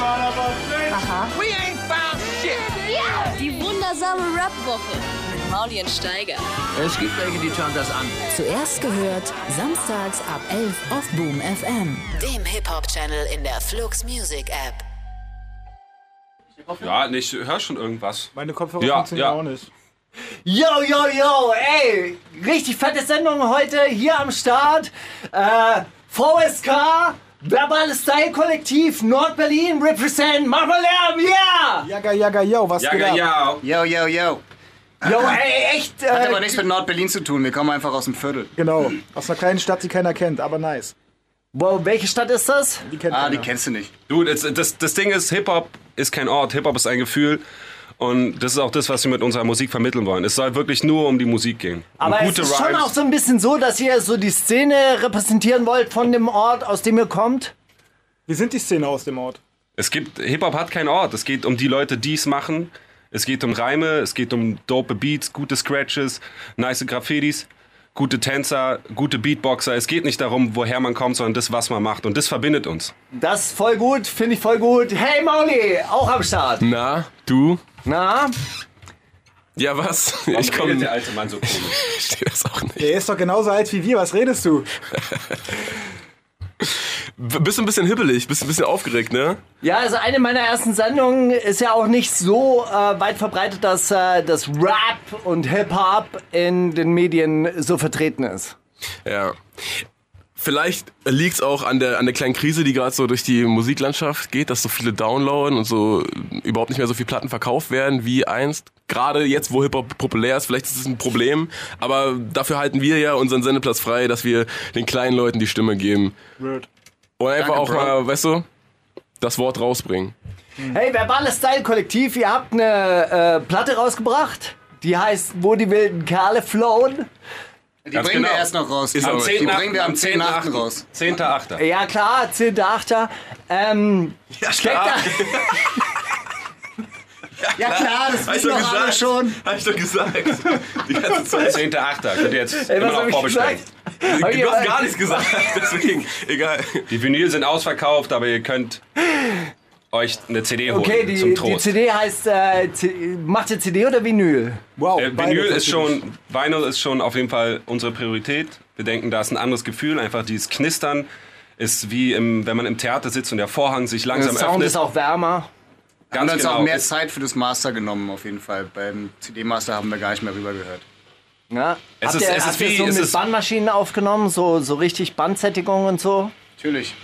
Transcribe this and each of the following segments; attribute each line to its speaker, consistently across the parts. Speaker 1: Aha.
Speaker 2: Die wundersame Rap-Woche mit Maulien Steiger.
Speaker 3: Es gibt welche, die schauen das an.
Speaker 4: Zuerst gehört, samstags ab 11 auf Boom FM.
Speaker 5: dem Hip-Hop-Channel in der Flux Music App.
Speaker 6: Ja, nee, ich höre schon irgendwas.
Speaker 1: Meine Kopfhörer
Speaker 6: Ja,
Speaker 1: funktionieren
Speaker 6: ja.
Speaker 1: auch nicht.
Speaker 7: Yo, yo, yo, ey, richtig fette Sendung heute hier am Start. Äh, VSK, Verbales Style Kollektiv, Nordberlin, represent, mach mal Lärm, yeah!
Speaker 1: Jaga, jaga, yo, was
Speaker 6: Ja,
Speaker 1: geht
Speaker 6: ja,
Speaker 1: ab?
Speaker 6: ja.
Speaker 8: Yo, yo, yo.
Speaker 7: Yo, ey, echt,
Speaker 8: Hat aber
Speaker 7: äh,
Speaker 8: nichts mit Nordberlin zu tun. Wir kommen einfach aus dem Viertel. Ah,
Speaker 1: Genau, aus einer kleinen Stadt, die keiner kennt, aber nice.
Speaker 7: wow, welche Stadt ist das?
Speaker 1: Die kennt
Speaker 8: Ah,
Speaker 1: keiner.
Speaker 8: die kennst du nicht.
Speaker 6: Du, das, das, das Ding ist, Hip-Hop ist kein Ort, Hip-Hop ist ein Gefühl. Und das ist auch das, was wir mit unserer Musik vermitteln wollen. Es soll wirklich nur um die Musik gehen.
Speaker 7: Aber
Speaker 6: um
Speaker 7: es ist schon auch so ein bisschen so, dass ihr so die Szene repräsentieren wollt von dem Ort, aus dem ihr kommt.
Speaker 1: Wir sind die Szene aus dem Ort.
Speaker 6: Es gibt, Hip-Hop hat keinen Ort. Es geht um die Leute, die es machen. Es geht um Reime, es geht um dope Beats, gute Scratches, nice Graffitis, gute Tänzer, gute Beatboxer. Es geht nicht darum, woher man kommt, sondern das, was man macht. Und das verbindet uns.
Speaker 7: Das ist voll gut, finde ich voll gut. Hey, Mauli, auch am Start.
Speaker 9: Na, du?
Speaker 7: Na?
Speaker 9: Ja, was?
Speaker 6: Warum
Speaker 9: Ich komme
Speaker 6: redet
Speaker 9: nicht.
Speaker 6: der alte Mann so komisch.
Speaker 9: verstehe das auch nicht.
Speaker 1: Der ist doch genauso alt wie wir, was redest du?
Speaker 9: B bist ein bisschen hibbelig, bist ein bisschen aufgeregt, ne?
Speaker 7: Ja, also eine meiner ersten Sendungen ist ja auch nicht so äh, weit verbreitet, dass äh, das Rap und Hip-Hop in den Medien so vertreten ist.
Speaker 9: Ja. Vielleicht liegt's auch an der, an der kleinen Krise, die gerade so durch die Musiklandschaft geht, dass so viele downloaden und so überhaupt nicht mehr so viel Platten verkauft werden wie einst. Gerade jetzt, wo Hip-Hop populär ist, vielleicht ist es ein Problem, aber dafür halten wir ja unseren Sendeplatz frei, dass wir den kleinen Leuten die Stimme geben.
Speaker 1: Word.
Speaker 9: Und einfach
Speaker 8: Danke,
Speaker 9: auch
Speaker 8: Bro.
Speaker 9: mal, weißt du, das Wort rausbringen.
Speaker 7: Hey, Verbales Style Kollektiv, ihr habt eine äh, Platte rausgebracht, die heißt Wo die wilden Kerle flown.
Speaker 8: Die
Speaker 6: Ganz
Speaker 8: bringen wir
Speaker 6: genau.
Speaker 8: erst noch raus.
Speaker 9: Ist
Speaker 8: die
Speaker 9: aber-
Speaker 8: bringen wir am 10.8.
Speaker 6: 10.8.
Speaker 8: raus.
Speaker 6: 10.8.
Speaker 7: Ja klar, 10.8. Ähm, steckt da,
Speaker 8: Ja klar, das
Speaker 9: Hab ich
Speaker 8: wissen
Speaker 9: doch
Speaker 8: doch alle
Speaker 9: gesagt.
Speaker 8: schon.
Speaker 9: Hab ich doch gesagt. Die ganze Zeit.
Speaker 6: 10.8. Könnt ihr jetzt
Speaker 7: ey,
Speaker 6: immer
Speaker 7: was
Speaker 6: noch
Speaker 7: hab ich
Speaker 6: vorbestellen.
Speaker 7: gesagt? Hab ich
Speaker 9: Du hast
Speaker 7: aber-
Speaker 9: gar nichts gesagt, deswegen, egal.
Speaker 6: Die Vinyl sind ausverkauft, aber ihr könnt euch eine CD holen
Speaker 7: Okay,
Speaker 6: zum
Speaker 7: die, die
Speaker 6: Trost.
Speaker 7: CD heißt, äh, C- macht ihr CD oder Vinyl?
Speaker 1: Wow,
Speaker 6: äh,
Speaker 1: beide
Speaker 6: Vinyl ist
Speaker 1: natürlich.
Speaker 6: schon, Vinyl ist schon auf jeden Fall unsere Priorität. Wir denken, da ist ein anderes Gefühl, einfach dieses Knistern ist wie im, wenn man im Theater sitzt und der Vorhang sich
Speaker 7: Der
Speaker 6: langsam
Speaker 7: Sound
Speaker 6: öffnet.
Speaker 7: ist auch wärmer.
Speaker 8: Haben
Speaker 6: ganz genau
Speaker 8: uns auch mehr
Speaker 9: genau.
Speaker 6: Ist-
Speaker 8: Zeit für das Master genommen, auf jeden Fall. Beim CD-Master haben wir gar nicht mehr rübergehört.
Speaker 7: Ja.
Speaker 6: Es
Speaker 7: habt
Speaker 6: ist-
Speaker 7: ihr,
Speaker 6: es
Speaker 7: habt
Speaker 6: ist
Speaker 7: ihr
Speaker 6: wie-
Speaker 7: so
Speaker 6: es
Speaker 7: mit
Speaker 6: ist-
Speaker 7: Bandmaschinen aufgenommen, so, so richtig Bandsättigung und so.
Speaker 8: Natürlich.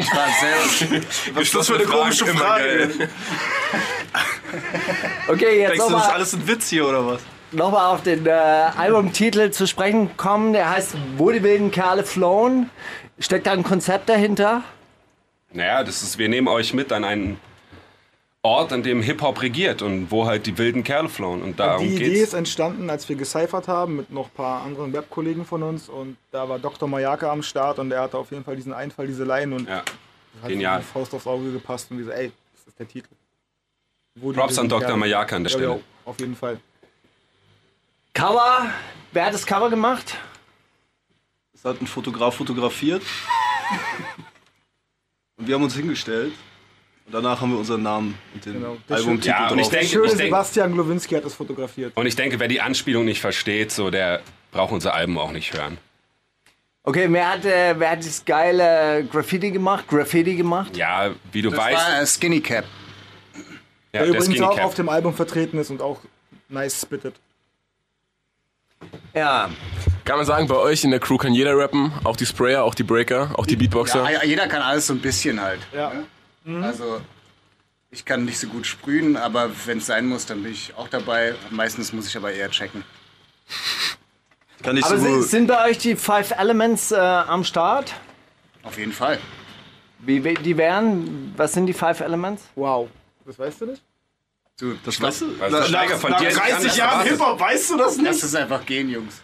Speaker 8: Ich war sehr.
Speaker 9: Was ist das für eine komische Frage? Geil.
Speaker 7: Okay, jetzt
Speaker 9: Denkst du, das ist
Speaker 7: nochmal
Speaker 9: alles ein Witz hier oder was?
Speaker 7: noch mal auf den äh, Albumtitel zu sprechen kommen. Der heißt Wo die wilden Kerle flown. Steckt da ein Konzept dahinter?
Speaker 6: Naja, das ist, wir nehmen euch mit an einen Ort, an dem Hip-Hop regiert und wo halt die wilden Kerle flohen. Und darum
Speaker 1: Die Idee
Speaker 6: ah, um geht's.
Speaker 1: ist entstanden, als wir gecyphert haben mit noch ein paar anderen Webkollegen von uns und da war Dr. Mayaka am Start und er hatte auf jeden Fall diesen Einfall, diese Leinen und
Speaker 6: Ja.
Speaker 1: hat
Speaker 6: genial.
Speaker 1: die Faust aufs Auge gepasst und wir so, ey, das ist der Titel. Wo die
Speaker 6: Props an
Speaker 1: wilden
Speaker 6: Dr.
Speaker 1: Kerle-
Speaker 6: Mayaka an der
Speaker 1: Jo,
Speaker 6: Stelle.
Speaker 1: jo, auf jeden Fall.
Speaker 7: Cover. Wer hat das Cover gemacht?
Speaker 10: Es hat ein Fotograf fotografiert. und wir haben uns hingestellt. Und danach haben wir unseren Namen und den
Speaker 1: Genau. Das
Speaker 10: Albumtitel
Speaker 6: Ja, und ich
Speaker 10: drauf.
Speaker 6: Oh,
Speaker 1: Der
Speaker 6: denke,
Speaker 1: schöne
Speaker 6: ich denke,
Speaker 1: Sebastian Glowinski hat das fotografiert.
Speaker 6: und ich denke, wer die Anspielung nicht versteht, so der braucht unser Album auch nicht hören.
Speaker 7: Okay, wer hat, äh, wer hat das geile Graffiti gemacht? Graffiti gemacht?
Speaker 6: Ja, wie du
Speaker 8: Das
Speaker 6: weißt,
Speaker 8: war äh, Skinny Cap.
Speaker 6: ja,
Speaker 1: Der
Speaker 6: der
Speaker 1: übrigens
Speaker 6: Skinny
Speaker 1: auch
Speaker 6: Cap.
Speaker 1: auf dem Album vertreten ist und auch nice spittet.
Speaker 7: Ja.
Speaker 9: Kann man sagen, bei euch in der Crew kann jeder rappen, auch die Sprayer, auch die Breaker, auch die Beatboxer.
Speaker 8: Ja, jeder kann alles so ein bisschen halt.
Speaker 1: Ja. Mhm.
Speaker 8: Also, ich kann nicht so gut sprühen, aber wenn es sein muss, dann bin ich auch dabei. Meistens muss ich aber eher checken.
Speaker 10: Kann ich
Speaker 7: Aber
Speaker 10: so
Speaker 7: sind, sind bei euch die Five Elements äh, am Start?
Speaker 8: Auf jeden Fall.
Speaker 7: Wie, wie die wären? Was sind die Five Elements?
Speaker 1: Wow. Das weißt du nicht?
Speaker 8: Du, das,
Speaker 10: weißt du,
Speaker 6: Also Steiger, von dir hätte ich anders erwartet.
Speaker 10: Hip-Hop, weißt du das
Speaker 8: das ist einfach gehen, Jungs.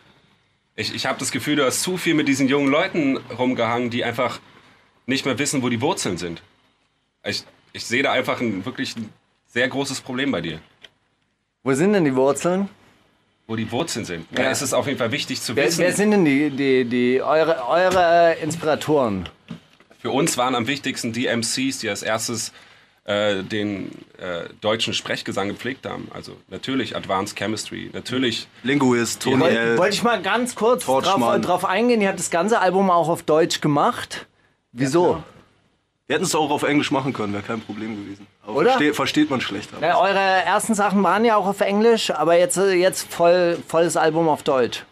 Speaker 6: Ich, ich habe das Gefühl, du hast zu viel mit diesen jungen Leuten rumgehangen, die einfach nicht mehr wissen, wo die Wurzeln sind. Ich, ich sehe da einfach ein wirklich ein sehr großes Problem bei dir.
Speaker 7: Wo sind denn die Wurzeln?
Speaker 6: Wo die Wurzeln sind. Da ist es auf jeden Fall wichtig zu
Speaker 7: Wer,
Speaker 6: wissen.
Speaker 7: wer sind denn die, die, die eure, eure Inspiratoren?
Speaker 6: Für uns waren am wichtigsten die MCs, die als erstes äh, den äh, deutschen Sprechgesang gepflegt haben. Also natürlich Advanced Chemistry, natürlich
Speaker 10: Linguist, Tony
Speaker 7: Wollte
Speaker 10: L.
Speaker 7: wollte ich mal ganz kurz drauf,
Speaker 10: Torchmann.
Speaker 7: drauf eingehen. Ihr habt das ganze Album auch auf Deutsch gemacht. Wieso?
Speaker 10: Wir hätten es auch auf Englisch machen können, wäre kein Problem gewesen. Aber
Speaker 7: Oder?
Speaker 10: Versteht, versteht man schlechter.
Speaker 7: Ja, eure ersten Sachen waren ja auch auf Englisch, aber jetzt, äh, jetzt voll, volles Album auf Deutsch.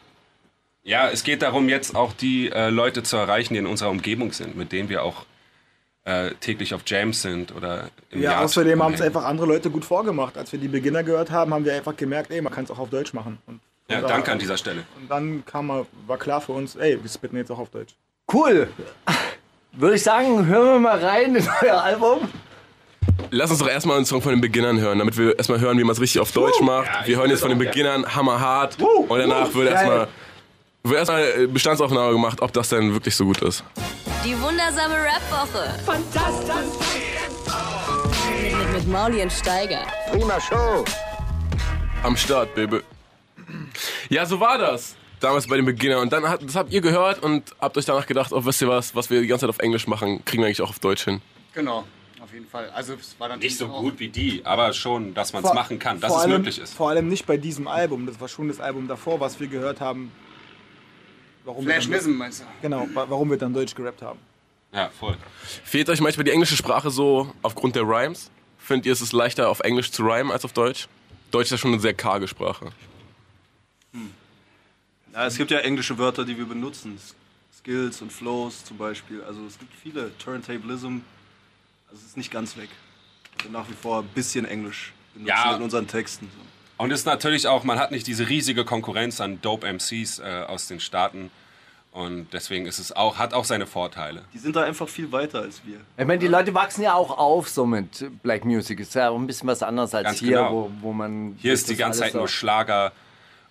Speaker 6: Ja, es geht darum, jetzt auch die äh, Leute zu erreichen, die in unserer Umgebung sind, mit denen wir auch äh, täglich auf Jams sind oder im
Speaker 1: Ja,
Speaker 6: Yard
Speaker 1: außerdem haben es
Speaker 6: rumhängen.
Speaker 1: einfach andere Leute gut vorgemacht. Als wir die Beginner gehört haben, haben wir einfach gemerkt, ey, man kann es auch auf Deutsch machen. Und
Speaker 6: Ja, danke an dieser Stelle.
Speaker 1: Und dann kam mal, war klar für uns, ey, wir spitten jetzt auch auf Deutsch.
Speaker 7: Cool. Würde ich sagen, hören wir mal rein in euer Album.
Speaker 9: Lass uns doch erstmal einen Song von den Beginnern hören, damit wir erstmal hören, wie man es richtig auf Deutsch macht. wir hören jetzt von den Beginnern hammerhart und danach wird erstmal wird erstmal äh, Bestandsaufnahme gemacht, ob das denn wirklich so gut ist.
Speaker 2: Die wundersame Rap-Woche. Fantastisch. Mit, mit, mit Mauli und Steiger.
Speaker 9: Am Start, Baby. Ja, so war das. Damals bei den Beginnern. Und dann hat, das habt ihr gehört und habt euch danach gedacht, oh, wisst ihr was, was wir die ganze Zeit auf Englisch machen, kriegen wir eigentlich auch auf Deutsch hin.
Speaker 8: Genau, auf jeden Fall. Also es war natürlich
Speaker 6: Nicht so
Speaker 8: auch-
Speaker 6: gut wie die, aber schon, dass man es
Speaker 1: Vor-
Speaker 6: machen kann, dass
Speaker 1: vor
Speaker 6: es
Speaker 1: allem,
Speaker 6: möglich ist.
Speaker 1: Vor allem nicht bei diesem Album. Das war schon das Album davor, was wir gehört haben. Warum wir dann,
Speaker 8: Flashnism meinst du?
Speaker 1: genau, wa- warum wir dann Deutsch gerappt haben.
Speaker 6: Ja, voll.
Speaker 9: Fehlt euch manchmal die englische Sprache so aufgrund der Rhymes? Findet ihr, es ist leichter auf Englisch zu rhymen als auf Deutsch? Deutsch ist ja schon eine sehr karge Sprache.
Speaker 10: Ja, es gibt ja englische Wörter, die wir benutzen. S- Skills und Flows zum Beispiel. Also es gibt viele. Turntablism. Also es ist nicht ganz weg. Wir nach wie vor ein bisschen Englisch benutzen
Speaker 6: Ja.
Speaker 10: in unseren Texten.
Speaker 6: Und ist natürlich auch, man hat nicht diese riesige Konkurrenz an Dope MCs äh, aus den Staaten. Und deswegen ist es auch, hat auch seine Vorteile.
Speaker 10: Die sind da einfach viel weiter als wir.
Speaker 7: Ich meine, die Leute wachsen ja auch auf, so mit Black Music. Ist ja auch ein bisschen was anderes als
Speaker 6: Ganz
Speaker 7: hier,
Speaker 6: genau.
Speaker 7: wo, wo man.
Speaker 6: Hier ist die
Speaker 7: das
Speaker 6: ganze
Speaker 7: alles
Speaker 6: Zeit nur
Speaker 7: so-
Speaker 6: Schlager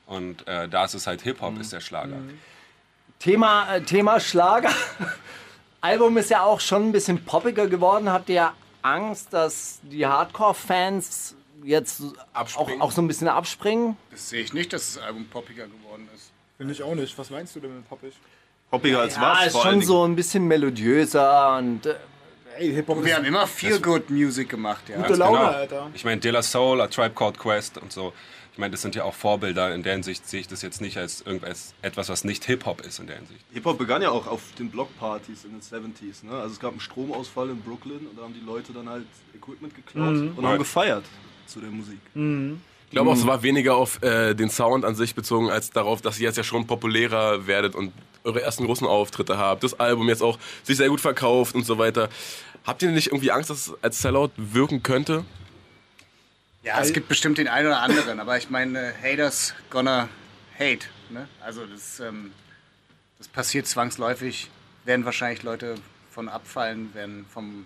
Speaker 6: und äh, da ist es halt Hip-Hop, ist der Schlager.
Speaker 7: Thema, äh, Thema Schlager. Album ist ja auch schon ein bisschen poppiger geworden. Habt ihr Angst, dass die Hardcore-Fans jetzt auch,
Speaker 9: Abspringen.
Speaker 7: auch so ein bisschen abspringen?
Speaker 8: Das sehe ich nicht, dass das Album poppiger geworden ist.
Speaker 1: Finde ich auch nicht. Was meinst du denn mit poppig?
Speaker 10: Hoppiger als
Speaker 7: Ja,
Speaker 10: was?
Speaker 7: ist
Speaker 10: vor allen
Speaker 7: schon
Speaker 10: Dingen.
Speaker 7: so ein bisschen melodiöser und äh,
Speaker 1: Ey, Hip-Hop
Speaker 8: Wir
Speaker 1: ist
Speaker 8: haben immer viel Good Music gemacht, ja.
Speaker 1: gute Laune, Alter.
Speaker 6: genau. Ich meine, De La Soul, A Tribe Called Quest und so. Ich meine, das sind ja auch Vorbilder. In der Hinsicht sehe ich das jetzt nicht als irgendwas, etwas, was nicht Hip-Hop ist in der Hinsicht.
Speaker 10: Hip-Hop begann ja auch auf den Blockpartys in den 70s. Ne? Also es gab einen Stromausfall in Brooklyn und da haben die Leute dann halt Equipment geklaut
Speaker 7: Mhm.
Speaker 10: und haben gefeiert zu der Musik.
Speaker 9: Ich glaube auch,
Speaker 10: Mm.
Speaker 9: es war weniger auf äh, den Sound an sich bezogen, als darauf, dass ihr jetzt ja schon populärer werdet und eure ersten großen Auftritte habt. Das Album jetzt auch sich sehr gut verkauft und so weiter. Habt ihr nicht irgendwie Angst, dass es als Sellout wirken könnte?
Speaker 8: Ja, es gibt bestimmt den einen oder anderen, aber ich meine, Haters gonna hate. Ne? Also das, ähm, das passiert zwangsläufig, werden wahrscheinlich Leute von abfallen, werden, vom,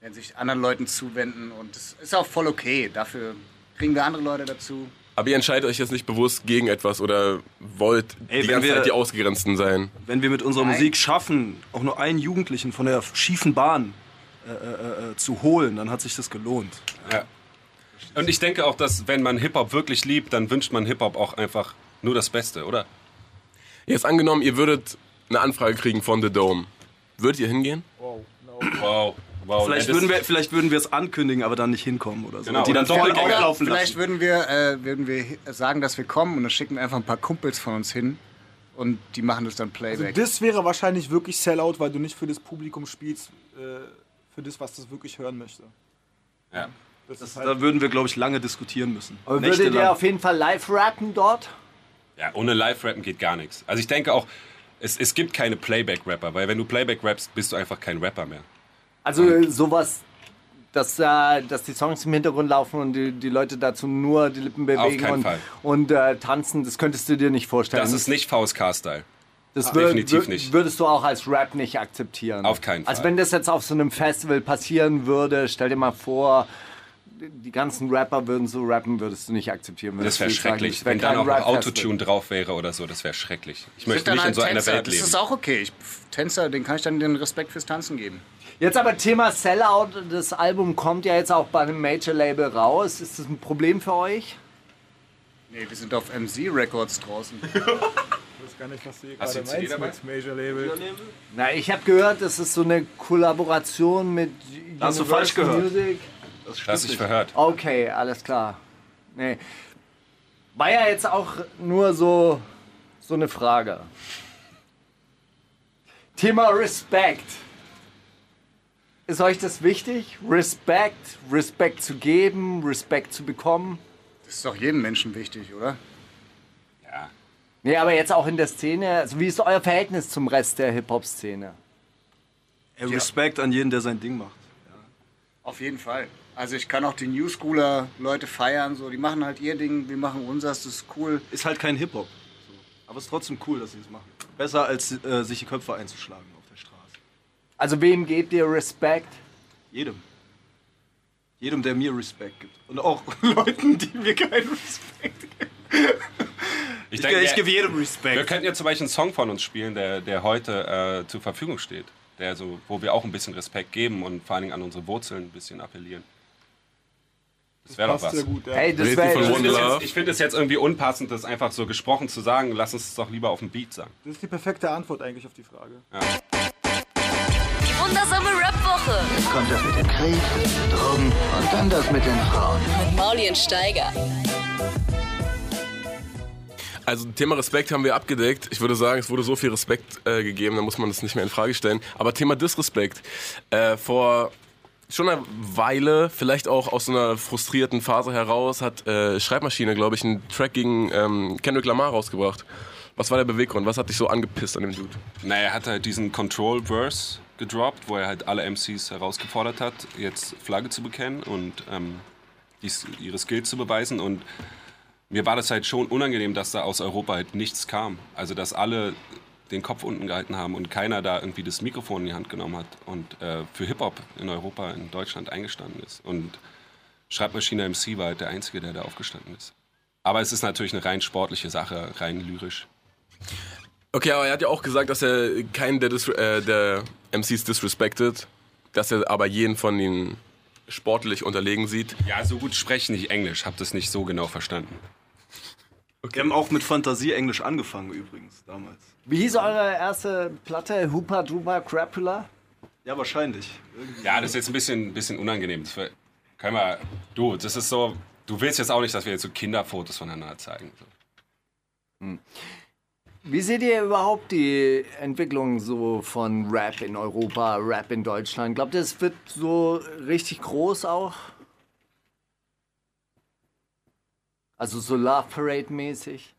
Speaker 8: werden sich anderen Leuten zuwenden und das ist auch voll okay. Dafür kriegen wir andere Leute dazu.
Speaker 9: Aber ihr entscheidet euch jetzt nicht bewusst gegen etwas oder wollt
Speaker 10: Ey,
Speaker 9: die
Speaker 10: wenn
Speaker 9: ganze
Speaker 10: wir-
Speaker 9: Zeit die Ausgegrenzten sein.
Speaker 10: Wenn wir mit unserer Musik schaffen, auch nur einen Jugendlichen von der schiefen Bahn äh, äh, äh, zu holen, dann hat sich das gelohnt.
Speaker 6: Und ich denke auch, dass wenn man Hip-Hop wirklich liebt, dann wünscht man Hip-Hop auch einfach nur das Beste, oder?
Speaker 9: Jetzt angenommen, ihr würdet eine Anfrage kriegen von The Dome. Würdet ihr hingehen?
Speaker 6: Wow, wow.
Speaker 10: Vielleicht
Speaker 6: Ja, das-
Speaker 10: würden, wir, vielleicht würden wir es ankündigen, aber dann nicht hinkommen oder so.
Speaker 6: Genau,
Speaker 10: Und die dann
Speaker 6: oder
Speaker 10: voll
Speaker 6: doppelt egal.
Speaker 10: auflaufen
Speaker 8: Vielleicht würden
Speaker 10: lassen.
Speaker 8: wir, äh, würden wir sagen, dass wir kommen und dann schicken wir einfach ein paar Kumpels von uns hin und die machen das dann Playback.
Speaker 6: Also
Speaker 1: also Das wäre wahrscheinlich wirklich Sellout, weil du nicht für das Publikum spielst, äh, für das, was das wirklich hören möchte.
Speaker 6: Ja.
Speaker 1: Das, ist halt,
Speaker 10: Da würden wir, glaube ich, lange diskutieren müssen.
Speaker 7: aber würdet ihr auf jeden Fall live rappen dort?
Speaker 6: Ja, ohne Live-Rappen geht gar nichts. Also ich denke auch, es, es gibt keine Playback-Rapper, weil wenn du Playback rappst, bist du einfach kein Rapper mehr.
Speaker 7: Also äh, sowas, dass, äh, dass die Songs im Hintergrund laufen und die, die Leute dazu nur die Lippen bewegen
Speaker 6: keinen
Speaker 7: und,
Speaker 6: Fall.
Speaker 7: und äh, tanzen, das könntest du dir nicht vorstellen.
Speaker 6: Das ist nicht VSK-Style.
Speaker 7: Das wür-
Speaker 6: Ah, definitiv
Speaker 7: wür-
Speaker 6: nicht.
Speaker 7: Würdest du auch als Rap nicht akzeptieren?
Speaker 6: Auf keinen
Speaker 7: Also
Speaker 6: Fall.
Speaker 7: wenn das jetzt auf so einem Festival passieren würde, stell dir mal vor, die ganzen Rapper würden so rappen, würdest du nicht akzeptieren. Würdest
Speaker 6: Das wäre
Speaker 7: du sagen,
Speaker 6: schrecklich.
Speaker 7: das wär
Speaker 6: wenn dann
Speaker 7: kein
Speaker 6: auch noch
Speaker 7: Rap-Festival.
Speaker 6: Autotune drauf wäre oder so, das wäre schrecklich. Ich
Speaker 8: Ich
Speaker 6: möchte nicht in so einer Welt
Speaker 8: halt Das
Speaker 6: leben.
Speaker 8: ist auch okay. Ich, Tänzer, den kann ich dann den Respekt fürs Tanzen geben.
Speaker 7: Jetzt aber Thema Sellout. Das Album kommt ja jetzt auch bei einem Major-Label raus. Ist das ein Problem für euch?
Speaker 8: Nee, wir sind auf MC Records draußen.
Speaker 1: Ich weiß gar nicht, was du hier
Speaker 6: Hast
Speaker 1: gerade
Speaker 6: du die CD
Speaker 1: meinst mit Major Label.
Speaker 7: Na, ich habe gehört, das ist so eine Kollaboration mit
Speaker 10: Hast du
Speaker 7: Universal
Speaker 10: falsch gehört.
Speaker 7: Music.
Speaker 10: Das stimmt
Speaker 6: Hast dich
Speaker 10: nicht.
Speaker 6: verhört.
Speaker 7: Okay, alles klar. Nee. War ja jetzt auch nur so, so eine Frage. Thema Respekt. Ist euch das wichtig? Respekt, Respekt zu geben, Respekt zu bekommen?
Speaker 8: Das ist doch jedem Menschen wichtig, oder?
Speaker 6: Ja.
Speaker 7: Nee, aber jetzt auch in der Szene. Also wie ist euer Verhältnis zum Rest der Hip-Hop-Szene?
Speaker 10: Ey, Respekt an jeden, der sein Ding macht.
Speaker 8: Auf jeden Fall. Also ich kann auch die New Schooler Leute feiern, so die machen halt ihr Ding, wir machen unseres, das ist cool.
Speaker 10: Ist halt kein Hip-Hop. So. Aber ist trotzdem cool, dass sie das machen. Besser als äh, sich die Köpfe einzuschlagen auf der Straße.
Speaker 7: Also wem gebt ihr Respekt?
Speaker 10: Jedem. Jedem, der mir Respekt gibt. Und auch Leuten, die mir keinen Respekt geben.
Speaker 6: Ich,
Speaker 10: Ich,
Speaker 6: denke,
Speaker 10: ge- ich
Speaker 6: wir-
Speaker 10: gebe jedem
Speaker 6: wir
Speaker 10: Respekt.
Speaker 6: könnten ja zum Beispiel einen Song von uns spielen, der, der heute äh, zur Verfügung steht. Der so, wo wir auch ein bisschen Respekt geben und vor allen Dingen an unsere Wurzeln ein bisschen appellieren. Das wäre doch
Speaker 1: Passt
Speaker 6: was.
Speaker 1: ja gut, ja.
Speaker 7: Hey, das
Speaker 9: Reden
Speaker 7: wär-
Speaker 9: von
Speaker 6: Ich
Speaker 9: One
Speaker 6: finde es
Speaker 9: Love.
Speaker 6: jetzt, ich finde es jetzt irgendwie unpassend, das einfach so gesprochen zu sagen. Lass uns es doch lieber auf dem Beat sagen.
Speaker 1: Das ist die perfekte Antwort eigentlich auf die Frage.
Speaker 2: Die wundersame Rap-Woche
Speaker 3: Kommt das mit dem Krieg, Drogen und dann das mit den Frauen.
Speaker 2: mit Mauli und Steiger.
Speaker 9: Also Thema Respekt haben wir abgedeckt. Ich würde sagen, es wurde so viel Respekt äh, gegeben, da muss man das nicht mehr in Frage stellen. Aber Thema Disrespekt. Äh, vor schon einer Weile, vielleicht auch aus so einer frustrierten Phase heraus, hat äh, Schreibmaschine, glaube ich, einen Track gegen ähm, Kendrick Lamar rausgebracht. Was war der Beweggrund? Was hat dich so angepisst an dem Dude?
Speaker 6: Naja, er hat halt diesen Control-Verse gedroppt, wo er halt alle MCs herausgefordert hat, jetzt Flagge zu bekennen und ähm, dies, ihre Skills zu beweisen. Und mir war das halt schon unangenehm, dass da aus Europa halt nichts kam. Also, dass alle den Kopf unten gehalten haben und keiner da irgendwie das Mikrofon in die Hand genommen hat und äh, für Hip-Hop in Europa, in Deutschland eingestanden ist. Und Schreibmaschine MC war halt der Einzige, der da aufgestanden ist. Aber es ist natürlich eine rein sportliche Sache, rein lyrisch.
Speaker 9: Okay, aber er hat ja auch gesagt, dass er keinen der, Dis äh, der MCs disrespected, dass er aber jeden von ihnen sportlich unterlegen sieht.
Speaker 6: Ja, so gut sprechen ich Englisch, hab das nicht so genau verstanden.
Speaker 10: Wir haben auch mit Fantasie Englisch angefangen übrigens damals.
Speaker 7: Wie hieß eure erste Platte? Hoopa Droopa Crapula?
Speaker 10: Ja, wahrscheinlich. Irgendwie.
Speaker 6: Ja, das ist jetzt ein bisschen, bisschen unangenehm. Das wär- können wir, du, das ist so, du willst jetzt auch nicht, dass wir jetzt so Kinderfotos voneinander zeigen. So.
Speaker 7: Wie seht ihr überhaupt die Entwicklung so von Rap in Europa, Rap in Deutschland? Glaubt ihr, es wird so richtig groß auch? Also so Love Parade mäßig?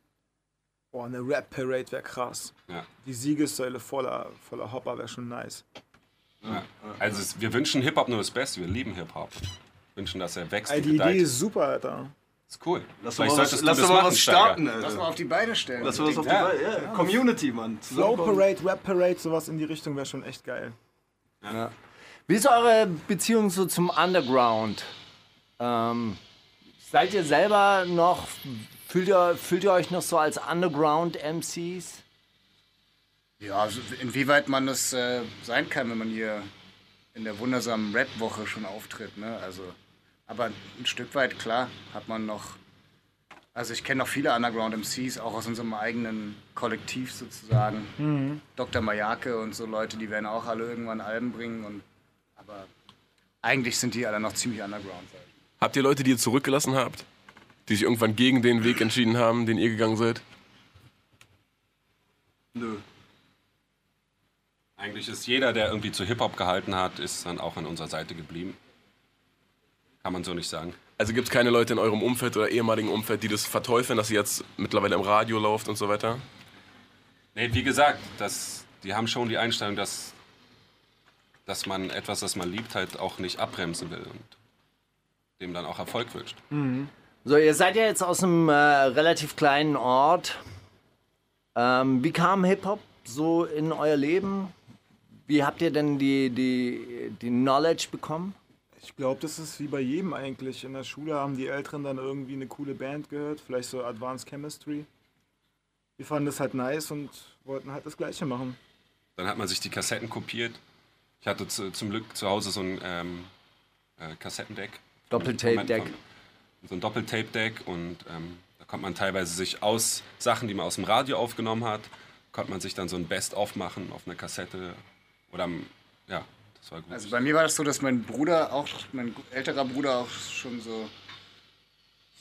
Speaker 1: Boah, eine Rap-Parade wäre krass.
Speaker 6: Ja.
Speaker 1: Die Siegessäule voller, voller Hopper wäre schon nice.
Speaker 6: Ja. Also es, wir wünschen Hip-Hop nur das Beste, wir lieben Hip-Hop. Wünschen, dass er wächst
Speaker 1: Ey,
Speaker 6: und
Speaker 1: die Idee
Speaker 6: gedeiht.
Speaker 1: ist super, Alter.
Speaker 6: Ist cool.
Speaker 10: Lass doch
Speaker 6: Vielleicht
Speaker 10: mal was,
Speaker 6: solltest du
Speaker 10: lass
Speaker 6: das
Speaker 10: doch mal
Speaker 6: machen,
Speaker 10: was
Speaker 6: Steiger.
Speaker 10: starten, ne?
Speaker 8: Lass
Speaker 10: Alter.
Speaker 8: mal auf die Beine stellen.
Speaker 10: Lass mal was auf die
Speaker 6: Ja.
Speaker 10: Beine. Ja, Community, Mann.
Speaker 1: Flow
Speaker 10: Zusammenkommen.
Speaker 1: Parade, Rap Parade, sowas in die Richtung wäre schon echt geil.
Speaker 7: Wie ist eure Beziehung so zum Underground? Ähm, seid ihr selber noch, fühlt ihr, fühlt ihr euch noch so als Underground-MCs?
Speaker 8: Ja, also inwieweit man das äh, sein kann, wenn man hier in der wundersamen Rap-Woche schon auftritt, ne? Also, aber ein Stück weit, klar, hat man noch. Also ich kenne noch viele Underground-MCs, auch aus unserem eigenen Kollektiv sozusagen. Dr. Mayake und so Leute, die werden auch alle irgendwann Alben bringen und aber eigentlich sind die alle noch ziemlich underground. sag ich.
Speaker 9: Habt ihr Leute, die ihr zurückgelassen habt? Die sich irgendwann gegen den Weg entschieden haben, den ihr gegangen seid?
Speaker 10: Nö.
Speaker 6: Eigentlich ist jeder, der irgendwie zu Hip-Hop gehalten hat, ist dann auch an unserer Seite geblieben. Kann man so nicht sagen.
Speaker 9: Also gibt es keine Leute in eurem Umfeld oder ehemaligen Umfeld, die das verteufeln, dass ihr jetzt mittlerweile im Radio lauft und so weiter?
Speaker 6: Nee, wie gesagt, das, die haben schon die Einstellung, dass, dass man etwas, das man liebt, halt auch nicht abbremsen will und dem dann auch Erfolg wünscht.
Speaker 7: So, ihr seid ja jetzt aus einem äh, relativ kleinen Ort. Ähm, wie kam Hip-Hop so in euer Leben? Wie habt ihr denn die, die, die Knowledge bekommen?
Speaker 1: Ich glaube, das ist wie bei jedem eigentlich. In der Schule haben die Älteren dann irgendwie eine coole Band gehört, vielleicht so Advanced Chemistry. Wir fanden das halt nice und wollten halt das Gleiche machen.
Speaker 6: Dann hat man sich die Kassetten kopiert. Ich hatte zu, zum Glück zu Hause so ein ähm, äh, Kassettendeck.
Speaker 7: Doppeltape-Deck.
Speaker 6: So ein Doppeltape-Deck und ähm, da konnte man teilweise sich aus Sachen, die man aus dem Radio aufgenommen hat, konnte man sich dann so ein Best-of machen auf einer Kassette oder am- ja, das war gut.
Speaker 8: Also bei mir war das so, dass mein Bruder auch, mein älterer Bruder auch schon so,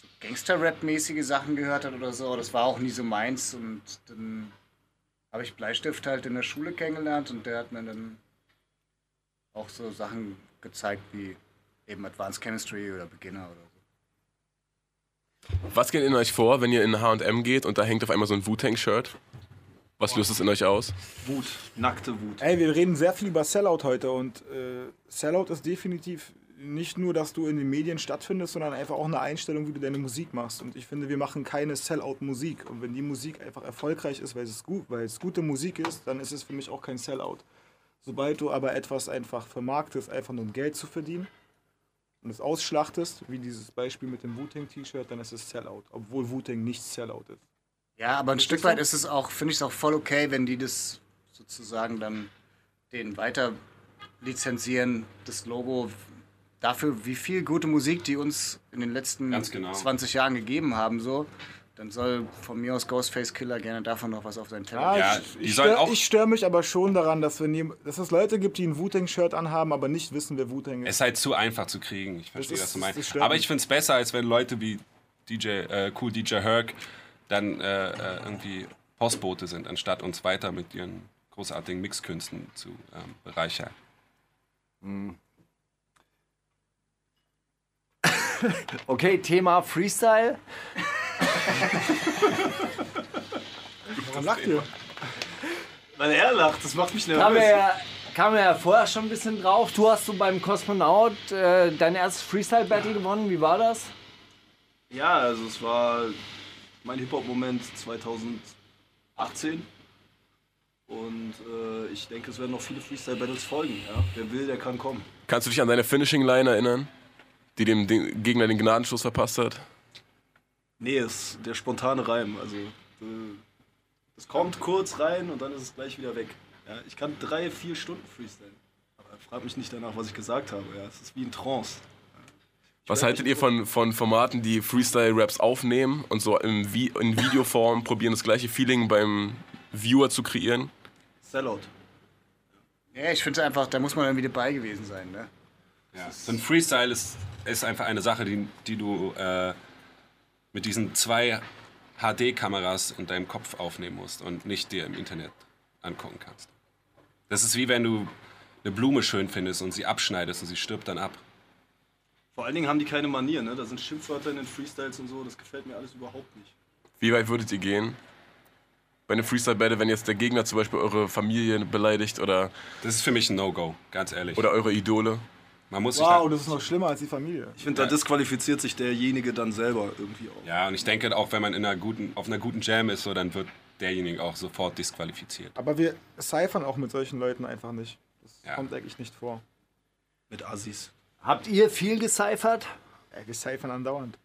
Speaker 8: so Gangster-Rap-mäßige Sachen gehört hat oder so. Aber Das war auch nie so meins. Und dann habe ich Bleistift halt in der Schule kennengelernt und der hat mir dann auch so Sachen gezeigt wie eben Advanced Chemistry oder Beginner oder so.
Speaker 9: Was geht in euch vor, wenn ihr in H&M geht und da hängt auf einmal so ein Wu-Tang-Shirt? Was löst es in euch aus?
Speaker 10: Wut, nackte Wut.
Speaker 1: Ey, wir reden sehr viel über Sellout heute und äh, Sellout ist definitiv nicht nur, dass du in den Medien stattfindest, sondern einfach auch eine Einstellung, wie du deine Musik machst. Und ich finde, wir machen keine Sellout-Musik. Und wenn die Musik einfach erfolgreich ist, weil es, gut, weil es gute Musik ist, dann ist es für mich auch kein Sellout. Sobald du aber etwas einfach vermarktest, einfach nur um Geld zu verdienen und es ausschlachtest, wie dieses Beispiel mit dem Wu-Tang-T-Shirt, dann ist es Sellout. Obwohl Wu-Tang nicht Sellout ist.
Speaker 8: Ja, aber ein Stück weit ist es auch, finde ich es auch voll okay, wenn die das sozusagen dann den weiter lizenzieren, das Logo dafür, wie viel gute Musik die uns in den letzten
Speaker 6: Ganz genau.
Speaker 8: 20 Jahren gegeben haben, so. Dann soll von mir aus Ghostface Killer gerne davon noch was auf seinen Teller.
Speaker 6: Ja,
Speaker 1: ich,
Speaker 6: die
Speaker 1: ich,
Speaker 6: sollen
Speaker 1: stör,
Speaker 6: auch-
Speaker 1: ich störe mich aber schon daran, dass, wir nie, dass es Leute gibt, die ein Wu-Tang-Shirt anhaben, aber nicht wissen, wer Wu-Tang
Speaker 6: Es
Speaker 1: ist.
Speaker 6: ist halt zu einfach zu kriegen. Ich verstehe,
Speaker 1: ist-
Speaker 6: was du
Speaker 1: das
Speaker 6: meinst.
Speaker 1: stimmt.
Speaker 6: Aber ich finde es besser, als wenn Leute wie DJ, äh, cool DJ Herc dann äh, äh, irgendwie Postbote sind, anstatt uns weiter mit ihren großartigen Mixkünsten zu ähm, bereichern.
Speaker 7: Okay, Thema Freestyle.
Speaker 1: Warum lacht ihr?
Speaker 10: Weil er lacht, das macht mich
Speaker 7: Kamen wir,
Speaker 10: nervös.
Speaker 7: ja, kamen wir ja vorher schon ein bisschen drauf. Du hast so beim Kosmonaut äh, dein erstes Freestyle-Battle gewonnen. Wie war das?
Speaker 10: Ja, also es war mein Hip-Hop-Moment 2018. Und äh, ich denke, es werden noch viele Freestyle-Battles folgen. Ja? Wer will, der kann kommen.
Speaker 9: Kannst du dich an deine Finishing-Line erinnern, die dem Ding- Gegner den Gnadenschuss verpasst hat?
Speaker 10: Nee, es ist der spontane Reim. Also, äh, es kommt kurz rein und dann ist es gleich wieder weg. Ja, ich kann drei, vier Stunden freestylen. Aber frag mich nicht danach, was ich gesagt habe. Ja, es ist wie ein Trance.
Speaker 9: Was haltet ihr von, von Formaten, die Freestyle-Raps aufnehmen und so im Vi in Videoform probieren, das gleiche Feeling beim Viewer zu kreieren?
Speaker 10: Sellout.
Speaker 8: Ja, ich finde einfach, da muss man irgendwie dabei gewesen sein, ne?
Speaker 6: Ja. So ein Freestyle ist, ist einfach eine Sache, die, die du äh, mit diesen zwei HD-Kameras in deinem Kopf aufnehmen musst und nicht dir im Internet angucken kannst. Das ist wie wenn du eine Blume schön findest und sie abschneidest und sie stirbt dann ab.
Speaker 10: Vor allen Dingen haben die keine Manier, ne? Da sind Schimpfwörter in den Freestyles und so, das gefällt mir alles überhaupt nicht.
Speaker 9: Wie weit würdet ihr gehen? Bei einem Freestyle-Battle, wenn jetzt der Gegner zum Beispiel eure Familie beleidigt oder,
Speaker 6: Das ist für mich ein No-Go, ganz ehrlich.
Speaker 9: oder eure Idole?
Speaker 6: Man muss
Speaker 1: Wow,
Speaker 6: sich
Speaker 1: das ist noch schlimmer als die Familie.
Speaker 10: Ich finde, da disqualifiziert sich derjenige dann selber irgendwie auch.
Speaker 6: da, ja, und ich denke auch, wenn man in einer guten, auf einer guten Jam ist, so, dann wird derjenige auch sofort disqualifiziert.
Speaker 1: Aber wir cyphern auch mit solchen Leuten einfach nicht. Das
Speaker 6: Ja.
Speaker 1: kommt eigentlich nicht vor.
Speaker 10: Mit Assis.
Speaker 7: Habt ihr viel gecyphert?
Speaker 1: Ey, wir cyphern andauernd.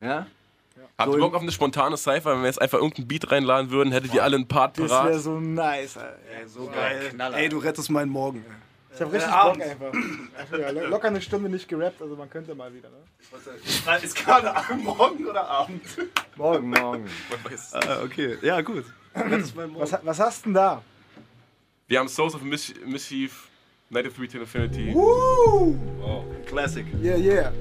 Speaker 7: Ja.
Speaker 9: Habt ihr Bock auf eine spontane Cypher? Wenn wir jetzt einfach irgendeinen Beat reinladen würden, hättet ihr alle einen Part
Speaker 1: Das wäre
Speaker 9: parat.
Speaker 1: so nice, Alter.
Speaker 10: So geil.
Speaker 8: Knaller.
Speaker 10: Äh, Ey, du rettest meinen Morgen.
Speaker 1: Ich hab richtig Bock einfach. Ach Ja, lo- locker eine Stunde nicht gerappt, also man könnte mal wieder, ne?
Speaker 10: Ist gerade Morgen oder Abend?
Speaker 7: Morgen, morgen.
Speaker 10: Ah, okay. Ja, gut. Rettest meinen Morgen.
Speaker 1: Was, ha- was hast denn da?
Speaker 9: Wir haben Souls of Miss Mischief, Night of Retail Infinity.
Speaker 1: Woo!
Speaker 10: Classic.
Speaker 1: Yeah, yeah.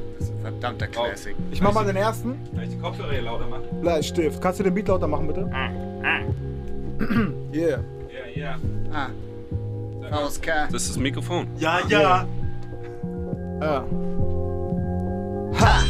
Speaker 8: Verdammter Classic.
Speaker 1: Ich mach mal den ersten.
Speaker 6: Kann ich die Kopfhörer hier lauter machen?
Speaker 1: Bleistift. Kannst du den Beat lauter machen, bitte? Yeah.
Speaker 6: Ja, ja.
Speaker 8: Ah. Faust K.
Speaker 6: Das ist das Mikrofon.
Speaker 10: Ja, ja.
Speaker 1: Ah. Ha!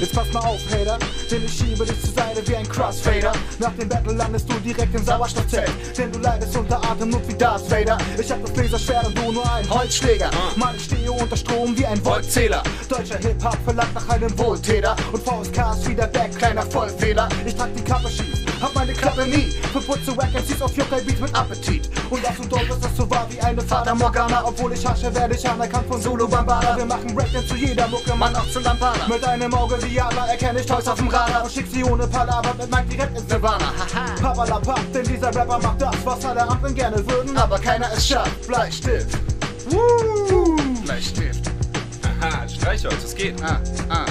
Speaker 1: Jetzt pass mal auf, Hater, denn ich schiebe dich zur Seite wie ein Crossfader. Nach dem Battle landest du direkt im Sauerstoffzelt, denn du leidest unter Atemnot wie Darth Vader. Ich hab das Laserschwert und du nur ein Holzschläger. Mann, ich stehe unter Strom wie ein Voltzähler. Deutscher Hip-Hop verlangt nach einem Wohltäter und VSK ist wieder back, kleiner Vollfehler. Ich trag die Kappe schief, hab meine Klappe nie. Verputze Wack-MCs auf Yokai Beats mit Appetit. Und lass uns doch, dass das so war wie eine Fata Morgana. Obwohl ich hasche, werde ich anerkannt von Solo Bambara. Wir machen Rap, denn zu jeder Mucke, Mann, auch zu Lampara. Mit einem Auge wie Jala erkenne ich Toys auf dem Radar. Und schick sie ohne Palaver mit meinem direkt ins Nirvana. Papa la Papp, denn dieser Rapper macht das, was alle anderen gerne würden. Aber keiner es schafft. Bleistift. Woo!
Speaker 8: Bleistift.
Speaker 6: Aha, Streichholz, das geht.
Speaker 8: Ah, ah.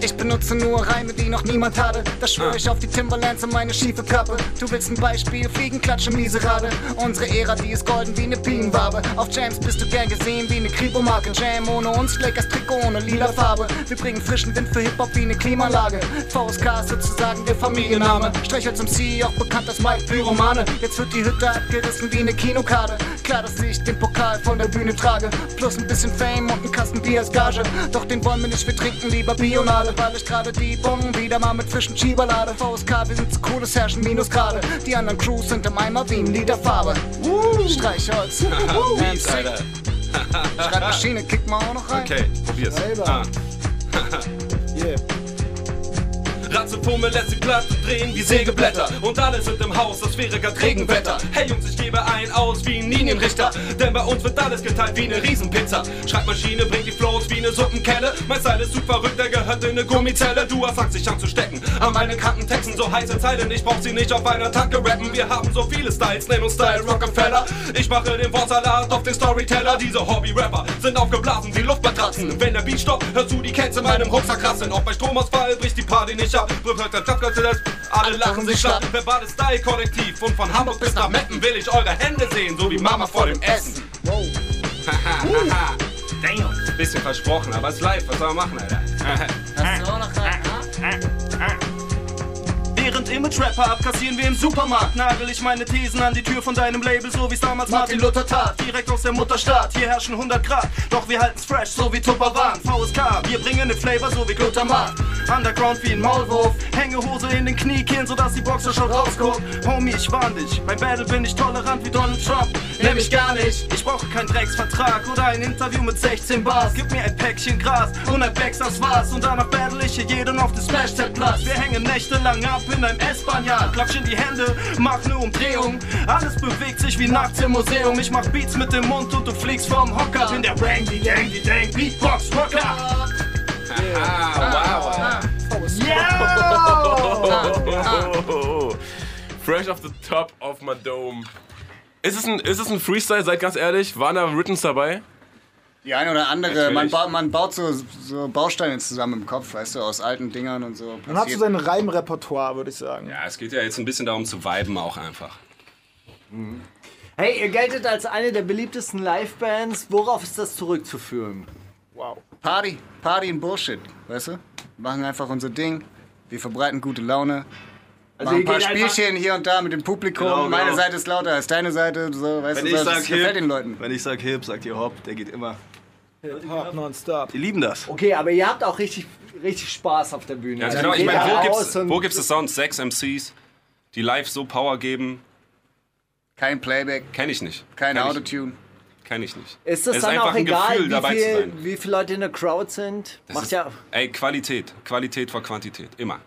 Speaker 8: Ich
Speaker 11: benutze nur Reime, die noch niemand hatte. Das schwör ich auf die Timberlands und meine schiefe Kappe. Du willst ein Beispiel, Fliegen, Klatsche, Miserade. Unsere Ära, die ist golden wie eine Pienwabe. Auf Jams bist du gern gesehen wie eine Kripo-Marke. Jam ohne uns, Lakers Trikot ohne lila Farbe. Wir bringen frischen Wind für Hip-Hop wie eine Klimaanlage. VSK ist sozusagen der Familienname. Strechel zum CEO, auch bekannt als Mike Pyromane. Jetzt wird die Hütte abgerissen wie eine Kinokarte. Klar, dass ich den Pokal von der Bühne trage. Plus ein bisschen Fame und ein Kasten Bier als Gage. Doch den wollen wir nicht, wir trinken lieber Bionade. Weil ich gerade die Bongen wieder mal mit frischen Schieberlade. VSK, wir sind zu cool, es herrschen Minusgrade. Die anderen Crews sind im Eimer wie in Liederfarbe. Streichholz.
Speaker 12: Beats, Alter.
Speaker 11: Schreibmaschine, kick mal auch noch rein.
Speaker 12: Okay, probier's.
Speaker 11: Selber.
Speaker 12: Ah.
Speaker 11: Yeah.
Speaker 12: Ratzepumme lässt die Platte drehen wie Sägeblätter Und alle sind im Haus, das wäre grad Regenwetter Hey Jungs, ich gebe ein aus wie ein Linienrichter Denn bei uns wird alles geteilt wie eine Riesenpizza Schreibmaschine bringt die Flows wie eine Suppenkelle Mein Style ist zu verrückt, der gehört in eine Gummizelle Du hast Angst, dich anzustecken an meinen kranken Texten So heiße Zeilen, ich brauch sie nicht auf einer Tacke rappen Wir haben so viele Styles, nenn uns Style Rockefeller Ich mache den Wortsalat auf den Storyteller Diese Hobby-Rapper sind aufgeblasen wie Luftmatratzen Wenn der Beat stoppt, hörst du die Cats in meinem Rucksack rasseln Auch bei Stromausfall bricht die Party nicht ab Brüll hört der Tapfer zuletzt, alle lachen sich schlapp Verbales Style-Kollektiv und von Hamburg bis nach Meppen Will ich eure Hände sehen, so wie Mama vor dem Essen Haha, Damn, bisschen versprochen, aber es ist live, was soll man machen, Alter?
Speaker 13: Während Image-Rapper abkassieren wir im Supermarkt, nagel ich meine Thesen an die Tür von deinem Label, so wie's damals Martin Luther tat. Direkt aus der Mutterstadt, hier herrschen 100 Grad, doch wir halten's fresh, so wie Tupperwaren. VSK, wir bringen den Flavor, so wie Glutamat. Underground wie ein Maulwurf, Hängehose in den Kniekehlen, sodass die Boxer schon rausguckt. Homie, ich warn dich, beim Battle bin ich tolerant wie Donald Trump. Nenn mich gar nicht, ich brauche keinen Drecksvertrag oder ein Interview mit 16 Bars. Gib mir ein Päckchen Gras und ein Becks, das war's. Und danach battle ich hier jeden auf den Splash-Tab-Platz. Wir hängen nächtelang ab in einem S-Bahn-Jahr. Klatsch in die Hände, mach ne Umdrehung. Alles bewegt sich wie nachts im Museum. Ich mach Beats mit dem Mund und du fliegst vom Hocker. Bin der Rang, die Gang, die Dang, Beatbox, Rocker.
Speaker 9: Oh, Fresh off the top of my dome. Ist es ein, ist es ein Freestyle, seid ganz ehrlich? Waren da Rhythms dabei?
Speaker 8: Die eine oder andere, man,
Speaker 12: Natürlich.
Speaker 8: ba man baut so, so Bausteine zusammen im Kopf, weißt du, aus alten Dingern und so.
Speaker 11: Dann hast du sein Reimrepertoire, würde ich sagen.
Speaker 12: Ja, es geht ja jetzt ein bisschen darum zu viben auch einfach.
Speaker 7: Hey, ihr geltet als eine der beliebtesten Live-Bands. Worauf ist das zurückzuführen?
Speaker 11: Wow.
Speaker 8: Party, Party und Bullshit, weißt du? Wir machen einfach unser Ding, wir verbreiten gute Laune, machen ein
Speaker 7: ihr
Speaker 8: paar
Speaker 7: geht einfach-
Speaker 8: Spielchen hier und da mit dem Publikum.
Speaker 13: Genau,
Speaker 8: Meine
Speaker 13: genau.
Speaker 8: Seite ist lauter als deine Seite, so, weißt
Speaker 13: Wenn
Speaker 8: du,
Speaker 13: ich
Speaker 8: das,
Speaker 13: sag
Speaker 8: das gefällt
Speaker 13: Hip,
Speaker 8: den Leuten.
Speaker 13: wenn ich sag Hip, sagt ihr Hop, der geht immer.
Speaker 11: Hip-Hop nonstop.
Speaker 13: Die lieben das.
Speaker 8: Oh.
Speaker 7: Okay, aber ihr habt auch richtig, richtig Spaß auf der Bühne.
Speaker 12: Ja,
Speaker 7: Also
Speaker 12: genau, ich
Speaker 7: geht
Speaker 12: meine,
Speaker 7: da
Speaker 12: wo
Speaker 7: raus
Speaker 12: gibt's,
Speaker 7: und-
Speaker 12: wo gibt's es sonst sechs MCs, die live so Power geben?
Speaker 8: Kein Playback,
Speaker 12: Kenn ich nicht.
Speaker 8: kein
Speaker 12: Kenn ich nicht.
Speaker 8: Autotune.
Speaker 12: Kenn ich nicht.
Speaker 7: Ist das
Speaker 12: Es
Speaker 7: dann
Speaker 12: einfach
Speaker 7: auch
Speaker 12: ein
Speaker 7: egal,
Speaker 12: Gefühl, dabei
Speaker 7: wie,
Speaker 12: zu
Speaker 7: viel,
Speaker 12: sein.
Speaker 7: wie viele Leute in der Crowd sind?
Speaker 12: Das
Speaker 7: Macht
Speaker 12: ist,
Speaker 7: ja.
Speaker 12: Ey, Qualität. Qualität vor Quantität. Immer.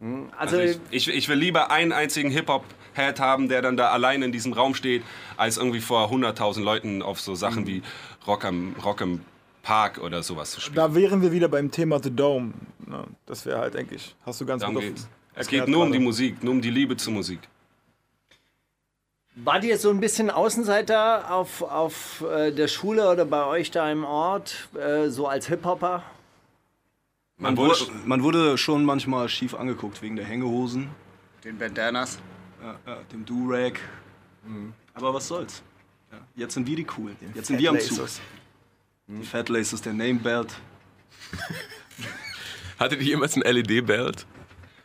Speaker 7: Also,
Speaker 12: Also ich, ich, ich will lieber einen einzigen Hip-Hop-Head haben, der dann da allein in diesem Raum steht, als irgendwie vor 100.000 Leuten auf so Sachen wie Rock am, Rock im Park oder sowas zu spielen.
Speaker 11: Da wären wir wieder beim Thema The Dome. Ne? Das wäre halt, denke ich, hast du ganz
Speaker 12: Darum
Speaker 11: gut auf-
Speaker 12: geht's. Es
Speaker 11: erklärt
Speaker 12: geht nur um die
Speaker 11: gerade.
Speaker 12: Musik, nur um die Liebe zur Musik.
Speaker 7: wart ihr so ein bisschen Außenseiter auf, auf äh, der Schule oder bei euch da im Ort, äh, so als Hip-Hopper?
Speaker 12: Man
Speaker 13: Wurde,
Speaker 12: wurde,
Speaker 13: man wurde schon manchmal schief angeguckt wegen der Hängehosen,
Speaker 8: Den Bandanas.
Speaker 13: ja, ja, dem Do-Rag. Aber was soll's? Ja, jetzt sind wir die coolen. Jetzt sind wir am Zug. Die Fat Laces, der Name Belt.
Speaker 9: Hattet ihr jemals E ein LED-Belt?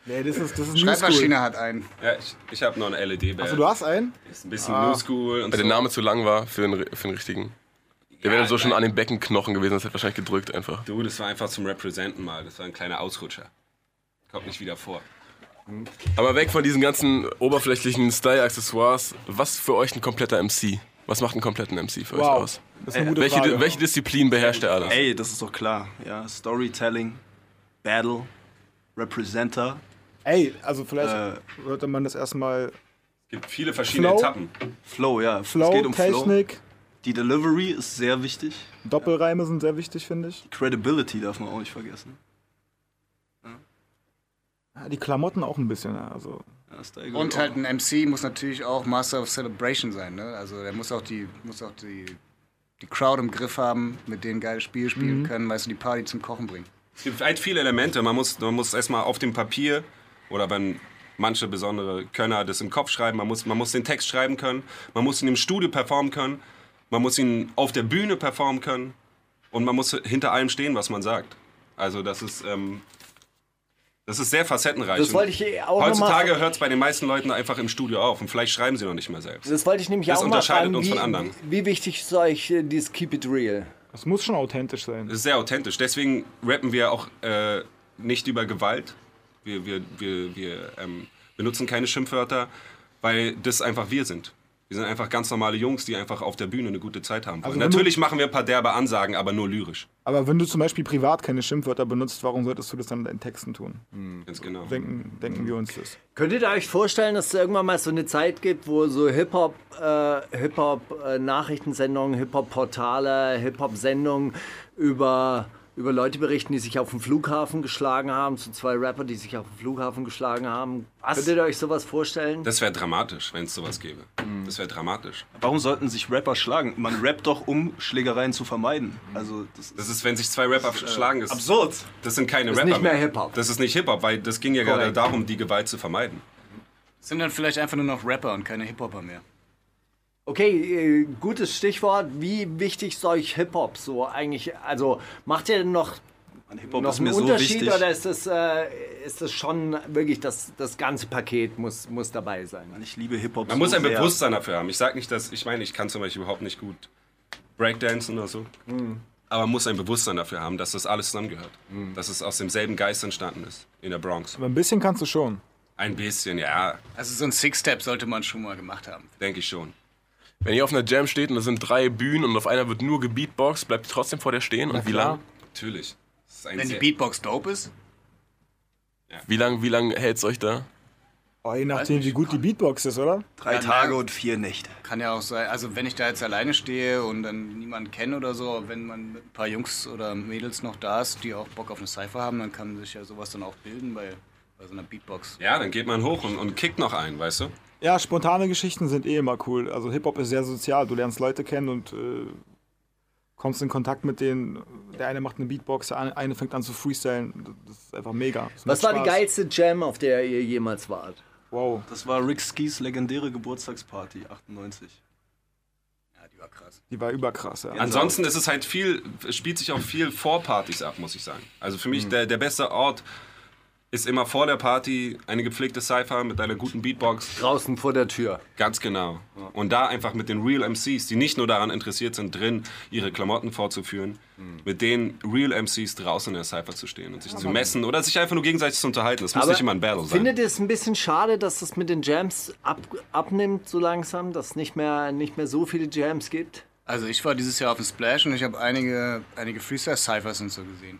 Speaker 11: Nee, das ist, das ist New School.
Speaker 8: Schreibmaschine hat einen.
Speaker 12: ja, ich, ich habe noch ein led
Speaker 11: Also
Speaker 12: also Ah.
Speaker 11: du hast einen?
Speaker 12: Ist ein bisschen New School und
Speaker 9: Weil
Speaker 12: so.
Speaker 9: der Name zu lang war für den, für den richtigen. Der wäre so schon an den Beckenknochen gewesen, das hätte wahrscheinlich gedrückt einfach.
Speaker 12: Du, das war einfach zum Representen mal. Das war ein kleiner Ausrutscher. Kommt nicht wieder vor.
Speaker 9: Aber weg von diesen ganzen oberflächlichen Style-Accessoires, was für euch ein kompletter MC? Was macht einen kompletten MC für euch
Speaker 11: Wow.
Speaker 9: aus? Äh,
Speaker 11: Das ist eine gute
Speaker 9: Welche,
Speaker 11: Frage.
Speaker 9: welche Disziplin beherrscht er alles?
Speaker 13: Ey, das ist doch klar. Ja, Storytelling, Battle, Representer.
Speaker 11: Ey, also vielleicht
Speaker 13: Äh.
Speaker 11: sollte man das erstmal
Speaker 12: Es gibt viele verschiedene
Speaker 11: Flow?
Speaker 12: Etappen.
Speaker 13: Flow, ja. es
Speaker 11: Flow,
Speaker 13: geht um Flow.
Speaker 11: Technik,
Speaker 13: Die Delivery ist sehr wichtig.
Speaker 11: Doppelreime sind sehr wichtig, finde ich.
Speaker 13: Credibility darf man auch nicht vergessen.
Speaker 11: Ja, Die Klamotten auch ein bisschen, ja, also
Speaker 13: Ja, Style
Speaker 8: Und
Speaker 13: gehört
Speaker 8: halt ein MC muss natürlich auch Master of Celebration sein, ne? Also der muss auch die, muss auch Mhm. die, die Crowd im Griff haben, mit denen geile Spiele spielen können, weißt du, die Party zum Kochen bringen.
Speaker 6: Es gibt halt viele Elemente. Man muss, man muss erstmal auf dem Papier oder wenn manche besondere Könner das im Kopf schreiben, man muss, man muss den Text schreiben können, man muss ihn im Studio performen können, man muss ihn auf der Bühne performen können und man muss hinter allem stehen, was man sagt. Also das ist, ähm, das ist sehr facettenreich.
Speaker 7: Das
Speaker 6: Und
Speaker 7: wollte ich auch noch mal-
Speaker 6: Heutzutage hört es bei den meisten Leuten einfach im Studio auf und vielleicht schreiben sie noch nicht mehr selbst.
Speaker 7: Das wollte ich nämlich
Speaker 6: Das
Speaker 7: auch mal
Speaker 6: unterscheidet
Speaker 7: fragen,
Speaker 6: uns
Speaker 7: wie,
Speaker 6: von anderen.
Speaker 7: Wie wichtig ist euch äh, dieses Keep It Real?
Speaker 1: Es muss schon authentisch sein.
Speaker 6: Das ist sehr authentisch. Deswegen rappen wir auch äh, nicht über Gewalt. Wir, wir, wir, wir ähm, benutzen keine Schimpfwörter, weil das einfach wir sind. Wir sind einfach ganz normale Jungs, die einfach auf der Bühne eine gute Zeit haben wollen.
Speaker 1: Also wenn du-
Speaker 6: Natürlich machen wir ein paar derbe Ansagen, aber nur lyrisch.
Speaker 1: Aber wenn du zum Beispiel privat keine Schimpfwörter benutzt, warum solltest du das dann in deinen Texten tun?
Speaker 6: Ganz genau.
Speaker 1: Denken, denken wir uns das.
Speaker 7: Könntet ihr euch vorstellen, dass es irgendwann mal so eine Zeit gibt, wo so Hip-Hop, äh, Hip-Hop-Nachrichtensendungen, Hip-Hop-Portale, Hip-Hop-Sendungen über, über Leute berichten, die sich auf dem Flughafen geschlagen haben, so zwei Rapper, die sich auf dem Flughafen geschlagen haben. Könntet ihr euch sowas vorstellen?
Speaker 6: Das wäre dramatisch, wenn es sowas gäbe. Das wäre dramatisch.
Speaker 10: Warum sollten sich Rapper schlagen? Man rappt doch, um Schlägereien zu vermeiden. Also, das ist
Speaker 6: Das ist, wenn sich zwei Rapper schlagen, ist,
Speaker 10: absurd.
Speaker 6: das sind keine
Speaker 7: ist
Speaker 6: Rapper
Speaker 7: nicht mehr Hip-Hop.
Speaker 6: Das ist nicht Hip-Hop, weil das ging ja gerade
Speaker 7: Korrekt.
Speaker 6: darum, die Gewalt zu vermeiden.
Speaker 8: Sind dann vielleicht einfach nur noch Rapper und keine Hip-Hopper mehr.
Speaker 7: Okay, äh, gutes Stichwort. Wie wichtig ist euch Hip-Hop so eigentlich? Also macht ihr denn noch
Speaker 10: Mann, Hip-Hop
Speaker 7: noch
Speaker 10: ist mir
Speaker 7: einen
Speaker 10: so
Speaker 7: Unterschied
Speaker 10: wichtig.
Speaker 7: oder ist das, äh, ist das schon wirklich das, das ganze Paket muss, muss dabei sein?
Speaker 10: Ich liebe Hip-Hop.
Speaker 6: Man
Speaker 10: so
Speaker 6: muss ein
Speaker 10: sehr.
Speaker 6: Bewusstsein dafür haben. Ich sag nicht, dass ich meine, ich kann zum Beispiel überhaupt nicht gut Breakdancen oder so. Aber man muss ein Bewusstsein dafür haben, dass das alles zusammengehört. Dass es aus demselben Geist entstanden ist in der Bronx.
Speaker 1: Aber ein bisschen kannst du schon.
Speaker 6: Ein bisschen, ja,
Speaker 8: Also so ein Six-Step sollte man schon mal gemacht haben.
Speaker 6: denke ich schon.
Speaker 9: Wenn ihr auf einer Jam steht und da sind drei Bühnen und auf einer wird nur gebeatboxt, bleibt ihr trotzdem vor der stehen? Und wie lang,
Speaker 6: Natürlich. Das ist ein
Speaker 8: Wenn die
Speaker 6: sehr-
Speaker 8: Beatbox dope ist,
Speaker 9: wie lang, wie lang hält's euch da?
Speaker 1: Oh, je nachdem, wie gut die Beatbox ist, oder?
Speaker 10: Drei Tage und vier Nächte.
Speaker 8: kann ja auch sein. Also wenn ich da jetzt alleine stehe und dann niemanden kenne oder so, wenn man mit ein paar Jungs oder Mädels noch da ist, die auch Bock auf eine Cypher haben, dann kann sich ja sowas dann auch bilden bei, bei so einer Beatbox.
Speaker 6: Ja, dann geht man hoch und, und kickt noch einen, weißt du?
Speaker 1: Ja, spontane Geschichten sind eh immer cool. Also Hip-Hop ist sehr sozial. Du lernst Leute kennen und äh, kommst in Kontakt mit denen. Der eine macht eine Beatbox, der eine fängt an zu freestylen. Das ist einfach mega. Das
Speaker 7: Was
Speaker 1: macht
Speaker 7: war die
Speaker 1: Spaß.
Speaker 7: geilste Jam, auf der ihr jemals wart?
Speaker 1: Wow.
Speaker 10: Das war Rick Skis legendäre Geburtstagsparty, 98.
Speaker 8: Ja, die war krass.
Speaker 1: Die war überkrass, ja.
Speaker 6: Ansonsten ist es halt viel, es spielt sich auch viel vor Partys ab, muss ich sagen. Also für mich der, der beste Ort ist immer vor der Party eine gepflegte Cypher mit einer guten Beatbox.
Speaker 7: Draußen vor der Tür.
Speaker 6: Ganz genau. Und da einfach mit den Real MCs, die nicht nur daran interessiert sind, drin ihre Klamotten vorzuführen, mit den Real MCs draußen in der Cypher zu stehen und sich zu messen oder sich einfach nur gegenseitig zu unterhalten. Das muss nicht immer ein Battle sein.
Speaker 7: Findet ihr es ein bisschen schade, dass das mit den Jams ab, abnimmt so langsam, dass es nicht mehr, nicht mehr so viele Jams gibt?
Speaker 8: Also ich war dieses Jahr auf dem Splash und ich habe einige, einige Freestyle-Cyphers und so gesehen.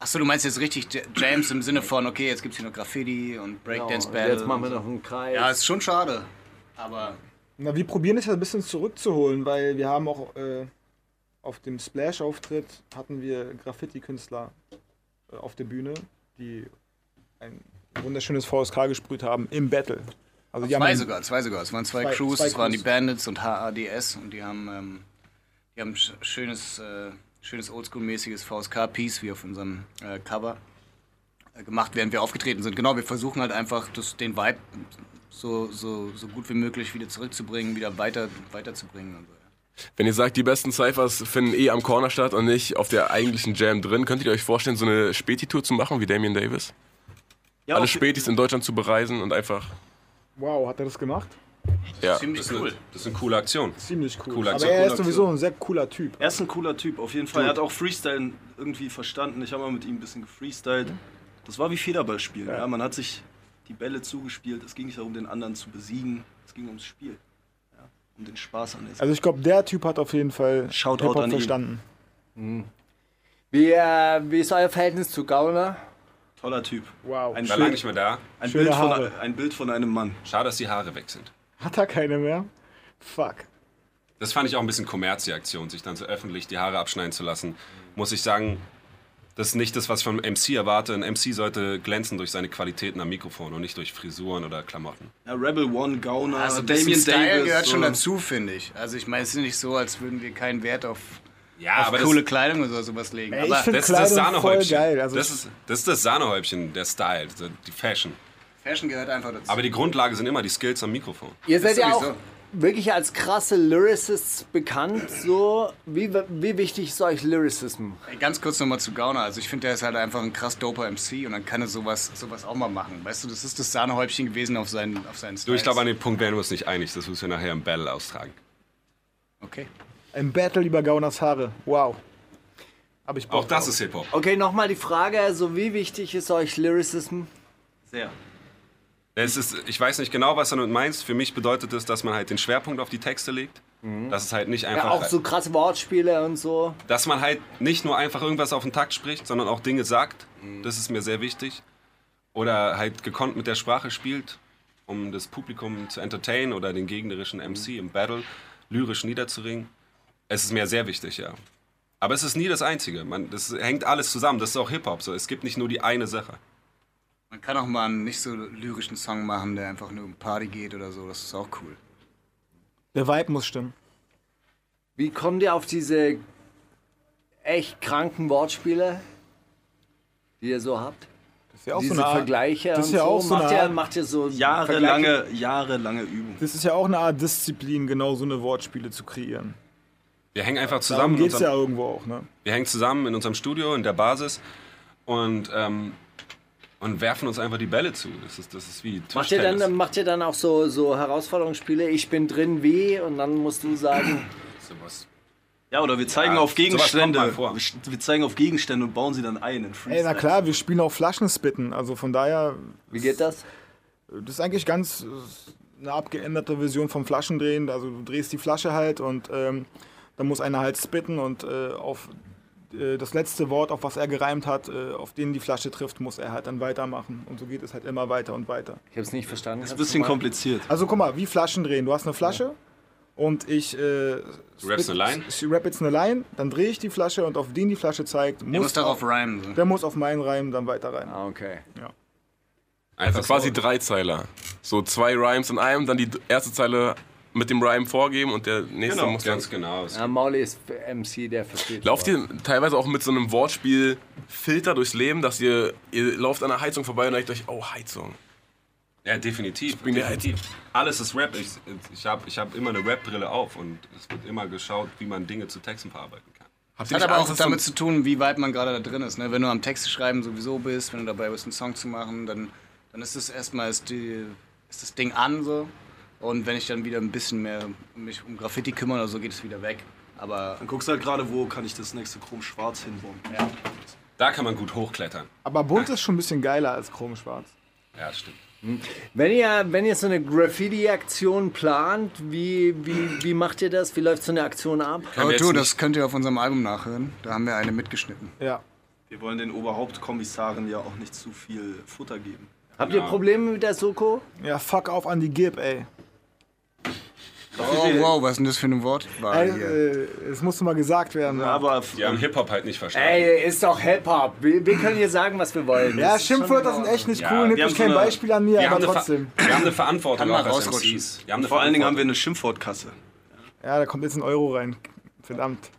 Speaker 8: Achso, du meinst jetzt richtig J- James im Sinne von, okay, jetzt gibt's hier noch Graffiti und breakdance battle
Speaker 7: Genau, Oh, Jetzt machen wir noch einen Kreis.
Speaker 8: Ja, ist schon schade. Aber
Speaker 1: Na, wir probieren es ja ein bisschen zurückzuholen, weil wir haben auch äh, auf dem Splash-Auftritt hatten wir Graffiti-Künstler äh, auf der Bühne, die ein wunderschönes VSK gesprüht haben im Battle. Also die
Speaker 8: zwei
Speaker 1: haben
Speaker 8: sogar, zwei sogar. Es waren zwei,
Speaker 1: Zwei-
Speaker 8: Crews,
Speaker 1: zwei
Speaker 8: es waren die
Speaker 1: Crews.
Speaker 8: Bandits und HADS und die haben, ähm, die haben sch- schönes, äh, schönes Oldschool-mäßiges VSK-Piece, wie auf unserem äh, Cover, äh, gemacht, während wir aufgetreten sind. Genau, wir versuchen halt einfach das, den Vibe so, so, so gut wie möglich wieder zurückzubringen, wieder weiter, weiterzubringen und so. ja.
Speaker 9: Wenn ihr sagt, die besten Cyphers finden eh am Corner statt und nicht auf der eigentlichen Jam drin, könntet ihr euch vorstellen, so eine Späti-Tour zu machen wie Damian Davis?
Speaker 10: Ja,
Speaker 9: Alle
Speaker 10: auf-
Speaker 9: Spätis in Deutschland zu bereisen und einfach.
Speaker 1: Wow, hat er das gemacht?
Speaker 9: Ja.
Speaker 8: Ziemlich
Speaker 6: Das ist, eine,
Speaker 8: cool.
Speaker 6: das ist eine coole Aktion.
Speaker 1: Ziemlich cool.
Speaker 6: Cooler
Speaker 1: Aber
Speaker 6: Typ,
Speaker 1: er
Speaker 10: cooler
Speaker 1: ist sowieso ein sehr cooler Typ.
Speaker 10: Er ist ein cooler Typ, auf jeden Fall. Er hat auch Freestyle irgendwie verstanden. Ich habe mal mit ihm ein bisschen gefreestylt. Das war wie Federballspielen. Ja. Man hat sich die Bälle zugespielt. Es ging nicht darum, den anderen zu besiegen. Es ging ums Spiel. Ja. Um den Spaß an der Sache.
Speaker 1: Also ich glaube, der Typ hat auf jeden Fall
Speaker 10: Shoutout
Speaker 1: Hip-Hop
Speaker 10: an ihn.
Speaker 1: verstanden.
Speaker 7: Wie, äh, wie ist euer Verhältnis zu Gauner?
Speaker 10: Toller Typ.
Speaker 1: Wow.
Speaker 10: Ein,
Speaker 6: War lange
Speaker 10: Bild,
Speaker 6: nicht mehr da.
Speaker 10: ein,
Speaker 1: Schöne
Speaker 10: Bild von,
Speaker 1: Haare.
Speaker 10: ein Bild von einem Mann.
Speaker 6: Schade, dass die Haare weg sind.
Speaker 1: Hat er keine mehr? Fuck.
Speaker 6: Das fand ich auch ein bisschen Kommerzi-Aktion, sich dann so öffentlich die Haare abschneiden zu lassen. Muss ich sagen, das ist nicht das, was ich vom MC erwarte. Ein MC sollte glänzen durch seine Qualitäten am Mikrofon und nicht durch Frisuren oder Klamotten.
Speaker 10: Ja, Rebel One, Gauner,
Speaker 8: Also
Speaker 10: Damien
Speaker 8: Damien Style
Speaker 10: Davis.
Speaker 8: gehört schon
Speaker 10: so.
Speaker 8: dazu, finde ich. Also ich meine, es ist nicht so, als würden wir keinen Wert auf,
Speaker 6: Ja,
Speaker 8: auf
Speaker 6: aber
Speaker 8: coole
Speaker 6: das,
Speaker 8: Kleidung oder sowas legen.
Speaker 6: aber
Speaker 8: Aber
Speaker 6: das ist das
Speaker 1: Kleidung voll
Speaker 6: Sahnehäubchen.
Speaker 1: geil, also
Speaker 6: das,
Speaker 1: ich-
Speaker 6: ist, das ist das Sahnehäubchen, der Style, so die Fashion.
Speaker 8: Fashion gehört einfach dazu.
Speaker 6: Aber die Grundlage sind immer die Skills am Mikrofon.
Speaker 7: Ihr seid
Speaker 8: Das
Speaker 7: ja auch
Speaker 8: sowieso.
Speaker 7: wirklich als krasse Lyricists bekannt. So, wie, wie wichtig ist euch Lyricism?
Speaker 8: Ey, Ganz kurz nochmal zu Gauner. Also ich finde, der ist halt einfach ein krass doper MC und dann kann er sowas, sowas auch mal machen. Weißt du, das ist das Sahnehäubchen gewesen auf seinen, auf seinen
Speaker 6: Du,
Speaker 8: Styles.
Speaker 6: ich glaube, an dem Punkt werden wir uns nicht einig. Das müssen wir nachher im Battle austragen.
Speaker 8: Okay.
Speaker 1: Im Battle über Gauners Haare. Wow. Aber ich
Speaker 6: Auch das ist Hip-Hop.
Speaker 7: Okay, nochmal die Frage, so wie wichtig ist euch Lyricism?
Speaker 10: Sehr.
Speaker 6: Es ist, ich weiß nicht genau, was du damit meinst. Für mich bedeutet es, dass man halt den Schwerpunkt auf die Texte legt. Dass es halt nicht einfach.
Speaker 7: Ja, auch so krasse Wortspiele und so.
Speaker 6: dass man halt nicht nur einfach irgendwas auf den Takt spricht, sondern auch Dinge sagt.
Speaker 1: Mhm.
Speaker 6: Das ist mir sehr wichtig. Oder halt gekonnt mit der Sprache spielt, um das Publikum zu entertainen oder den gegnerischen MC
Speaker 1: Mhm.
Speaker 6: im Battle lyrisch niederzuringen. Es ist mir sehr wichtig, ja. Aber es ist nie das Einzige. Man, das hängt alles zusammen. Das ist auch Hip-Hop so. Es gibt nicht nur die eine Sache.
Speaker 8: Man kann auch mal einen nicht so lyrischen Song machen, der einfach nur um Party geht oder so. Das ist auch cool.
Speaker 1: Der Vibe muss stimmen.
Speaker 7: Wie kommt ihr auf diese echt kranken Wortspiele, die ihr so habt?
Speaker 1: Das ist ja auch
Speaker 7: Diese
Speaker 1: so eine Art,
Speaker 7: Vergleiche
Speaker 1: das ist
Speaker 7: und
Speaker 1: ja
Speaker 7: so.
Speaker 1: auch so
Speaker 7: macht,
Speaker 1: eine
Speaker 7: ihr,
Speaker 1: Art-
Speaker 7: macht ihr so Vergleiche?
Speaker 10: Jahrelange, jahrelange Übung.
Speaker 1: Das ist ja auch eine Art Disziplin, genau so eine Wortspiele zu kreieren.
Speaker 6: Wir hängen einfach zusammen.
Speaker 1: Darum
Speaker 6: in
Speaker 1: geht es
Speaker 6: unserem-
Speaker 1: ja irgendwo auch, ne?
Speaker 6: Wir hängen zusammen in unserem Studio, in der Basis und, ähm, und werfen uns einfach die Bälle zu. Das ist, das ist wie
Speaker 7: Macht ihr, dann,
Speaker 6: Tischtennis.
Speaker 7: macht ihr dann auch so, so Herausforderungsspiele? Ich bin drin, wie? Und dann musst du sagen,
Speaker 6: Sowas.
Speaker 10: Ja, oder wir zeigen
Speaker 6: Ja,
Speaker 10: auf Gegenstände.
Speaker 6: sowas kommt mal vor.
Speaker 10: Wir wir zeigen auf Gegenstände und bauen sie dann ein in
Speaker 1: Ey,
Speaker 10: Freestyle.
Speaker 1: na klar, wir spielen auch Flaschenspitten. Also von daher,
Speaker 7: wie geht das?
Speaker 1: das ist eigentlich ganz äh, eine abgeänderte Version vom Flaschendrehen. Also du drehst die Flasche halt und ähm, dann muss einer halt spitten und äh, auf äh, das letzte Wort, auf was er gereimt hat, äh, auf den die Flasche trifft, muss er halt dann weitermachen. Und so geht es halt immer weiter und weiter.
Speaker 7: Ich hab's nicht verstanden.
Speaker 10: Ist ein bisschen kompliziert.
Speaker 1: Also guck mal, wie Flaschendrehen. Du hast eine Flasche und ich. Äh,
Speaker 6: rappst eine Line?
Speaker 1: Ich rap jetzt eine Line, dann drehe ich die Flasche und auf den die Flasche zeigt,
Speaker 8: Der muss
Speaker 1: muss,
Speaker 8: darauf rhymen. So.
Speaker 1: der muss auf meinen reimen, dann weiter rein.
Speaker 7: Ah, okay.
Speaker 6: Einfach
Speaker 9: Also quasi Dreizeiler. So zwei Rhymes in einem, dann die erste Zeile mit dem Rhyme vorgeben und der nächste
Speaker 6: Genau,
Speaker 9: muss dann.
Speaker 6: ganz genau.
Speaker 7: Ja, Mauli ist MC, der versteht.
Speaker 9: Lauft ihr teilweise auch mit so einem Wortspiel Filter durchs Leben, dass ihr, ihr lauft an der Heizung vorbei und denkt euch, oh, Heizung.
Speaker 6: Ja, definitiv.
Speaker 9: bin der
Speaker 6: definitiv. Alles ist Rap. Ich, ich habe ich hab immer eine Rap-Brille auf und es wird immer geschaut, wie man Dinge zu Texten verarbeiten kann.
Speaker 9: Habt
Speaker 8: Hat
Speaker 9: nicht
Speaker 8: aber
Speaker 9: Angst,
Speaker 8: auch
Speaker 9: dass
Speaker 8: damit
Speaker 9: so-
Speaker 8: zu tun, wie weit man gerade da drin ist. Ne? Wenn du am Text schreiben sowieso bist, wenn du dabei bist, einen Song zu machen, dann, dann ist es erstmal ist die, ist das Ding an so. Und wenn ich dann wieder ein bisschen mehr mich um Graffiti kümmere oder so, geht es wieder weg. Aber
Speaker 10: Dann guckst du halt gerade, wo kann ich das nächste Chrom schwarz hinbauen.
Speaker 6: Da kann man gut hochklettern.
Speaker 1: Aber bunt ist schon ein bisschen geiler als chromschwarz.
Speaker 6: Ja, stimmt.
Speaker 7: Wenn ihr, wenn ihr so eine Graffiti-Aktion plant, wie, wie, wie macht ihr das? Wie läuft so eine Aktion ab?
Speaker 8: oh,
Speaker 6: wir jetzt
Speaker 8: du,
Speaker 6: nicht-
Speaker 8: das könnt ihr auf unserem Album nachhören. Da haben wir eine mitgeschnitten.
Speaker 1: Ja.
Speaker 10: Wir wollen den Oberhauptkommissaren ja auch nicht zu viel Futter geben.
Speaker 7: Habt ihr Probleme mit der Soko?
Speaker 1: Ja, fuck auf Andy Gibb, ey.
Speaker 8: Oh, wow, was ist denn das für ein Wort? War
Speaker 1: Ey,
Speaker 8: hier.
Speaker 1: äh, es musste mal gesagt werden. Ja,
Speaker 10: Aber
Speaker 6: Die haben Hip-Hop halt nicht verstanden.
Speaker 7: Ey, ist doch Hip-Hop. Wir, wir können hier sagen, was wir wollen.
Speaker 1: ja
Speaker 7: genau.
Speaker 1: Schimpfwörter sind echt nicht
Speaker 6: Ja,
Speaker 1: cool. Nimmt
Speaker 10: wir haben
Speaker 1: euch kein
Speaker 10: so eine-
Speaker 1: Beispiel an mir,
Speaker 6: wir, haben
Speaker 1: aber
Speaker 6: eine Ver-
Speaker 1: trotzdem.
Speaker 6: wir haben eine Verantwortung
Speaker 8: Kann mal
Speaker 6: auch als
Speaker 8: rausrutschen.
Speaker 6: MCs. Wir haben eine
Speaker 10: vor allen Dingen haben wir
Speaker 6: Verantwortung.
Speaker 10: eine Schimpfwortkasse.
Speaker 1: Ja, da kommt jetzt ein Euro rein. Verdammt.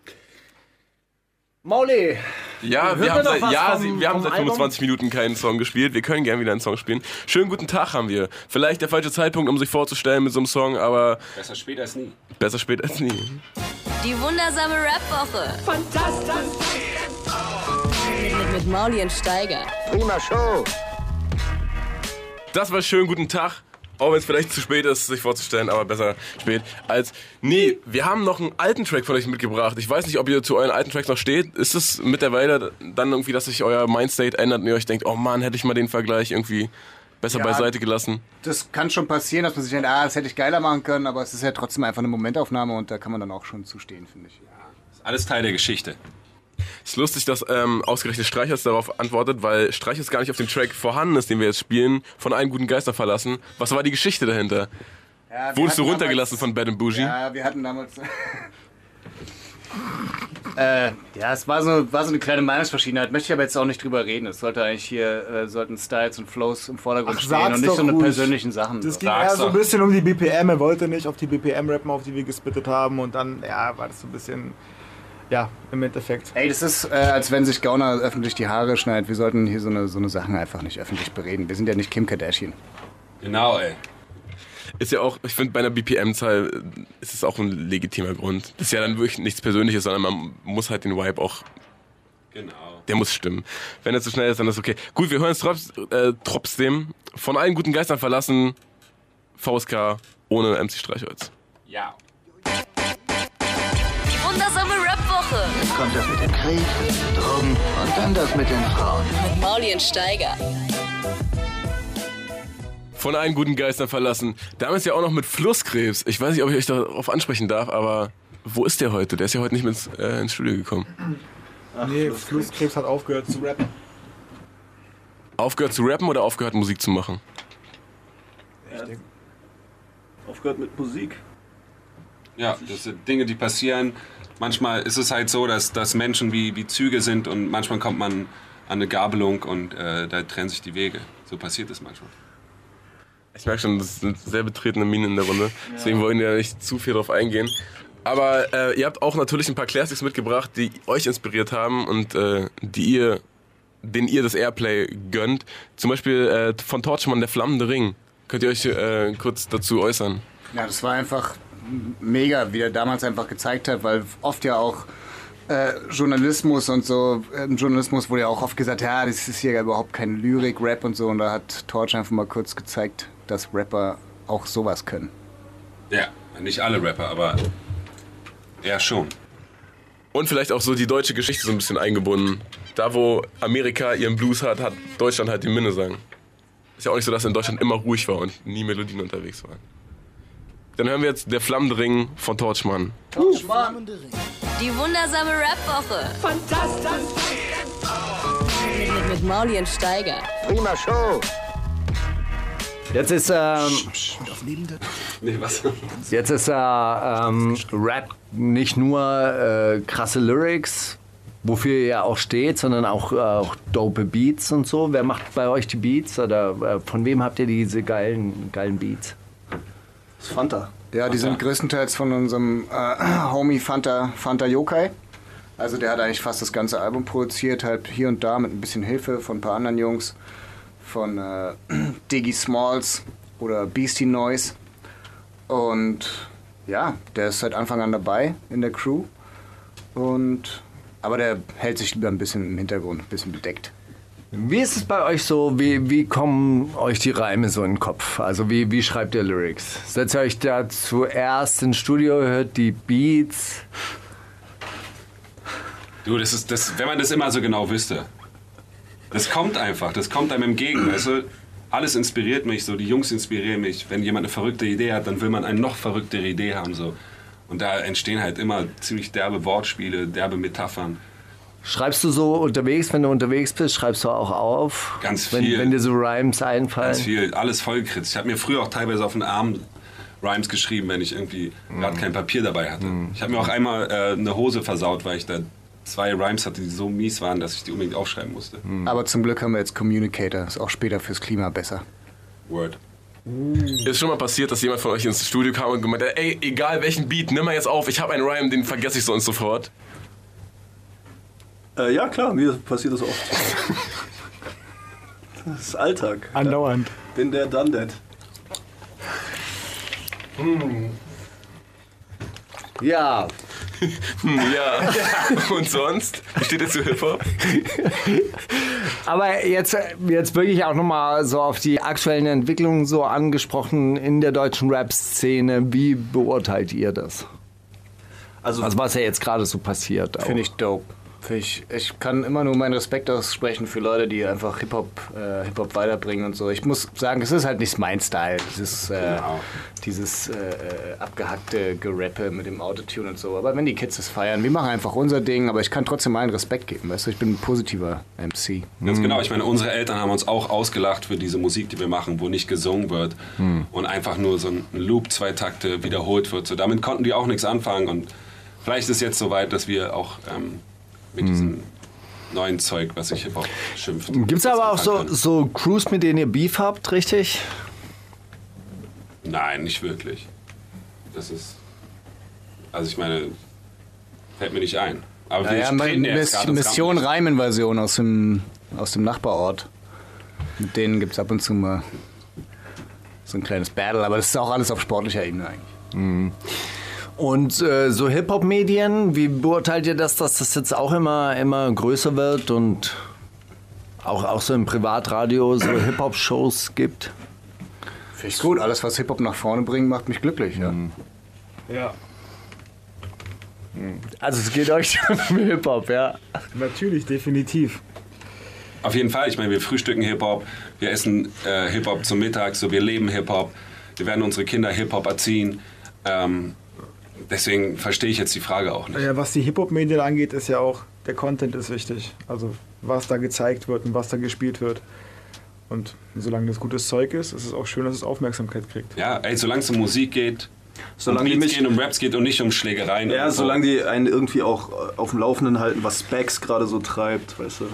Speaker 7: Mauli,
Speaker 9: Ja, wir
Speaker 7: wir
Speaker 9: haben
Speaker 7: noch
Speaker 9: seit,
Speaker 7: was
Speaker 9: ja,
Speaker 7: vom-
Speaker 9: sie- wir haben
Speaker 7: vom
Speaker 9: seit
Speaker 7: Album?
Speaker 9: 25 Minuten keinen Song gespielt. Wir können gerne wieder einen Song spielen. Schönen guten Tag haben wir. Vielleicht der falsche Zeitpunkt, um sich vorzustellen mit so einem Song, aber
Speaker 6: Besser später als nie.
Speaker 9: besser spät als nie.
Speaker 2: Die wundersame Rap-Woche. Fantastisch. Mit, mit Mauli und Steiger.
Speaker 3: Prima Show.
Speaker 9: Das war schön, guten Tag. Auch wenn es vielleicht zu spät ist, sich vorzustellen, aber besser spät als nie. Wir haben noch einen alten Track von euch mitgebracht. Ich weiß nicht, ob ihr zu euren alten Tracks noch steht. Ist es mittlerweile dann irgendwie, dass sich euer Mindstate ändert und ihr euch denkt, oh Mann, hätte ich mal den Vergleich irgendwie besser beiseite gelassen?
Speaker 8: Das kann schon passieren, dass man sich denkt, ah, das hätte ich geiler machen können, aber es ist ja trotzdem einfach eine Momentaufnahme und da kann man dann auch schon zustehen, finde ich.
Speaker 6: Ist alles Teil der Geschichte.
Speaker 9: Ist lustig, dass ähm, ausgerechnet Streichers darauf antwortet, weil Streichers gar nicht auf dem Track vorhanden ist, den wir jetzt spielen, von einem guten Geister verlassen. Was war die Geschichte dahinter?
Speaker 8: Ja, wir
Speaker 9: Wurdest du
Speaker 8: hatten
Speaker 9: runtergelassen von Bad and Bougie?
Speaker 8: Ja, wir hatten damals. äh, ja, es war so, war so eine kleine Meinungsverschiedenheit. Möchte ich aber jetzt auch nicht drüber reden. Es sollte eigentlich hier, äh, sollten Styles und Flows im Vordergrund
Speaker 1: Ach,
Speaker 8: stehen
Speaker 1: sag's
Speaker 8: und nicht so
Speaker 1: doch
Speaker 8: eine
Speaker 1: ruhig.
Speaker 8: persönlichen Sachen.
Speaker 1: Das
Speaker 8: So.
Speaker 1: ging eher so ein
Speaker 6: doch.
Speaker 1: bisschen um die BPM. Er wollte nicht auf die BPM rappen, auf die wir gespittet haben. Und dann, ja, war das so ein bisschen. Ja, im Endeffekt.
Speaker 8: Ey, das ist, äh, als wenn sich Gauner öffentlich die Haare schneidet. Wir sollten hier so eine, so eine Sachen einfach nicht öffentlich bereden. Wir sind ja nicht Kim Kardashian.
Speaker 6: Genau, ey.
Speaker 9: Ist ja auch, ich finde, bei einer BPM-Zahl äh, ist es auch ein legitimer Grund. Das ist ja dann wirklich nichts Persönliches, sondern man muss halt den Vibe auch,
Speaker 6: Genau.
Speaker 9: der muss stimmen. Wenn er zu schnell ist, dann ist okay. Gut, wir hören es trotz, äh, trotzdem. Von allen guten Geistern verlassen, VSK ohne MC Streichholz.
Speaker 6: Ja.
Speaker 2: Die wundersame Rap-Woche
Speaker 3: Kommt das mit dem Krieg, Drogen und dann das mit den Frauen.
Speaker 2: mit Maulien Steiger.
Speaker 9: Von allen guten Geistern verlassen. Damals ja auch noch mit Flusskrebs. Ich weiß nicht, ob ich euch darauf ansprechen darf, aber wo ist der heute? Der ist ja heute nicht mit ins, äh, ins Studio gekommen.
Speaker 1: Nee, Flusskrebs hat aufgehört zu rappen.
Speaker 9: Aufgehört zu rappen oder aufgehört Musik zu machen?
Speaker 10: Aufgehört mit Musik.
Speaker 6: Ja, das sind Dinge, die passieren. Manchmal ist es halt so, dass, dass Menschen wie, wie Züge sind und manchmal kommt man an eine Gabelung und äh, da trennen sich die Wege. So passiert es manchmal.
Speaker 9: Ich merke schon, das sind sehr betretene Minen in der Runde. Deswegen wollen wir ja nicht zu viel drauf eingehen. Aber äh, ihr habt auch natürlich ein paar Classics mitgebracht, die euch inspiriert haben und äh, die ihr, denen ihr das Airplay gönnt. Zum Beispiel äh, von Torchmann, der flammende Ring. Könnt ihr euch äh, kurz dazu äußern?
Speaker 8: Ja, das war einfach m- mega, wie er damals einfach gezeigt hat, weil oft ja auch äh, Journalismus und so, äh, im Journalismus wurde ja auch oft gesagt, ja, das ist hier überhaupt keine Lyrik, Rap und so. Und da hat Torch einfach mal kurz gezeigt, dass Rapper auch sowas können.
Speaker 6: Ja, nicht alle Rapper, aber ja schon.
Speaker 9: Und vielleicht auch so die deutsche Geschichte so ein bisschen eingebunden. Da, wo Amerika ihren Blues hat, hat Deutschland halt die Minnesang. Ist ja auch nicht so, dass in Deutschland immer ruhig war und nie Melodien unterwegs waren. Dann hören wir jetzt Der flammende Ring von Torchmann.
Speaker 2: Die wundersame Rap-Woche. Fantastisch. Mit, mit Maulien Steiger.
Speaker 3: Prima Show.
Speaker 7: Jetzt ist, ähm,
Speaker 6: Nee, was?
Speaker 7: jetzt ist äh, ähm, Rap nicht nur äh, krasse Lyrics, wofür ihr ja auch steht, sondern auch, äh, auch dope Beats und so. Wer macht bei euch die Beats oder äh, von wem habt ihr diese geilen, geilen Beats?
Speaker 10: Das ist Fanta.
Speaker 8: Ja, die sind größtenteils von unserem äh, Homie Fanta, Fanta Yokai. Also der hat eigentlich fast das ganze Album produziert, halt hier und da mit ein bisschen Hilfe von ein paar anderen Jungs, von äh, Diggy Smalls oder Beastie Noise. Und ja, der ist seit Anfang an dabei in der Crew. Und aber der hält sich lieber ein bisschen im Hintergrund, ein bisschen bedeckt.
Speaker 7: Wie ist es bei euch so? Wie, wie kommen euch die Reime so in den Kopf? Also wie, wie schreibt ihr Lyrics? Setzt ihr euch da zuerst ins Studio, hört die Beats?
Speaker 6: Du, das ist das, wenn man das immer so genau wüsste. Das kommt einfach, das kommt einem entgegen, weißt du? Alles inspiriert mich so, die Jungs inspirieren mich. Wenn jemand eine verrückte Idee hat, dann will man eine noch verrücktere Idee haben so. Und da entstehen halt immer ziemlich derbe Wortspiele, derbe Metaphern.
Speaker 7: Schreibst du so unterwegs, wenn du unterwegs bist, schreibst du auch auf?
Speaker 6: Ganz
Speaker 7: wenn,
Speaker 6: viel.
Speaker 7: Wenn dir so Rhymes einfallen?
Speaker 6: Ganz viel, alles vollgekritzt. Ich habe mir früher auch teilweise auf den Arm Rhymes geschrieben, wenn ich irgendwie gerade kein Papier dabei hatte. Ich habe mir auch einmal äh, eine Hose versaut, weil ich da zwei Rhymes hatte, die so mies waren, dass ich die unbedingt aufschreiben musste.
Speaker 8: Aber zum Glück haben wir jetzt Communicator, ist auch später fürs Klima besser.
Speaker 6: Word.
Speaker 9: Ist schon mal passiert, dass jemand von euch ins Studio kam und gemeint hat, ey, egal welchen Beat, nimm mal jetzt auf, ich habe einen Rhyme, den vergesse ich sonst sofort.
Speaker 10: Äh, ja, klar, mir passiert das oft. Das ist Alltag.
Speaker 1: Andauernd.
Speaker 10: Bin der done that.
Speaker 7: Ja,
Speaker 9: Hm, ja. und sonst? Wie Steht ihr zu Hip-Hop?
Speaker 7: aber jetzt, äh, jetzt wirklich auch nochmal so auf die aktuellen Entwicklungen so angesprochen in der deutschen Rap-Szene. Wie beurteilt ihr das?
Speaker 10: Also,
Speaker 7: Also was ja jetzt gerade so passiert. auch.
Speaker 8: Finde ich dope. Finde ich, ich kann immer nur meinen Respekt aussprechen für Leute, die einfach Hip-Hop äh, Hip -Hop weiterbringen und so. Ich muss sagen, es ist halt nicht mein Style. Dieses, äh,
Speaker 6: Genau.
Speaker 8: dieses äh, äh, abgehackte Gerappe mit dem Autotune und so. Aber wenn die Kids das feiern, wir machen einfach unser Ding, aber ich kann trotzdem meinen Respekt geben. Weißt du, ich bin ein positiver MC.
Speaker 7: Mhm.
Speaker 6: Ganz genau. Ich meine, unsere Eltern haben uns auch ausgelacht für diese Musik, die wir machen, wo nicht gesungen wird
Speaker 7: Mhm.
Speaker 6: und einfach nur so ein Loop, zwei Takte wiederholt wird. So, damit konnten die auch nichts anfangen und vielleicht ist jetzt soweit, dass wir auch ähm,
Speaker 7: Mhm.
Speaker 6: mit diesem neuen Zeug, was sich Hip-Hop schimpft.
Speaker 7: Gibt es aber auch
Speaker 6: was
Speaker 7: so,
Speaker 6: anfangen
Speaker 7: so Crews, mit denen ihr Beef habt, richtig?
Speaker 6: können. Nein, nicht wirklich. Das ist. Also ich meine, fällt mir nicht ein. Aber wir
Speaker 8: Naja,
Speaker 6: sprechen ja jetzt
Speaker 8: Miss,
Speaker 6: gerade, das kam
Speaker 8: Mission
Speaker 6: nicht.
Speaker 8: Reiminvasion aus dem, aus dem Nachbarort. Mit denen gibt es ab und zu mal so ein kleines Battle, aber das ist auch alles auf sportlicher Ebene eigentlich.
Speaker 7: Und äh, so Hip-Hop-Medien, wie beurteilt ihr das, dass das jetzt auch immer, immer größer wird und auch, auch so im Privatradio so Hip-Hop-Shows gibt?
Speaker 8: Finde ich gut, alles was Hip-Hop nach vorne bringt, macht mich glücklich. Ja.
Speaker 10: Ja.
Speaker 7: Also es geht euch um Hip-Hop, ja.
Speaker 1: Natürlich, definitiv.
Speaker 6: Auf jeden Fall, ich meine, wir frühstücken Hip-Hop, wir essen äh, Hip-Hop zum Mittag, so wir leben Hip-Hop, wir werden unsere Kinder Hip-Hop erziehen. Ähm, deswegen verstehe ich jetzt die Frage auch nicht.
Speaker 1: Ja, was die Hip-Hop-Medien angeht, ist ja auch, der Content ist wichtig. Also was da gezeigt wird und was da gespielt wird. Und solange das gutes Zeug ist, ist es auch schön, dass es Aufmerksamkeit kriegt.
Speaker 6: Ja, ey, solange es um Musik geht, um
Speaker 10: Solange die
Speaker 6: Beats
Speaker 10: mich.
Speaker 6: geht, um Raps geht und nicht um Schlägereien.
Speaker 10: Ja,
Speaker 6: und so.
Speaker 10: solange die einen irgendwie auch äh, auf dem Laufenden halten, was Spax gerade so treibt, weißt du.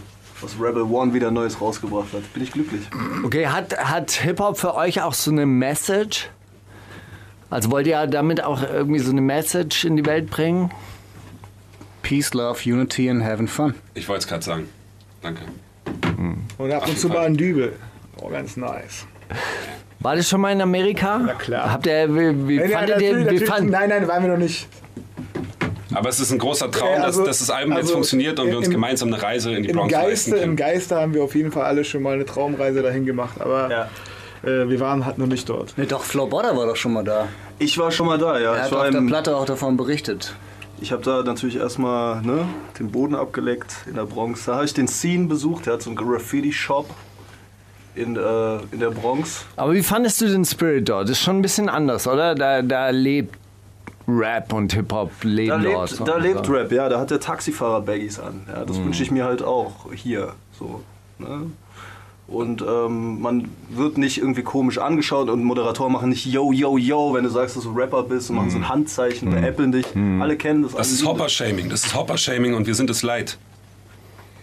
Speaker 10: Was Rebel One wieder Neues rausgebracht hat, bin ich glücklich.
Speaker 7: Okay, hat, hat Hip-Hop für euch auch so eine Message? Also wollt ihr damit auch irgendwie so eine Message in die Welt bringen?
Speaker 8: Peace, Love, Unity and having fun.
Speaker 6: Ich wollte es gerade sagen. Danke.
Speaker 1: Und ab und zu mal ein Dübel. Oh, ganz nice.
Speaker 7: War das schon mal in Amerika? Na
Speaker 1: klar.
Speaker 7: Habt ihr, wie, wie
Speaker 1: Nein, nein,
Speaker 7: fandet ihr,
Speaker 1: natürlich,
Speaker 7: wie fand,
Speaker 1: natürlich, nein, nein, waren wir noch nicht.
Speaker 6: Aber es ist ein großer Traum,
Speaker 1: Äh, also-
Speaker 6: dass, dass das Album jetzt
Speaker 1: also
Speaker 6: funktioniert und wir uns
Speaker 1: im-
Speaker 6: gemeinsam eine Reise in die
Speaker 1: Im
Speaker 6: Bronx
Speaker 1: Geiste,
Speaker 6: leisten
Speaker 1: Im
Speaker 6: können.
Speaker 1: Geiste haben wir auf jeden Fall alle schon mal eine Traumreise dahin gemacht, aber
Speaker 10: Ja.
Speaker 1: äh, wir waren halt noch nicht dort.
Speaker 8: Ne, doch, Flo Bodder war doch schon mal da.
Speaker 10: Ich war schon mal da, ja.
Speaker 8: Er
Speaker 10: ich
Speaker 8: hat
Speaker 10: war
Speaker 8: auf der
Speaker 10: im-
Speaker 8: Platte auch davon berichtet.
Speaker 10: Ich habe da natürlich erstmal ne, den Boden abgeleckt in der Bronx. Da habe ich den Scene besucht. Der hat so einen Graffiti-Shop in, äh, in der Bronx.
Speaker 7: Aber wie fandest du den Spirit dort? Ist schon ein bisschen anders, oder? Da, da lebt Rap und Hip-Hop leben
Speaker 10: Da
Speaker 7: dort.
Speaker 10: lebt, da lebt
Speaker 7: so. Also,
Speaker 10: Rap, ja. Da hat der Taxifahrer Baggies an. Ja, das wünsche ich mir halt auch hier. So, ne? Und ähm, man wird nicht irgendwie komisch angeschaut und Moderatoren machen nicht yo, yo, yo, wenn du sagst, dass du Rapper bist und machen so ein Handzeichen, veräppeln dich. Alle kennen Mhm. das.
Speaker 6: Das
Speaker 10: alle
Speaker 6: ist
Speaker 10: lieben
Speaker 6: Hopper-Shaming, das ist Hopper-Shaming und wir sind es leid.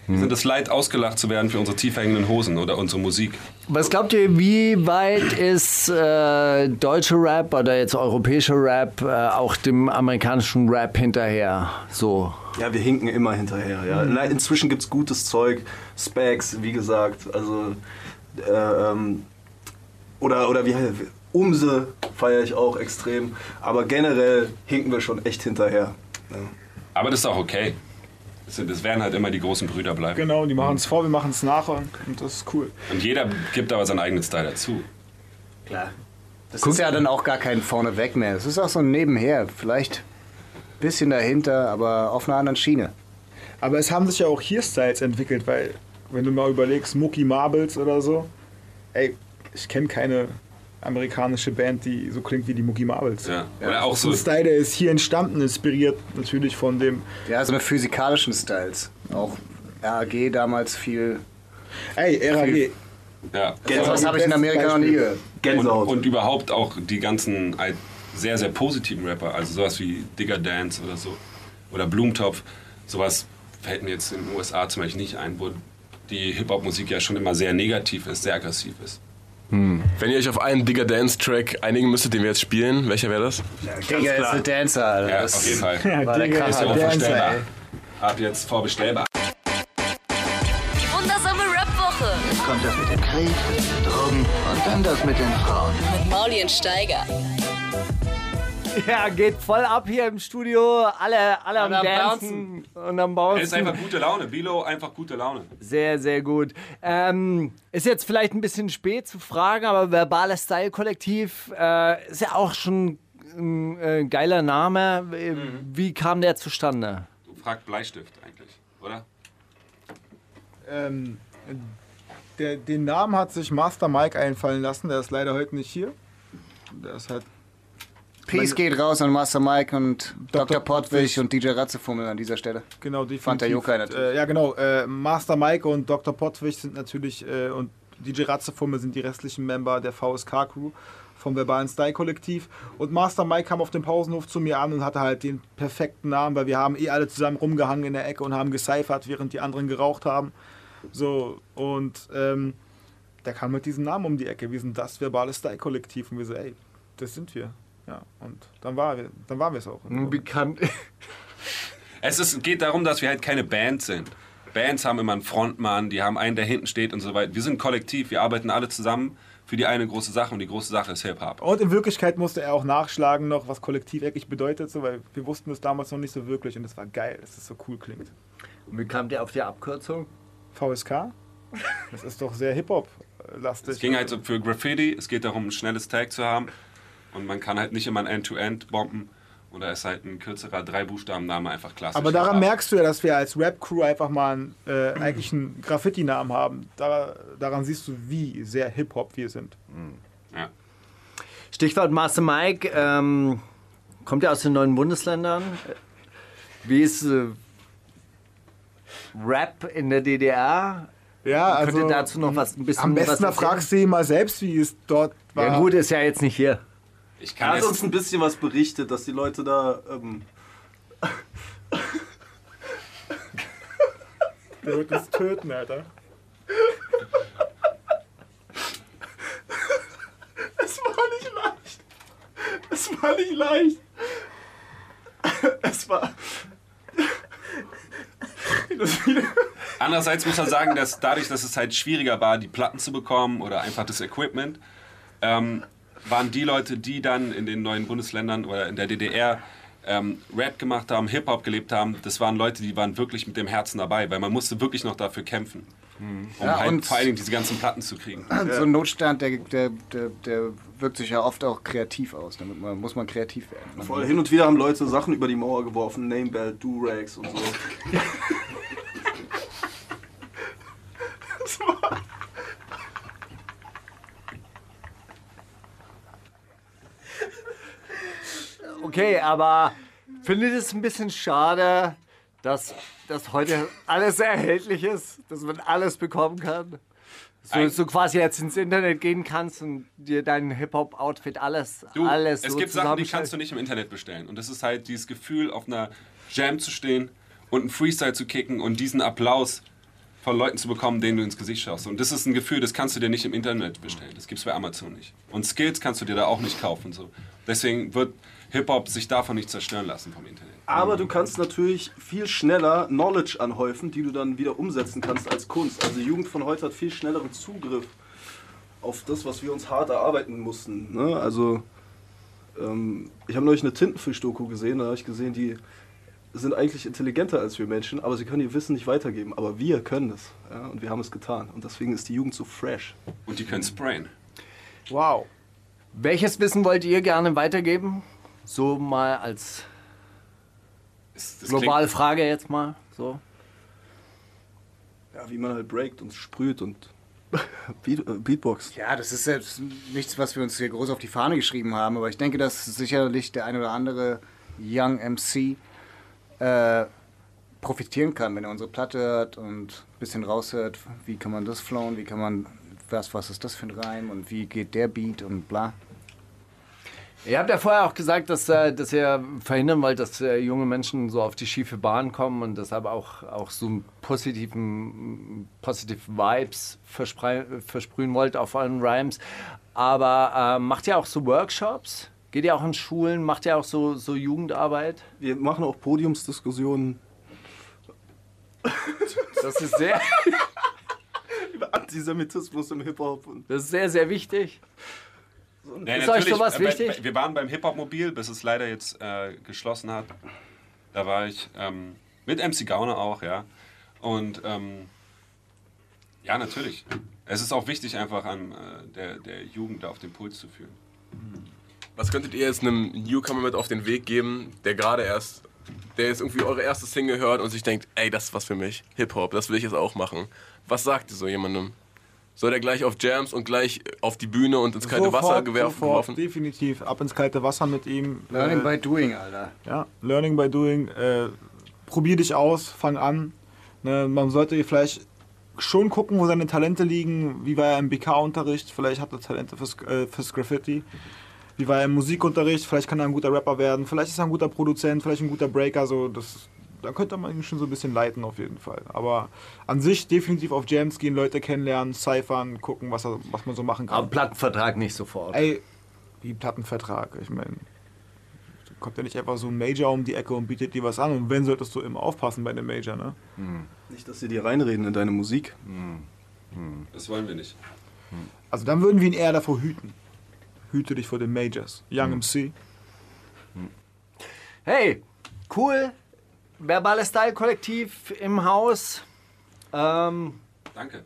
Speaker 6: Wir sind es leid, ausgelacht zu werden für unsere tief hängenden Hosen oder unsere Musik.
Speaker 7: Was glaubt ihr, wie weit ist äh, deutscher Rap oder jetzt europäischer Rap äh, auch dem amerikanischen Rap hinterher? So.
Speaker 10: Ja, wir hinken immer hinterher. Ja.
Speaker 7: Mhm.
Speaker 10: Na, Inzwischen gibt es gutes Zeug, Specs, wie gesagt. Also, äh, ähm, oder, oder wie Umse feiere ich auch extrem. Aber generell hinken wir schon echt hinterher.
Speaker 6: Aber das ist auch okay. Das, sind, das werden halt immer die großen Brüder bleiben.
Speaker 1: Genau, die machen es vor, wir machen es nach und und das ist cool.
Speaker 6: Und jeder gibt aber seinen eigenen Style dazu.
Speaker 8: Klar. Das ist ja dann auch gar kein Vorneweg mehr. Es ist auch so ein Nebenher. Vielleicht ein bisschen dahinter, aber auf einer anderen Schiene.
Speaker 1: Aber es haben sich ja auch hier Styles entwickelt, weil, wenn du mal überlegst, Mookie Marbles oder so, ey, ich kenne keine amerikanische Band, die so klingt wie die Mookie Marbles.
Speaker 6: Ja. Oder auch
Speaker 1: Das ist
Speaker 6: so.
Speaker 1: ein Style, der ist hier entstanden, inspiriert natürlich von dem.
Speaker 8: Ja, so eine physikalischen Styles. Auch RAG damals viel.
Speaker 1: Ey, RAG,
Speaker 6: Ja.
Speaker 8: Also,
Speaker 10: Gänsehaut.
Speaker 8: das habe ich in Amerika noch nie gehört.
Speaker 6: Und,
Speaker 10: Gänsehaut.
Speaker 6: und überhaupt auch die ganzen alt- sehr, sehr positiven Rapper, also sowas wie Digger Dance oder so. Oder Blumentopf. Sowas fällt mir jetzt in den USA zum Beispiel nicht ein, wo die Hip-Hop-Musik ja schon immer sehr negativ ist, sehr aggressiv ist.
Speaker 9: Wenn ihr euch auf einen Digger Dance Track einigen müsstet, den wir jetzt spielen, welcher wäre das?
Speaker 8: Digga ist ein Dancer, Alter.
Speaker 6: Ja,
Speaker 8: Das
Speaker 6: auf jeden Fall.
Speaker 8: war der
Speaker 6: Ist ja
Speaker 8: Kracher Dancer,
Speaker 6: unvorstellbar.
Speaker 8: ey.
Speaker 6: Ab jetzt vorbestellbar.
Speaker 2: Die wundersame Rap-Woche
Speaker 3: Kommt das mit dem Krieg, Drogen und dann das mit den Frauen.
Speaker 2: mit Maulien Steiger.
Speaker 7: Ja, geht voll ab hier im Studio. Alle, alle am,
Speaker 8: am
Speaker 7: Dancen und am
Speaker 6: Ist
Speaker 7: Bouncen.
Speaker 6: einfach gute Laune. Bilo, einfach gute Laune.
Speaker 7: Sehr, sehr gut. Ähm, ist jetzt vielleicht ein bisschen spät zu fragen, aber Verbales Style Kollektiv äh, ist ja auch schon ein äh, geiler Name. Äh, Wie kam der zustande?
Speaker 6: Du fragst Bleistift eigentlich, oder?
Speaker 1: ähm, der, den Namen hat sich Master Mike einfallen lassen, der ist leider heute nicht hier. Der ist halt
Speaker 8: Peace geht raus an Master Mike und Dr. Pottwich und DJ Ratzefummel an dieser Stelle.
Speaker 1: Genau, definitiv.
Speaker 8: Fanta Joka natürlich.
Speaker 1: Äh, ja, genau. Äh, Master Maike und Dr. Pottwich sind natürlich äh, und DJ Ratzefummel sind die restlichen Member der VSK-Crew vom Verbalen Style-Kollektiv. Und Master Mike kam auf dem Pausenhof zu mir an und hatte halt den perfekten Namen, weil wir haben eh alle zusammen rumgehangen in der Ecke und haben gecyphert, während die anderen geraucht haben. So, und ähm, der kam mit diesem Namen um die Ecke. Wir sind das Verbale Style-Kollektiv. Und wir so, ey, das sind wir. Ja, und dann, war wir, dann waren wir es auch.
Speaker 7: Bekannt.
Speaker 6: Es ist, geht darum, dass wir halt keine Band sind. Bands haben immer einen Frontmann, die haben einen, der hinten steht und so weiter. Wir sind ein Kollektiv, wir arbeiten alle zusammen für die eine große Sache und die große Sache ist Hip-Hop.
Speaker 1: Und in Wirklichkeit musste er auch nachschlagen noch, was kollektiv eigentlich bedeutet, so, weil wir wussten das damals noch nicht so wirklich und es war geil, dass es so cool klingt.
Speaker 7: Und wie kam der auf die Abkürzung?
Speaker 1: VSK? Das ist doch sehr Hip-Hop-lastig.
Speaker 6: Es ging halt so für Graffiti, es geht darum, ein schnelles Tag zu haben und man kann halt nicht immer ein End-to-End bomben und da ist halt ein kürzerer Drei-Buchstaben-Name einfach klassisch.
Speaker 1: Aber daran
Speaker 6: Hip-Hop.
Speaker 1: merkst du ja, dass wir als Rap-Crew einfach mal einen, äh, eigentlich einen Graffiti-Namen haben. Da, daran siehst du, wie sehr Hip-Hop wir sind.
Speaker 6: Ja.
Speaker 7: Stichwort Master Mike, ähm, kommt ja aus den neuen Bundesländern. Wie ist äh, Rap in der DDR?
Speaker 1: Ja,
Speaker 7: Könnt
Speaker 1: also
Speaker 7: ihr dazu noch was ein bisschen
Speaker 1: am
Speaker 7: was
Speaker 1: besten da
Speaker 7: erzählen?
Speaker 1: fragst du ihn mal selbst, wie es dort war.
Speaker 7: Ja gut, ist ja jetzt nicht hier.
Speaker 6: Ich
Speaker 10: Er
Speaker 6: kann
Speaker 10: hat uns
Speaker 6: jetzt,
Speaker 10: ein bisschen was berichtet, dass die Leute da. Ähm,
Speaker 1: Der wird uns töten, Alter.
Speaker 10: es war nicht leicht. Es war nicht leicht. Es war. Das wieder.
Speaker 6: andererseits muss man sagen, dass dadurch, dass es halt schwieriger war, die Platten zu bekommen oder einfach das Equipment, ähm, waren die Leute, die dann in den neuen Bundesländern oder in der DDR ähm, Rap gemacht haben, Hip-Hop gelebt haben, das waren Leute, die waren wirklich mit dem Herzen dabei, weil man musste wirklich noch dafür kämpfen, um
Speaker 8: Ja,
Speaker 6: halt
Speaker 8: und-
Speaker 6: vor allen Dingen diese ganzen Platten zu kriegen.
Speaker 8: So ein Notstand, der, der, der, der wirkt sich ja oft auch kreativ aus. Damit man, muss man kreativ werden. Man
Speaker 10: Voll hin und wieder haben Leute Sachen über die Mauer geworfen, Namebell, Durags und so. Das war-
Speaker 7: Okay, aber findet es ein bisschen schade, dass, dass heute alles erhältlich ist, dass man alles bekommen kann? Dass du, dass du quasi jetzt ins Internet gehen kannst und dir dein Hip-Hop-Outfit alles,
Speaker 6: Du,
Speaker 7: alles
Speaker 6: es
Speaker 7: so
Speaker 6: gibt Sachen, die kannst du
Speaker 7: zusammenstellen.
Speaker 6: nicht im Internet bestellen. Und das ist halt dieses Gefühl, auf einer Jam zu stehen und einen Freestyle zu kicken und diesen Applaus von Leuten zu bekommen, denen du ins Gesicht schaust. Und das ist ein Gefühl, das kannst du dir nicht im Internet bestellen. Das gibt's bei Amazon nicht. Und Skills kannst du dir da auch nicht kaufen. So. Deswegen wird Hip-Hop sich davon nicht zerstören lassen vom Internet.
Speaker 10: Aber du kannst natürlich viel schneller Knowledge anhäufen, die du dann wieder umsetzen kannst als Kunst. Also die Jugend von heute hat viel schnelleren Zugriff auf das, was wir uns hart erarbeiten mussten. Ne? Also ähm, ich habe neulich eine Tintenfisch-Doku gesehen, da habe ich gesehen, die sind eigentlich intelligenter als wir Menschen, aber sie können ihr Wissen nicht weitergeben. Aber wir können es ja? und wir haben es getan. Und deswegen ist die Jugend so fresh.
Speaker 6: Und die können sprayen.
Speaker 1: Wow.
Speaker 7: Welches Wissen wollt ihr gerne weitergeben? So mal als
Speaker 6: Das, das
Speaker 7: globale Frage jetzt mal. So.
Speaker 10: Ja, wie man halt breakt und sprüht und Beat, äh, Beatbox.
Speaker 8: Ja, das ist jetzt nichts, was wir uns hier groß auf die Fahne geschrieben haben, aber ich denke, dass sicherlich der ein oder andere Young MC äh, profitieren kann, wenn er unsere Platte hört und ein bisschen raushört, wie kann man das flowen, wie kann man, was, was ist das für ein Reim und wie geht der Beat und bla.
Speaker 7: Ihr habt ja vorher auch gesagt, dass, äh, dass ihr verhindern wollt, dass äh, junge Menschen so auf die schiefe Bahn kommen und deshalb auch, auch so einen positiven, positive Vibes versprei- versprühen wollt auf euren Rhymes. Aber äh, macht ihr auch so Workshops? Geht ihr auch in Schulen? Macht ihr auch so, so Jugendarbeit?
Speaker 10: Wir machen auch Podiumsdiskussionen
Speaker 7: Das ist sehr,
Speaker 10: über Antisemitismus im Hip-Hop und
Speaker 7: das ist sehr, sehr wichtig.
Speaker 6: Nee,
Speaker 7: Ist euch
Speaker 6: natürlich,
Speaker 7: sowas
Speaker 6: äh, bei-
Speaker 7: wichtig?
Speaker 6: bei- Wir waren beim Hip-Hop-Mobil, bis es leider jetzt äh, geschlossen hat. Da war ich ähm, mit MC Gauner auch, ja. Und ähm, ja, natürlich. Es ist auch wichtig, einfach an äh, der, der Jugend da auf den Puls zu führen.
Speaker 9: Was könntet ihr jetzt einem Newcomer mit auf den Weg geben, der gerade erst, der jetzt irgendwie eure erste Single hört und sich denkt, ey, das ist was für mich, Hip-Hop, das will ich jetzt auch machen. Was sagt ihr so jemandem? Soll der gleich auf Jams und gleich auf die Bühne und ins kalte Wasser gewerfen
Speaker 1: sofort,
Speaker 9: geworfen?
Speaker 1: definitiv. Ab ins kalte Wasser mit ihm.
Speaker 8: Learning
Speaker 1: Äh,
Speaker 8: by doing, Alter.
Speaker 1: Ja, Learning by Doing. Äh, probier dich aus, fang an. Ne, man sollte vielleicht schon gucken, wo seine Talente liegen. Wie war er im BK-Unterricht? Vielleicht hat er Talente fürs, äh, fürs Graffiti. Wie war er im Musikunterricht? Vielleicht kann er ein guter Rapper werden. Vielleicht ist er ein guter Produzent, vielleicht ein guter Breaker. So, das, da könnte man ihn schon so ein bisschen leiten, auf jeden Fall. Aber an sich definitiv auf Jams gehen, Leute kennenlernen, ciphern, gucken, was, er, was man so machen kann.
Speaker 7: Aber Plattenvertrag nicht sofort.
Speaker 1: Ey, wie Plattenvertrag, ich meine.
Speaker 14: kommt ja nicht einfach so ein Major um die Ecke und bietet dir was an. Und wenn, solltest du immer aufpassen bei einem Major, ne?
Speaker 10: Nicht, dass sie dir reinreden in deine Musik.
Speaker 6: Das wollen wir nicht.
Speaker 14: Also dann würden wir ihn eher davor hüten. Hm. Hüte dich vor den Majors. Young MC.
Speaker 7: Hey, cool. Verbales Style-Kollektiv im Haus. Ähm,
Speaker 6: Danke.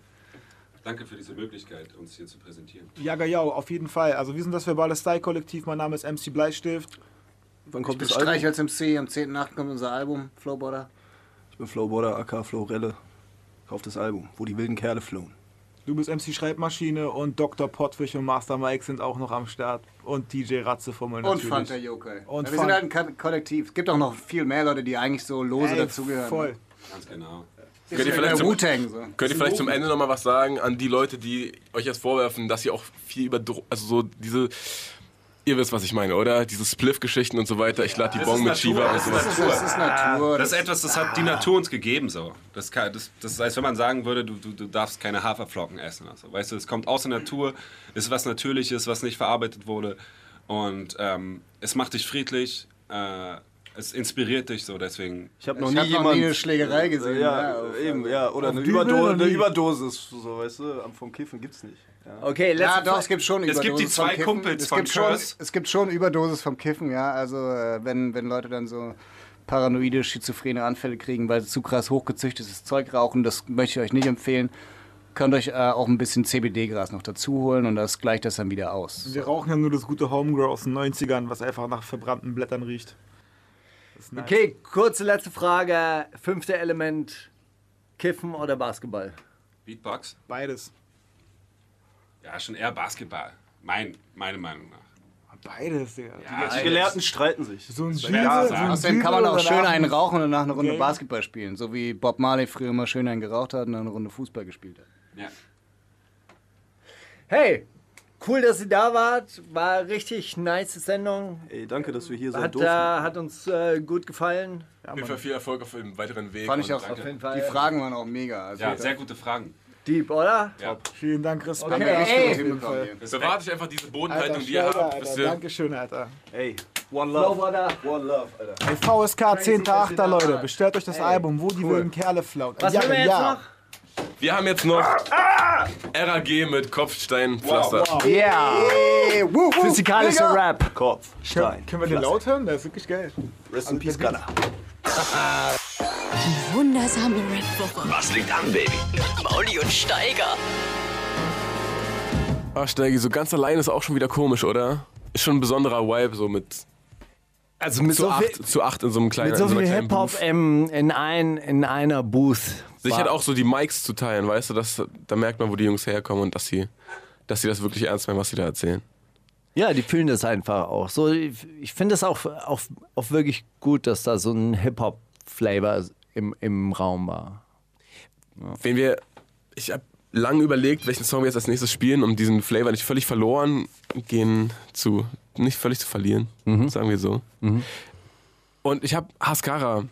Speaker 6: Danke für diese Möglichkeit, uns hier zu präsentieren.
Speaker 14: Jaga Jau, auf jeden Fall. Also wir sind das verbale Style-Kollektiv. Mein Name ist MC Bleistift.
Speaker 10: Wann kommt
Speaker 8: Ich
Speaker 10: das
Speaker 8: streich
Speaker 10: Album?
Speaker 8: als MC, am 10.8. kommt unser Album, Flowborder.
Speaker 10: Ich bin Flowboarder, aka Florelle. Kauf das Album, wo die wilden Kerle flohen.
Speaker 14: Du bist MC Schreibmaschine und Dr. Pottwich und Master Mike sind auch noch am Start. Und DJ Ratzefummel
Speaker 8: Und
Speaker 14: natürlich.
Speaker 8: Fanta Yokai.
Speaker 14: Und
Speaker 8: Ja, wir sind
Speaker 14: Fan-
Speaker 8: halt ein Ko- Kollektiv. Es gibt auch noch viel mehr Leute, die eigentlich so lose
Speaker 14: Ey,
Speaker 8: dazugehören. ne?
Speaker 14: Voll.
Speaker 6: Ganz genau.
Speaker 8: Könnt ihr
Speaker 9: vielleicht
Speaker 8: vielleicht
Speaker 9: zum-
Speaker 8: Wu-Tang so.
Speaker 9: Könnt ihr vielleicht zum Ende nochmal was sagen an die Leute, die euch jetzt vorwerfen, dass ihr auch viel über Dro also so diese. Ihr wisst, was ich meine, oder? Diese Spliff-Geschichten und so weiter. Ich lade die Bong mit Shiva und so
Speaker 8: Das
Speaker 9: weiter.
Speaker 8: ist, das ist Natur.
Speaker 6: Das ist etwas, das hat die Natur uns gegeben. So. Das, kann, das, das ist, als wenn man sagen würde, du, du, du darfst keine Haferflocken essen. Also, weißt du, es kommt aus der Natur, ist was Natürliches, was nicht verarbeitet wurde. Und ähm, es macht dich friedlich, äh, es inspiriert dich so. Deswegen,
Speaker 10: Ich habe noch,
Speaker 8: Ich
Speaker 10: nie
Speaker 8: hab noch nie
Speaker 10: jemand-
Speaker 8: eine Schlägerei gesehen, ja,
Speaker 10: Ja,
Speaker 8: auf-
Speaker 10: eben, ja. Oder eine,
Speaker 14: Dübel
Speaker 10: Überdo
Speaker 14: noch
Speaker 10: eine
Speaker 14: nie.
Speaker 10: Überdosis, so weißt du. am- Vom Kiffen gibt's nicht. Ja.
Speaker 7: okay,
Speaker 8: Ja,
Speaker 7: letzte
Speaker 8: doch, es gibt schon
Speaker 6: Es
Speaker 8: Überdosis
Speaker 6: gibt die zwei
Speaker 8: vom Kiffen.
Speaker 6: Kumpels
Speaker 8: es
Speaker 6: von
Speaker 8: gibt schon,
Speaker 6: Curse.
Speaker 8: Es gibt schon Überdosis vom Kiffen, ja. Also, äh, wenn, wenn Leute dann so paranoide, schizophrene Anfälle kriegen, weil sie zu krass hochgezüchtetes Zeug rauchen, das möchte ich euch nicht empfehlen. Könnt euch äh, auch ein bisschen CBD-Gras noch dazu holen und das gleicht das dann wieder aus.
Speaker 14: Wir rauchen ja nur das gute Homegrow aus den 90ern, was einfach nach verbrannten Blättern riecht. Das ist nice.
Speaker 7: Okay, kurze letzte Frage. Fünfte Element: Kiffen oder Basketball?
Speaker 6: Beatbox?
Speaker 14: Beides.
Speaker 6: Ja, schon eher Basketball. Mein, meine Meinung nach.
Speaker 14: Beides, Digga.
Speaker 10: Die Gelehrten streiten sich.
Speaker 14: So ein
Speaker 6: ja
Speaker 14: Dübel, so
Speaker 6: sagen.
Speaker 14: ein
Speaker 8: Außerdem kann man
Speaker 14: Dübel
Speaker 8: auch
Speaker 14: oder
Speaker 8: schön
Speaker 14: nach-
Speaker 8: einen rauchen und nach einer Runde
Speaker 14: Game.
Speaker 8: Basketball spielen. So wie Bob Marley früher immer schön einen geraucht hat und dann eine Runde Fußball gespielt hat.
Speaker 6: Ja.
Speaker 7: Hey, cool, dass ihr da wart. War richtig nice Sendung.
Speaker 10: Ey, danke, dass wir hier sein
Speaker 7: Hat, äh,
Speaker 10: durften.
Speaker 7: hat uns äh, gut gefallen.
Speaker 9: Auf jeden Fall viel Erfolg auf dem weiteren Weg.
Speaker 8: Fand ich
Speaker 9: und
Speaker 8: auch
Speaker 9: danke.
Speaker 7: Auf jeden Fall.
Speaker 8: Die Fragen waren auch mega. Also
Speaker 6: ja, sehr gute Fragen.
Speaker 7: Deep, oder?
Speaker 14: Vielen Dank, Respekt.
Speaker 8: haben wir
Speaker 7: Okay,
Speaker 8: richtig
Speaker 7: ey.
Speaker 8: gut hinbekommen hier.
Speaker 9: Bewahrt euch einfach diese Bodenhaltung,
Speaker 14: Alter,
Speaker 9: die ihr
Speaker 14: Schneider,
Speaker 9: habt. Wisst
Speaker 14: Alter.
Speaker 9: ihr?
Speaker 14: Dankeschön, Alter.
Speaker 10: Ey, One
Speaker 7: Low
Speaker 10: Love.
Speaker 7: Water.
Speaker 10: One Love, Alter.
Speaker 14: Ey, VSK 10.8. Leute, bestellt euch das Album, wo die
Speaker 7: cool.
Speaker 14: wilden Kerle flaut.
Speaker 7: Was
Speaker 14: ja,
Speaker 7: haben wir jetzt
Speaker 14: ja.
Speaker 7: noch?
Speaker 9: Wir haben jetzt noch RAG mit Kopfsteinpflaster.
Speaker 7: Yeah! Physikalischer Rap.
Speaker 10: Kopf, Stein.
Speaker 14: Können wir den laut hören? Der ist wirklich geil.
Speaker 10: Rest in Peace, Gunner.
Speaker 4: Wundersame Red Woche.
Speaker 5: Mauli und Steiger.
Speaker 9: Ach, Steigy, so ganz allein ist auch schon wieder komisch, oder? Ist schon ein besonderer Vibe, so mit. Also mit zu,
Speaker 7: so viel-
Speaker 9: acht, zu acht in so einem kleinen,
Speaker 7: Mit so
Speaker 9: in so
Speaker 7: viel
Speaker 9: einer kleinen
Speaker 7: Hip-Hop
Speaker 9: Booth.
Speaker 7: im- in, ein, in einer Booth.
Speaker 9: Sich
Speaker 7: War-
Speaker 9: halt auch so die Mics zu teilen, weißt du? Das, da merkt man, wo die Jungs herkommen und dass sie, dass sie das wirklich ernst meinen, was sie da erzählen.
Speaker 7: Ja, die fühlen das einfach auch. So, ich ich finde es auch, auch, auch wirklich gut, dass da so ein Hip-Hop-Flavor im, im Raum war.
Speaker 9: Wenn wir. Ich habe lange überlegt, welchen Song wir jetzt als nächstes spielen, um diesen Flavor nicht völlig verloren gehen zu. nicht völlig zu verlieren,
Speaker 7: Mhm.
Speaker 9: sagen wir so. Und ich habe Haskara,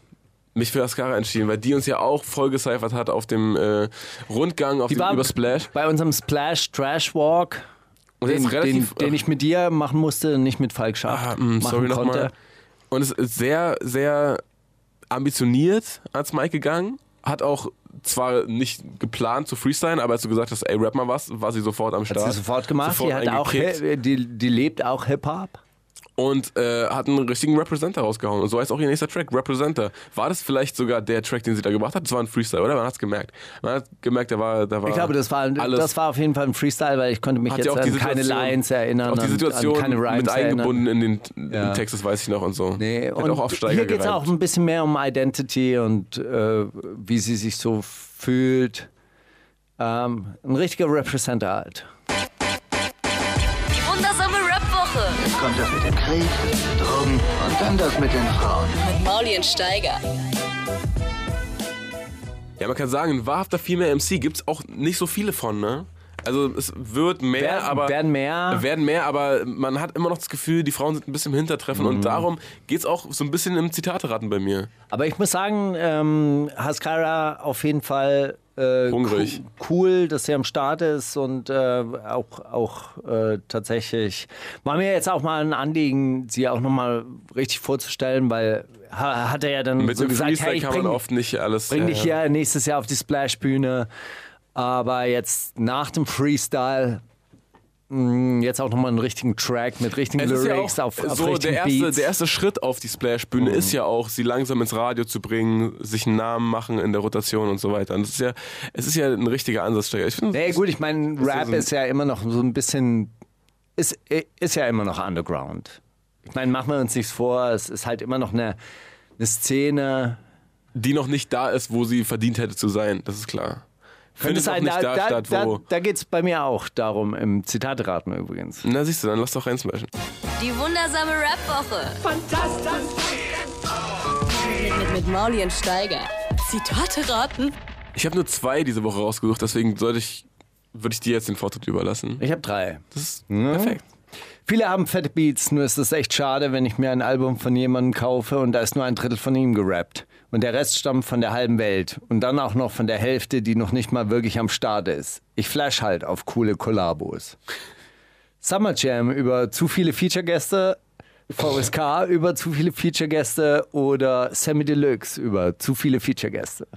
Speaker 9: mich für Haskara entschieden, weil die uns ja auch voll gecyphert hat auf dem äh, Rundgang, auf
Speaker 7: Die
Speaker 9: dem
Speaker 7: war-
Speaker 9: über Splash.
Speaker 7: Bei unserem Splash Trash Walk,
Speaker 9: Und
Speaker 7: den,
Speaker 9: jetzt
Speaker 7: den,
Speaker 9: relativ.
Speaker 7: den ich mit dir machen musste, nicht mit Falk Schacht
Speaker 9: ah,
Speaker 7: machen
Speaker 9: mh, sorry nochmal.
Speaker 7: konnte.
Speaker 9: Und es ist sehr, sehr ambitioniert ans Mike gegangen. Hat auch zwar nicht geplant zu freestylen, aber als du gesagt hast, ey, rap mal was, war sie sofort am
Speaker 7: Hat
Speaker 9: Start.
Speaker 7: sie sofort gemacht.
Speaker 9: Sofort
Speaker 7: die, hat auch,
Speaker 9: eingekickt.
Speaker 7: Hi- die, die lebt auch Hip-Hop.
Speaker 9: Und äh, hat einen richtigen Representer rausgehauen. Und so heißt auch ihr nächster Track, Representer. War das vielleicht sogar der Track, den sie da gemacht hat? Das war ein Freestyle, oder? Man hat's gemerkt. Man hat gemerkt, da war, da war
Speaker 7: Ich glaube, das war,
Speaker 9: alles.
Speaker 7: das war auf jeden Fall ein Freestyle, weil ich konnte mich
Speaker 9: Hat sie
Speaker 7: jetzt
Speaker 9: auch die
Speaker 7: an keine
Speaker 9: Situation-
Speaker 7: Lines erinnern.
Speaker 9: auch die Situation
Speaker 7: an, an keine Rhymes
Speaker 9: mit
Speaker 7: erinnern.
Speaker 9: eingebunden in den in
Speaker 7: Ja.
Speaker 9: den Text, das weiß ich noch und so.
Speaker 7: Nee,
Speaker 9: Hat
Speaker 7: und
Speaker 9: auch auf Steiger
Speaker 7: hier geht es
Speaker 9: gereimt.
Speaker 7: auch ein bisschen mehr um Identity und äh, wie sie sich so fühlt. Ähm, ein richtiger Representer halt.
Speaker 2: Die wundersame Rap-Woche
Speaker 3: Kommt das mit dem Krieg, Drogen und dann das mit den Frauen.
Speaker 2: mit Mauli und Steiger.
Speaker 9: Ja, man kann sagen, ein wahrhafter Female MC gibt's auch nicht so viele von, ne? Also es wird mehr,
Speaker 7: Werden-
Speaker 9: aber
Speaker 7: werden mehr.
Speaker 9: werden mehr, aber man hat immer noch das Gefühl, die Frauen sind ein bisschen im Hintertreffen
Speaker 7: Mhm.
Speaker 9: und darum geht's auch so ein bisschen im Zitateraten bei mir.
Speaker 7: Aber ich muss sagen, ähm, Haskara auf jeden Fall äh,
Speaker 9: Hungrig.
Speaker 7: co- cool, dass er am Start ist und äh, auch, auch äh, tatsächlich war mir jetzt auch mal ein Anliegen, sie auch nochmal richtig vorzustellen, weil ha, hat er ja dann
Speaker 9: Mit
Speaker 7: so
Speaker 9: dem
Speaker 7: gesagt,
Speaker 9: Freestyle
Speaker 7: hey, ich
Speaker 9: kann
Speaker 7: bring,
Speaker 9: man oft nicht alles. äh,
Speaker 7: bring
Speaker 9: ja,
Speaker 7: dich
Speaker 9: ja.
Speaker 7: ja nächstes Jahr auf die Splash-Bühne, aber jetzt nach dem Freestyle mh, jetzt auch nochmal einen richtigen Track mit richtigen
Speaker 9: Es ist ja
Speaker 7: Lyrics
Speaker 9: auch
Speaker 7: auf, auf
Speaker 9: so der
Speaker 7: richtigen
Speaker 9: erste,
Speaker 7: Beats. Mhm.
Speaker 9: der erste Schritt auf die Splash-Bühne ist ja auch, sie langsam ins Radio zu bringen, sich einen Namen machen in der Rotation und so weiter. Und das ist ja, es ist ja ein richtiger Ansatzsteiger. Ich finde,
Speaker 7: Nee, gut, ich meine,
Speaker 9: ist ja
Speaker 7: Rap
Speaker 9: so ein-
Speaker 7: ist ja immer noch so ein bisschen, ist, ist ja immer noch Underground. Ich meine, machen wir uns nichts vor, es ist halt immer noch eine, eine Szene.
Speaker 9: die noch nicht da ist, wo sie verdient hätte zu sein. Das ist klar.
Speaker 7: Könnte
Speaker 9: Findet noch
Speaker 7: sein,
Speaker 9: nicht da,
Speaker 7: da,
Speaker 9: statt,
Speaker 7: da,
Speaker 9: wo.
Speaker 7: da geht es bei mir auch darum, im Zitate-Raten übrigens.
Speaker 9: Na siehst du, dann lass doch reinsmashen.
Speaker 2: Die wundersame Rap-Woche. Fantastisch. Mit, mit, mit Mauli und Steiger. Zitate raten.
Speaker 9: Ich habe nur zwei diese Woche rausgesucht, deswegen sollte ich, würde ich dir jetzt den Vortritt überlassen.
Speaker 7: Ich habe drei.
Speaker 9: Das ist perfekt.
Speaker 7: Viele haben fette Beats, nur ist es echt schade, wenn ich mir ein Album von jemandem kaufe und da ist nur ein Drittel von ihm gerappt. Und der Rest stammt von der halben Welt. Und dann auch noch von der Hälfte, die noch nicht mal wirklich am Start ist. Ich flash halt auf coole Kollabos. Summer Jam über zu viele Feature-Gäste, VSK über zu viele Feature-Gäste oder Sammy Deluxe über zu viele Feature-Gäste.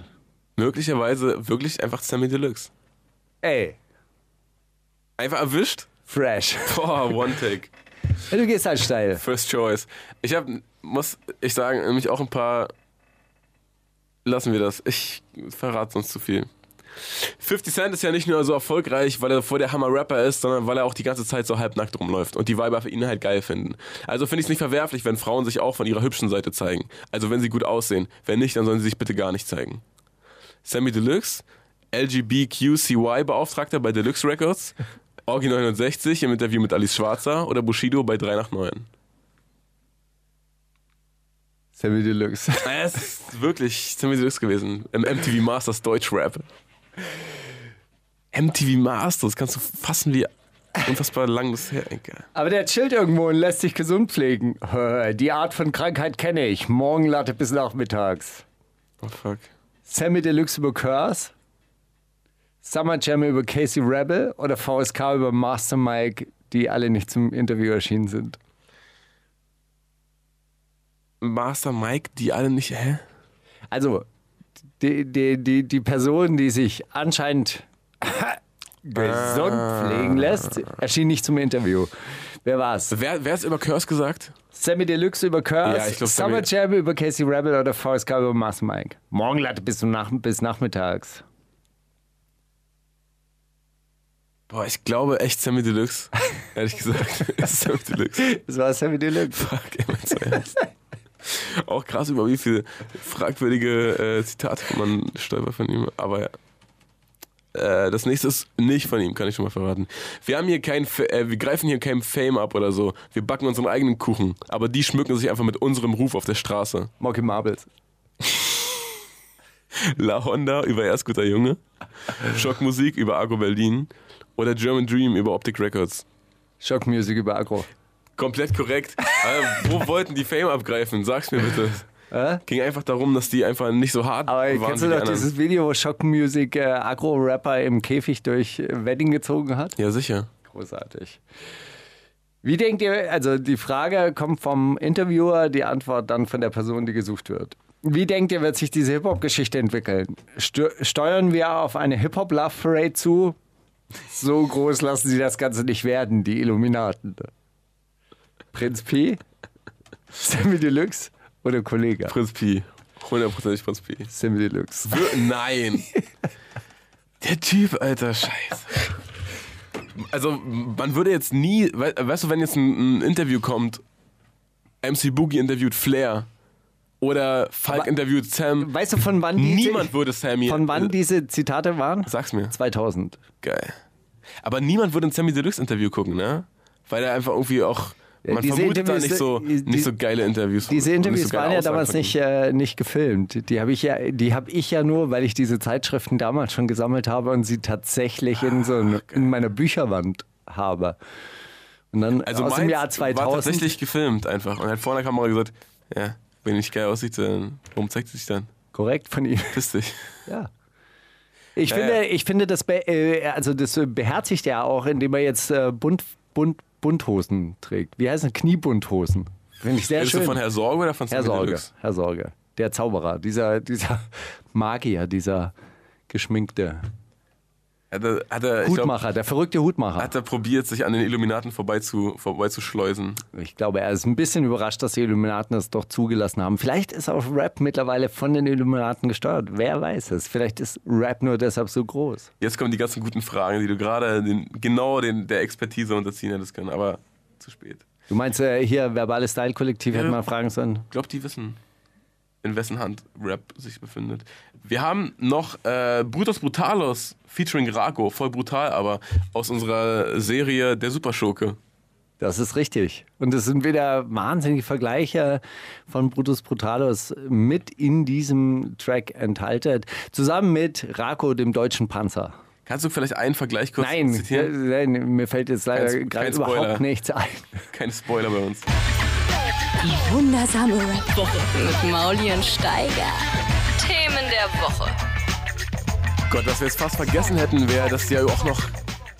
Speaker 9: Möglicherweise wirklich einfach Sammy Deluxe.
Speaker 7: Ey,
Speaker 9: Einfach erwischt.
Speaker 7: fresh.
Speaker 9: Boah, One Take.
Speaker 7: Du gehst halt steil.
Speaker 9: First Choice. Ich habe, muss ich sagen, mich auch ein paar. Lassen wir das. Ich verrate sonst zu viel. 50 Cent ist ja nicht nur so erfolgreich, weil er voll der Hammer-Rapper ist, sondern weil er auch die ganze Zeit so halbnackt rumläuft und die Weiber für ihn halt geil finden. Also finde ich es nicht verwerflich, wenn Frauen sich auch von ihrer hübschen Seite zeigen. Also wenn sie gut aussehen. Wenn nicht, dann sollen sie sich bitte gar nicht zeigen. Sammy Deluxe, LGBTQCY-Beauftragter bei Deluxe Records, Orgi 69 im Interview mit Alice Schwarzer oder Bushido bei 3 nach 9.
Speaker 7: Sammy Deluxe.
Speaker 9: Naja, es ist wirklich ziemlich süß gewesen. Im MTV Masters Deutschrap. MTV Masters, kannst du fassen, wie unfassbar lang das her. Egal.
Speaker 7: Aber der chillt irgendwo und lässt sich gesund pflegen. Hö, Die Art von Krankheit kenne ich. Morgenlatte bis nachmittags.
Speaker 9: Oh fuck.
Speaker 7: Sammy Deluxe über Curse. Summer Jam über Casey Rebel oder VSK über Master Mike, die alle nicht zum Interview erschienen sind.
Speaker 9: Master Mike, die alle nicht. Hä?
Speaker 7: Also, die, die, die, die Person, die sich anscheinend gesund pflegen lässt, erschien nicht zum Interview. Wer war's?
Speaker 9: Wer, wer ist über Curse gesagt?
Speaker 7: Sammy Deluxe über Curse,
Speaker 9: Ja, ich glaub,
Speaker 7: Summer
Speaker 9: Sammy-
Speaker 7: Jam über Casey Rebel oder VSK über Mass Mike. Morgenlatte bis, zum nach, bis nachmittags.
Speaker 9: Boah, ich glaube echt Sammy Deluxe. Ehrlich gesagt. Es ist Sammy Deluxe.
Speaker 7: Das war Sammy Deluxe.
Speaker 9: Fuck, ey, mein Ernst. Auch krass, über wie viele fragwürdige äh, Zitate man stolpert von ihm. Aber ja. Äh, das nächste ist nicht von ihm, kann ich schon mal verraten. Wir haben hier kein, Fa- äh, wir greifen hier kein Fame ab oder so. Wir backen unseren eigenen Kuchen. Aber die schmücken sich einfach mit unserem Ruf auf der Straße.
Speaker 7: Mocky Marbles.
Speaker 9: La Honda über Erst guter Junge. Schockmusik über Argo Berlin. Oder German Dream über Optic Records.
Speaker 7: Shock Music über Agro.
Speaker 9: Komplett korrekt. äh, wo wollten die Fame abgreifen? Sag's mir bitte. Ging einfach darum, dass die einfach nicht so hart
Speaker 7: Äh? Aber
Speaker 9: waren.
Speaker 7: kennst
Speaker 9: wie
Speaker 7: du
Speaker 9: die
Speaker 7: doch
Speaker 9: anderen.
Speaker 7: dieses Video, wo Shock Music äh, Agro-Rapper im Käfig durch äh, Wedding gezogen hat?
Speaker 9: ja, sicher.
Speaker 7: Großartig. Wie denkt ihr, also die Frage kommt vom Interviewer, die Antwort dann von der Person, die gesucht wird. Wie denkt ihr, wird sich diese Hip-Hop-Geschichte entwickeln? Stö steuern wir auf eine Hip-Hop-Love-Parade zu? So groß lassen sie das Ganze nicht werden, die Illuminaten. Prinz P? Sammy Deluxe? Oder Kollege?
Speaker 9: Prinz Pi. Hundertprozentig Prinz Pi.
Speaker 7: Sammy Deluxe.
Speaker 9: Wir- Nein. Der Typ, alter Scheiße. Also, man würde jetzt nie, we weißt du, wenn jetzt ein, ein Interview kommt, MC Boogie interviewt Flair oder Falk
Speaker 7: Aber-
Speaker 9: interviewt Sam,
Speaker 7: Weißt du, von wann diese,
Speaker 9: niemand würde Sammy.
Speaker 7: von wann diese Zitate waren?
Speaker 9: Sag's mir.
Speaker 7: 2000.
Speaker 9: Geil. Aber niemand würde ein Sammy Deluxe Interview gucken, ne? Weil er einfach irgendwie auch.
Speaker 7: Ja,
Speaker 9: Man
Speaker 7: diese
Speaker 9: vermutet da
Speaker 7: Interviews,
Speaker 9: nicht so,
Speaker 7: die-
Speaker 9: nicht so geile Interviews. von-
Speaker 7: Diese
Speaker 9: und nicht so
Speaker 7: Interviews
Speaker 9: geile
Speaker 7: waren ja
Speaker 9: Aussagen
Speaker 7: damals
Speaker 9: von ihm.
Speaker 7: nicht, äh, nicht gefilmt. Die habe ich, ja, die hab ich ja nur, weil ich diese Zeitschriften damals schon gesammelt habe und sie tatsächlich in,
Speaker 9: Ah,
Speaker 7: so ein, in meiner Bücherwand habe. Und dann
Speaker 9: Also
Speaker 7: aus dem
Speaker 9: meins
Speaker 7: Jahr
Speaker 9: war
Speaker 7: 2000.
Speaker 9: tatsächlich gefilmt einfach und hat vor der Kamera gesagt, ja, wenn ich geil aussieht, dann warum zeigt sie sich dann?
Speaker 7: Korrekt von ihm.
Speaker 9: Piss dich.
Speaker 7: Ja. Ich,
Speaker 6: Ja,
Speaker 7: finde,
Speaker 6: ja.
Speaker 7: ich finde, das, be äh, also das äh, beherzigt er auch, indem er jetzt äh, bunt, bunt, Bunthosen trägt. Wie heißt das? Kniebundhosen. Finde ich sehr
Speaker 9: Redest
Speaker 7: schön.
Speaker 9: du von Herr Sorge oder von
Speaker 7: Herr
Speaker 9: Sven
Speaker 7: Sorge,
Speaker 9: Deluxe?
Speaker 7: Herr Sorge. Der Zauberer, dieser, dieser Magier, dieser geschminkte
Speaker 9: Hat er, hat er, ich glaub,
Speaker 7: Hutmacher, der verrückte Hutmacher.
Speaker 9: hat er probiert, sich an den Illuminaten vorbeizu, vorbeizuschleusen.
Speaker 7: Ich glaube, er ist ein bisschen überrascht, dass die Illuminaten es doch zugelassen haben. Vielleicht ist auch Rap mittlerweile von den Illuminaten gesteuert. Wer weiß es? Vielleicht ist Rap nur deshalb so groß.
Speaker 9: Jetzt kommen die ganzen guten Fragen, die du gerade den, genau den, der Expertise unterziehen hättest können, aber zu spät.
Speaker 7: Du meinst äh, hier, verbales Style-Kollektiv hätte man fragen sollen.
Speaker 9: Ich glaube, die wissen, in wessen Hand Rap sich befindet. Wir haben noch äh, Brutus Brutalos featuring Rago, voll brutal, aber aus unserer Serie Der Superschurke.
Speaker 7: Das ist richtig. Und es sind wieder wahnsinnige Vergleiche von Brutus Brutalos mit in diesem Track enthalten. Zusammen mit Rako, dem deutschen Panzer.
Speaker 9: Kannst du vielleicht einen Vergleich kurz
Speaker 7: Nein,
Speaker 9: zitieren?
Speaker 7: äh, nein, mir fällt jetzt leider
Speaker 9: Kein-
Speaker 7: gerade
Speaker 9: kein Spoiler.
Speaker 7: überhaupt nichts ein.
Speaker 9: Keine Spoiler bei uns.
Speaker 4: Die wundersame Rap-Woche.
Speaker 2: Mit Mauli und Steiger. Themen der Woche.
Speaker 9: Gott, was wir jetzt fast vergessen hätten, wäre, dass es ja auch noch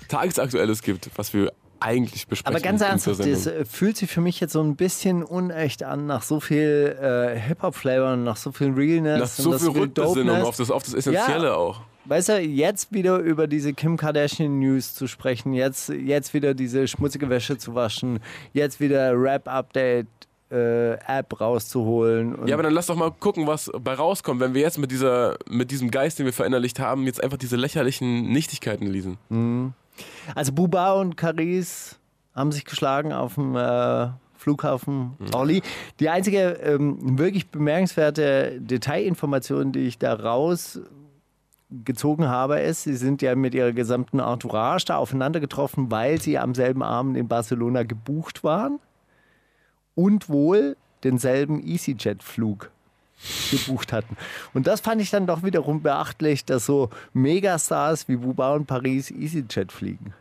Speaker 9: Tagesaktuelles gibt, was wir eigentlich besprechen.
Speaker 7: Aber ganz
Speaker 9: in
Speaker 7: ernsthaft,
Speaker 9: dieser
Speaker 7: das
Speaker 9: Sendung.
Speaker 7: äh, fühlt sich für mich jetzt so ein bisschen unecht an, nach so viel äh, Hip-Hop-Flavor, und nach so viel Realness.
Speaker 9: Nach
Speaker 7: und
Speaker 9: so
Speaker 7: das
Speaker 9: viel
Speaker 7: viel
Speaker 9: Rückbesinnung
Speaker 7: Dopeness.
Speaker 9: auf das, auf das Essentielle
Speaker 7: Ja.
Speaker 9: auch.
Speaker 7: Weißt du, jetzt wieder über diese Kim Kardashian-News zu sprechen, jetzt, jetzt wieder diese schmutzige Wäsche zu waschen, jetzt wieder Rap-Update-App rauszuholen. Und
Speaker 9: Ja, aber dann lass doch mal gucken, was bei rauskommt, wenn wir jetzt mit, dieser, mit diesem Geist, den wir verinnerlicht haben, jetzt einfach diese lächerlichen Nichtigkeiten lesen.
Speaker 7: also Buba und Caris haben sich geschlagen auf dem äh, Flughafen Orly. Die einzige ähm, wirklich bemerkenswerte Detailinformation, die ich da rausgezogen habe, ist, sie sind ja mit ihrer gesamten Entourage da aufeinander getroffen, weil sie am selben Abend in Barcelona gebucht waren und wohl denselben EasyJet-Flug gebucht hatten. Und das fand ich dann doch wiederum beachtlich, dass so Megastars wie Buba und Paris EasyJet fliegen.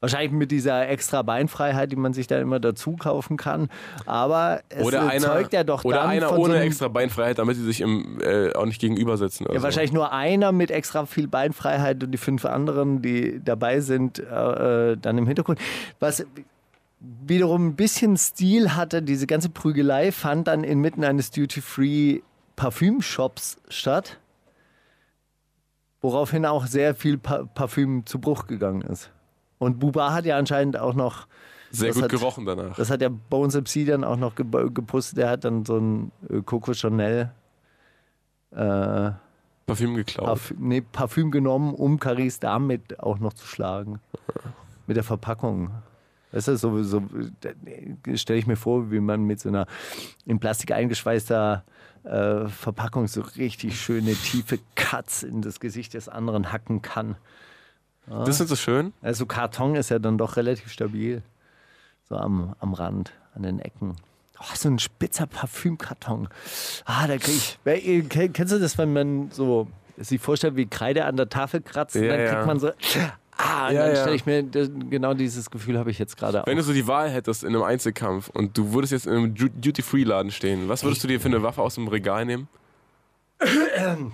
Speaker 7: Wahrscheinlich mit dieser extra Beinfreiheit, die man sich dann immer dazu kaufen kann. Aber es
Speaker 9: Oder einer,
Speaker 7: zeugt ja doch
Speaker 9: oder
Speaker 7: dann
Speaker 9: einer
Speaker 7: von
Speaker 9: ohne
Speaker 7: so einem,
Speaker 9: extra Beinfreiheit, damit sie sich im, äh, auch nicht gegenüber sitzen.
Speaker 7: ja, wahrscheinlich nur einer mit extra viel Beinfreiheit und die fünf anderen, die dabei sind, äh, äh, dann im Hintergrund. Was wiederum ein bisschen Stil hatte, diese ganze Prügelei fand dann inmitten eines Duty-Free Parfümshops statt, woraufhin auch sehr viel pa Parfüm zu Bruch gegangen ist. Und Buba hat ja anscheinend auch noch
Speaker 9: Sehr
Speaker 7: das
Speaker 9: gut
Speaker 7: hat-
Speaker 9: gerochen danach.
Speaker 7: das hat ja Bones MC dann auch noch geb- gepustet. Der hat dann so ein äh, Coco Chanel äh,
Speaker 9: Parfüm geklaut.
Speaker 7: Parf nee, Parfüm genommen, um Caris damit auch noch zu schlagen. Mit der Verpackung. Das ist so, so stelle ich mir vor, wie man mit so einer in Plastik eingeschweißter äh, Verpackung so richtig schöne tiefe Cuts in das Gesicht des anderen hacken kann. ne?
Speaker 9: Das ist so schön.
Speaker 7: Also Karton ist ja dann doch relativ stabil. So am, am Rand, an den Ecken. Oh, so ein spitzer Parfümkarton. Ah, da krieg ich. Wer- ihr- ken- Kennst du das, wenn man so sich vorstellt, wie Kreide an der Tafel kratzt und
Speaker 9: Ja,
Speaker 7: dann kriegt
Speaker 9: ja.
Speaker 7: man so. Ah, und
Speaker 9: Ja,
Speaker 7: dann
Speaker 9: ja.
Speaker 7: stelle ich mir, das- genau dieses Gefühl habe ich jetzt gerade auch.
Speaker 9: Wenn du so die Wahl hättest in einem Einzelkampf und du würdest jetzt in einem Du- Duty-Free-Laden stehen, was würdest du dir für eine Waffe aus dem Regal nehmen?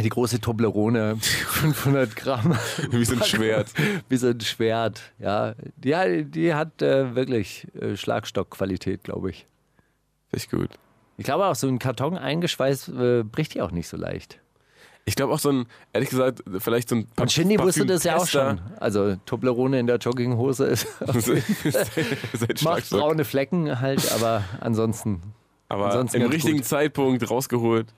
Speaker 7: Die große Toblerone, 500 Gramm.
Speaker 9: Wie so ein Schwert.
Speaker 7: Wie so ein Schwert, ja. Die, die hat äh, wirklich äh, Schlagstockqualität, glaube ich.
Speaker 9: Echt gut.
Speaker 7: Ich glaube auch, so ein Karton eingeschweißt äh, bricht die auch nicht so leicht.
Speaker 9: Ich glaube auch so ein, ehrlich gesagt, vielleicht so ein
Speaker 7: Und Shindy wusste das ja auch
Speaker 9: Parfümtester.
Speaker 7: schon. Also Toblerone in der Jogginghose ist,
Speaker 9: Seit
Speaker 7: macht
Speaker 9: Schlagzeug.
Speaker 7: braune Flecken halt, aber ansonsten.
Speaker 9: Aber
Speaker 7: Ansonsten
Speaker 9: im
Speaker 7: ganz
Speaker 9: richtigen
Speaker 7: gut.
Speaker 9: Zeitpunkt rausgeholt.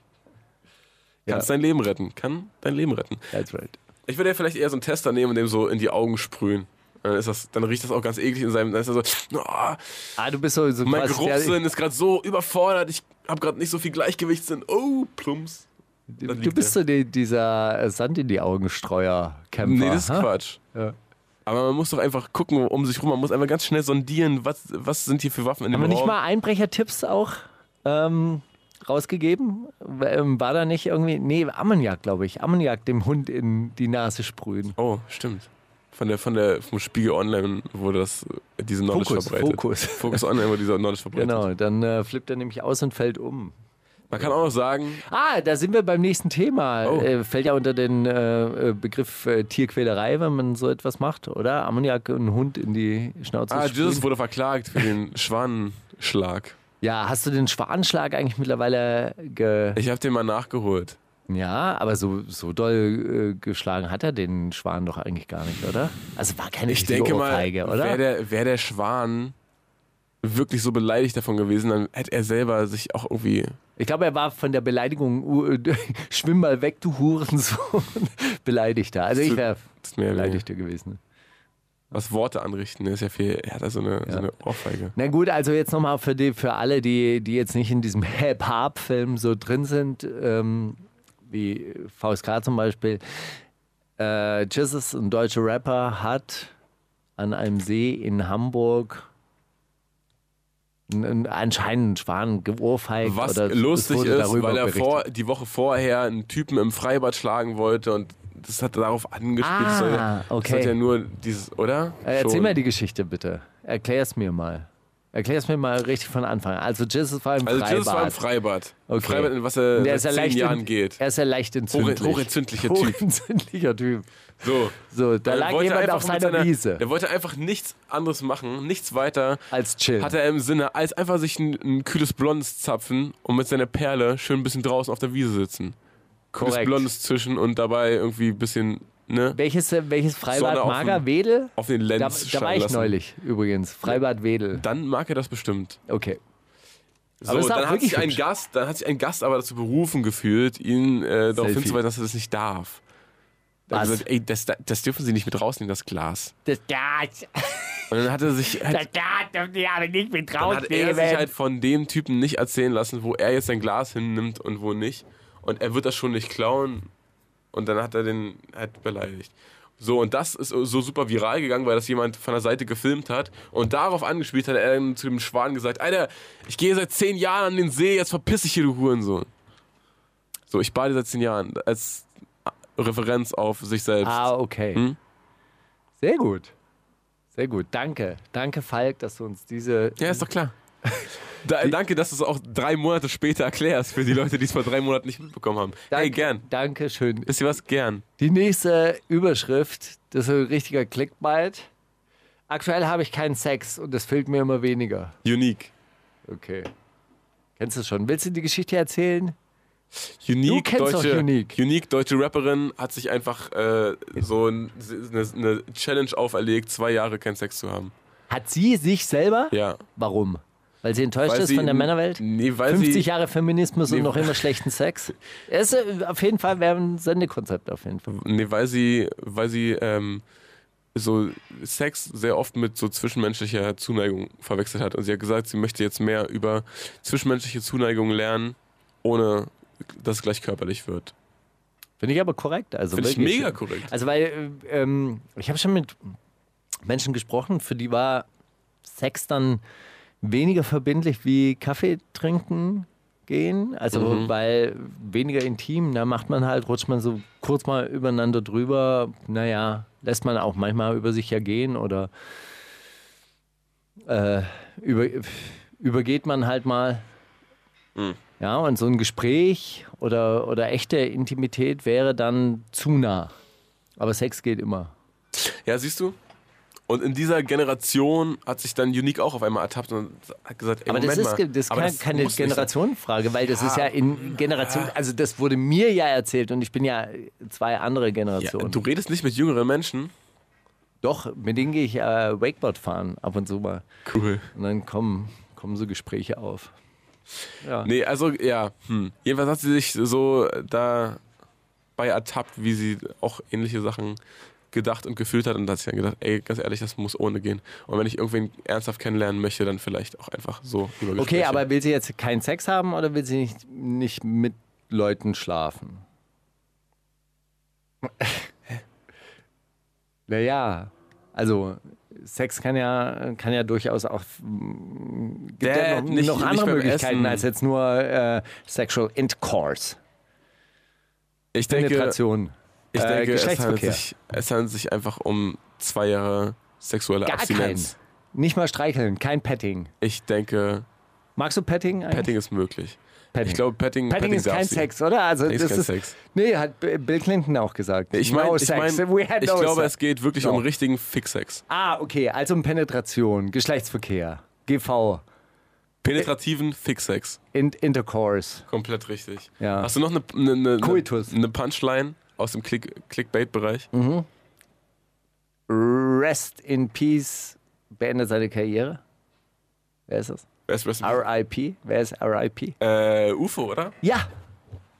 Speaker 7: Ja.
Speaker 9: Kannst dein Leben retten. Kann dein Leben retten.
Speaker 7: That's right.
Speaker 9: Ich würde ja vielleicht eher so einen Tester nehmen und dem so in die Augen sprühen. Dann, ist das, dann riecht das auch ganz eklig in seinem. Dann ist er so, "Ah,
Speaker 7: Ah, du bist so, so
Speaker 9: mein
Speaker 7: quasi der-
Speaker 9: Geruchssinn ist gerade so überfordert, ich habe gerade nicht so viel Gleichgewichtssinn. Oh, plumps. Dann
Speaker 7: Du
Speaker 9: liegt
Speaker 7: bist so die, dieser äh, Sand in die Augenstreuer Kämpfer.
Speaker 9: Nee, das ist
Speaker 7: ha?
Speaker 9: Quatsch.
Speaker 7: Ja.
Speaker 9: Aber man muss doch einfach gucken um sich rum. Man muss einfach ganz schnell sondieren, was, was sind hier für Waffen in dem
Speaker 7: Haben wir nicht
Speaker 9: Raum.
Speaker 7: mal Einbrechertipps auch ähm, rausgegeben? W- ähm, War da nicht irgendwie. Nee, Ammoniak, glaube ich. Ammoniak dem Hund in die Nase sprühen.
Speaker 9: Oh, stimmt. Von der, von der, vom Spiegel Online wurde das, äh, diese Knowledge
Speaker 7: Fokus, Genau.
Speaker 9: verbreitet.
Speaker 7: Fokus.
Speaker 9: Fokus Online wurde diese Knowledge verbreitet.
Speaker 7: Genau, dann äh, flippt er nämlich aus und fällt um.
Speaker 9: Man kann auch noch sagen,
Speaker 7: Ah, da sind wir beim nächsten Thema.
Speaker 9: Oh.
Speaker 7: Äh, fällt ja unter den äh, äh, Begriff äh, Tierquälerei, wenn man so etwas macht, oder? Ammoniak einen Hund in die Schnauze
Speaker 9: ah,
Speaker 7: sprühen.
Speaker 9: Jesus wurde verklagt für den Schwanenschlag.
Speaker 7: Ja, hast du den Schwanenschlag eigentlich mittlerweile ge
Speaker 9: Ich habe den mal nachgeholt.
Speaker 7: Ja, aber so, so doll äh, geschlagen hat er den Schwan doch eigentlich gar nicht, oder? Also war keine
Speaker 9: Ich
Speaker 7: richtige
Speaker 9: denke mal,
Speaker 7: Ohrfeige, oder?
Speaker 9: wäre der, wär der Schwan wirklich so beleidigt davon gewesen, dann hätte er selber sich auch irgendwie.
Speaker 7: Ich glaube, er war von der Beleidigung, uh, schwimm mal weg, du Hurensohn, beleidigter. Also ich wäre beleidigter gewesen.
Speaker 9: Was Worte anrichten, ist ja viel. Er hat da so eine, so eine Ohrfeige.
Speaker 7: Na gut, also jetzt nochmal für, die, für alle, die, die jetzt nicht in diesem Hip-Hop-Film so drin sind, ähm, wie VSK zum Beispiel. Äh, Jesus, ein deutscher Rapper, hat an einem See in Hamburg n- n- anscheinend einen Schwan geohrfeigt.
Speaker 9: Was
Speaker 7: oder es
Speaker 9: lustig
Speaker 7: wurde
Speaker 9: ist,
Speaker 7: darüber
Speaker 9: weil er
Speaker 7: berichtet.
Speaker 9: vor, die Woche vorher einen Typen im Freibad schlagen wollte und das hat darauf angespielt. das soll,
Speaker 7: Ah, okay.
Speaker 9: Das hat ja nur dieses, oder?
Speaker 7: Äh, erzähl
Speaker 9: Schon.
Speaker 7: mir die Geschichte bitte. Erklär's mir mal. Erklär's mir mal richtig von Anfang an. Also Jesus war im
Speaker 9: Also
Speaker 7: Freibad.
Speaker 9: Jesus war im Freibad.
Speaker 7: Okay.
Speaker 9: Freibad, in was er
Speaker 7: Und
Speaker 9: Äh, seit
Speaker 7: ist ja
Speaker 9: zehn
Speaker 7: leicht
Speaker 9: Jahren
Speaker 7: en-
Speaker 9: geht.
Speaker 7: Er ist ja leicht entzündlich.
Speaker 9: Hoch- hochentzündlicher Typ.
Speaker 7: Hochentzündlicher Typ.
Speaker 9: So.
Speaker 7: So, da
Speaker 9: Er
Speaker 7: lag
Speaker 9: wollte
Speaker 7: jemand
Speaker 9: einfach
Speaker 7: auf
Speaker 9: mit
Speaker 7: seiner Wiese.
Speaker 9: Der wollte einfach nichts anderes machen, nichts weiter.
Speaker 7: Als chillen.
Speaker 9: Hat er im Sinne, als einfach sich ein, ein kühles Blondes zapfen und mit seiner Perle schön ein bisschen draußen auf der Wiese sitzen. Kühles
Speaker 7: Korrekt.
Speaker 9: Blondes zwischen und dabei irgendwie ein bisschen, ne?
Speaker 7: Welches, äh, welches Freibad?
Speaker 9: Sonne auf
Speaker 7: Mager
Speaker 9: den-
Speaker 7: Wedel?
Speaker 9: Auf den
Speaker 7: Da,
Speaker 9: Lenz
Speaker 7: da war
Speaker 9: scheinen
Speaker 7: ich
Speaker 9: lassen.
Speaker 7: neulich übrigens. Freibad Wedel.
Speaker 9: Dann mag er das bestimmt.
Speaker 7: Okay.
Speaker 9: So,
Speaker 7: Aber es ist auch
Speaker 9: dann hat
Speaker 7: wirklich
Speaker 9: sich ein
Speaker 7: hübsch.
Speaker 9: Gast, dann hat sich ein Gast aber dazu berufen gefühlt, ihn äh, darauf
Speaker 7: Selfie.
Speaker 9: hinzuweisen, dass er das nicht darf. Dann hat
Speaker 7: Was?
Speaker 9: er gesagt, ey, das, das dürfen Sie nicht mit rausnehmen, das Glas.
Speaker 7: Das Gas.
Speaker 9: Und dann hat er sich, hat,
Speaker 7: Das Gas dürfen die aber nicht mit
Speaker 9: dann hat er
Speaker 7: rausnehmen.
Speaker 9: sich halt von dem Typen nicht erzählen lassen, wo er jetzt sein Glas hinnimmt und wo nicht. Und er wird das schon nicht klauen. Und dann hat er den halt beleidigt. So, und das ist so super viral gegangen, weil das jemand von der Seite gefilmt hat und darauf angespielt hat, er dann zu dem Schwan gesagt, Alter, ich gehe seit zehn Jahren an den See, jetzt verpiss dich hier, du Hurensohn. So, ich bade seit zehn Jahren als Referenz auf sich selbst.
Speaker 7: Ah, okay.
Speaker 9: Hm?
Speaker 7: Sehr gut. Sehr gut. Danke. Danke, Falk, dass du uns diese.
Speaker 9: Ja, ist doch klar. Da, danke, dass du es auch drei Monate später erklärst für die Leute, die es vor drei Monaten nicht mitbekommen haben. hey, gern.
Speaker 7: Danke schön.
Speaker 9: Wisst ihr was? Gern.
Speaker 7: Die nächste Überschrift, das ist ein richtiger Clickbait. Aktuell habe ich keinen Sex und das fehlt mir immer weniger.
Speaker 9: Unique.
Speaker 7: Okay. Kennst du schon? Willst du die Geschichte erzählen?
Speaker 9: Unique,
Speaker 7: Du kennst doch
Speaker 9: deutsche,
Speaker 7: Unique.
Speaker 9: deutsche Rapperin hat sich einfach äh, so ein, eine, eine Challenge auferlegt, zwei Jahre keinen Sex zu haben.
Speaker 7: Hat sie sich selber?
Speaker 9: Ja.
Speaker 7: Warum? Weil sie enttäuscht
Speaker 9: Weil
Speaker 7: ist
Speaker 9: sie-
Speaker 7: von der Männerwelt?
Speaker 9: Nee, weil
Speaker 7: 50
Speaker 9: sie-
Speaker 7: Jahre Feminismus
Speaker 9: Nee.
Speaker 7: und noch immer schlechten Sex? Es ist äh, auf jeden Fall wäre ein Sendekonzept auf jeden Fall.
Speaker 9: Nee, weil sie, weil sie ähm, so Sex sehr oft mit so zwischenmenschlicher Zuneigung verwechselt hat. Und sie hat gesagt, sie möchte jetzt mehr über zwischenmenschliche Zuneigung lernen, ohne dass es gleich körperlich wird.
Speaker 7: Finde ich aber korrekt. Also
Speaker 9: Finde ich
Speaker 7: wirklich.
Speaker 9: mega korrekt.
Speaker 7: Also weil äh, ähm, ich habe schon mit Menschen gesprochen, für die war Sex dann weniger verbindlich wie Kaffee trinken gehen. Also
Speaker 9: Mhm.
Speaker 7: weil weniger intim, da macht man halt, rutscht man so kurz mal übereinander drüber. Naja, lässt man auch manchmal über sich ja gehen oder äh, über, übergeht man halt mal. Ja, und so ein Gespräch oder, oder echte Intimität wäre dann zu nah. Aber Sex geht immer.
Speaker 9: Ja, siehst du? Und in dieser Generation hat sich dann Unique auch auf einmal ertappt und hat gesagt, ey,
Speaker 7: aber
Speaker 9: Moment
Speaker 7: das ist,
Speaker 9: mal,
Speaker 7: ge- das ist
Speaker 9: aber
Speaker 7: keine- keine
Speaker 9: muss nicht sein.
Speaker 7: Generationenfrage, weil das ist ja in Generation, also das wurde mir ja erzählt und ich bin ja zwei andere
Speaker 9: Ja,
Speaker 7: Generationen.
Speaker 9: du redest nicht mit jüngeren Menschen.
Speaker 7: Doch, mit denen gehe ich äh, Wakeboard fahren ab und zu mal.
Speaker 9: Cool.
Speaker 7: Und dann kommen, kommen so Gespräche auf. Ja.
Speaker 9: Nee, also ja. Hm. Jedenfalls hat sie sich so dabei ertappt, wie sie auch ähnliche Sachen gedacht und gefühlt hat und hat sich dann gedacht, ey, ganz ehrlich, das muss ohne gehen. Und wenn ich irgendwen ernsthaft kennenlernen möchte, dann vielleicht auch einfach so über
Speaker 7: Okay,
Speaker 9: Gespräche.
Speaker 7: aber will sie jetzt keinen Sex haben oder will sie nicht, nicht mit Leuten schlafen? naja, also Sex kann ja, kann ja durchaus auch mm, gibt
Speaker 9: Dad,
Speaker 7: ja noch,
Speaker 9: Äh, nicht-
Speaker 7: noch
Speaker 9: nicht
Speaker 7: andere
Speaker 9: beim
Speaker 7: Möglichkeiten
Speaker 9: Essen.
Speaker 7: als jetzt nur äh, Sexual Intercourse.
Speaker 9: ich denke,
Speaker 7: Penetration.
Speaker 9: Ich
Speaker 7: äh,
Speaker 9: denke, es handelt,
Speaker 7: Geschlechtsverkehr.
Speaker 9: sich, es handelt sich einfach um zwei Jahre sexuelle
Speaker 7: Gar
Speaker 9: Abstinenz.
Speaker 7: keinen. Nicht mal streicheln, kein Petting.
Speaker 9: Ich denke,
Speaker 7: Magst du Petting eigentlich?
Speaker 9: Petting ist möglich.
Speaker 7: Petting.
Speaker 9: Ich glaube, Petting,
Speaker 7: Petting ist
Speaker 9: darf
Speaker 7: kein
Speaker 9: sie.
Speaker 7: Sex, oder? Also
Speaker 9: Nee, ist
Speaker 7: das
Speaker 9: kein Sex.
Speaker 7: Nee, hat Bill Clinton auch gesagt.
Speaker 9: Ich meine,
Speaker 7: no
Speaker 9: ich,
Speaker 7: sex.
Speaker 9: mein,
Speaker 7: We had
Speaker 9: ich
Speaker 7: no
Speaker 9: glaube,
Speaker 7: sex.
Speaker 9: es geht wirklich
Speaker 7: No.
Speaker 9: um richtigen Fixsex.
Speaker 7: Ah, okay, also um Penetration, Geschlechtsverkehr, GV,
Speaker 9: Penetrativen Fixsex.
Speaker 7: in, Intercourse.
Speaker 9: Komplett richtig.
Speaker 7: Ja.
Speaker 9: Hast du noch eine, eine, eine, eine Punchline aus dem Click, Clickbait-Bereich?
Speaker 7: Mhm. Rest in Peace beendet seine Karriere. Wer ist das?
Speaker 9: Wer ist Rest in
Speaker 7: RIP? Wer ist RIP?
Speaker 9: Äh, UFO, oder?
Speaker 7: Ja.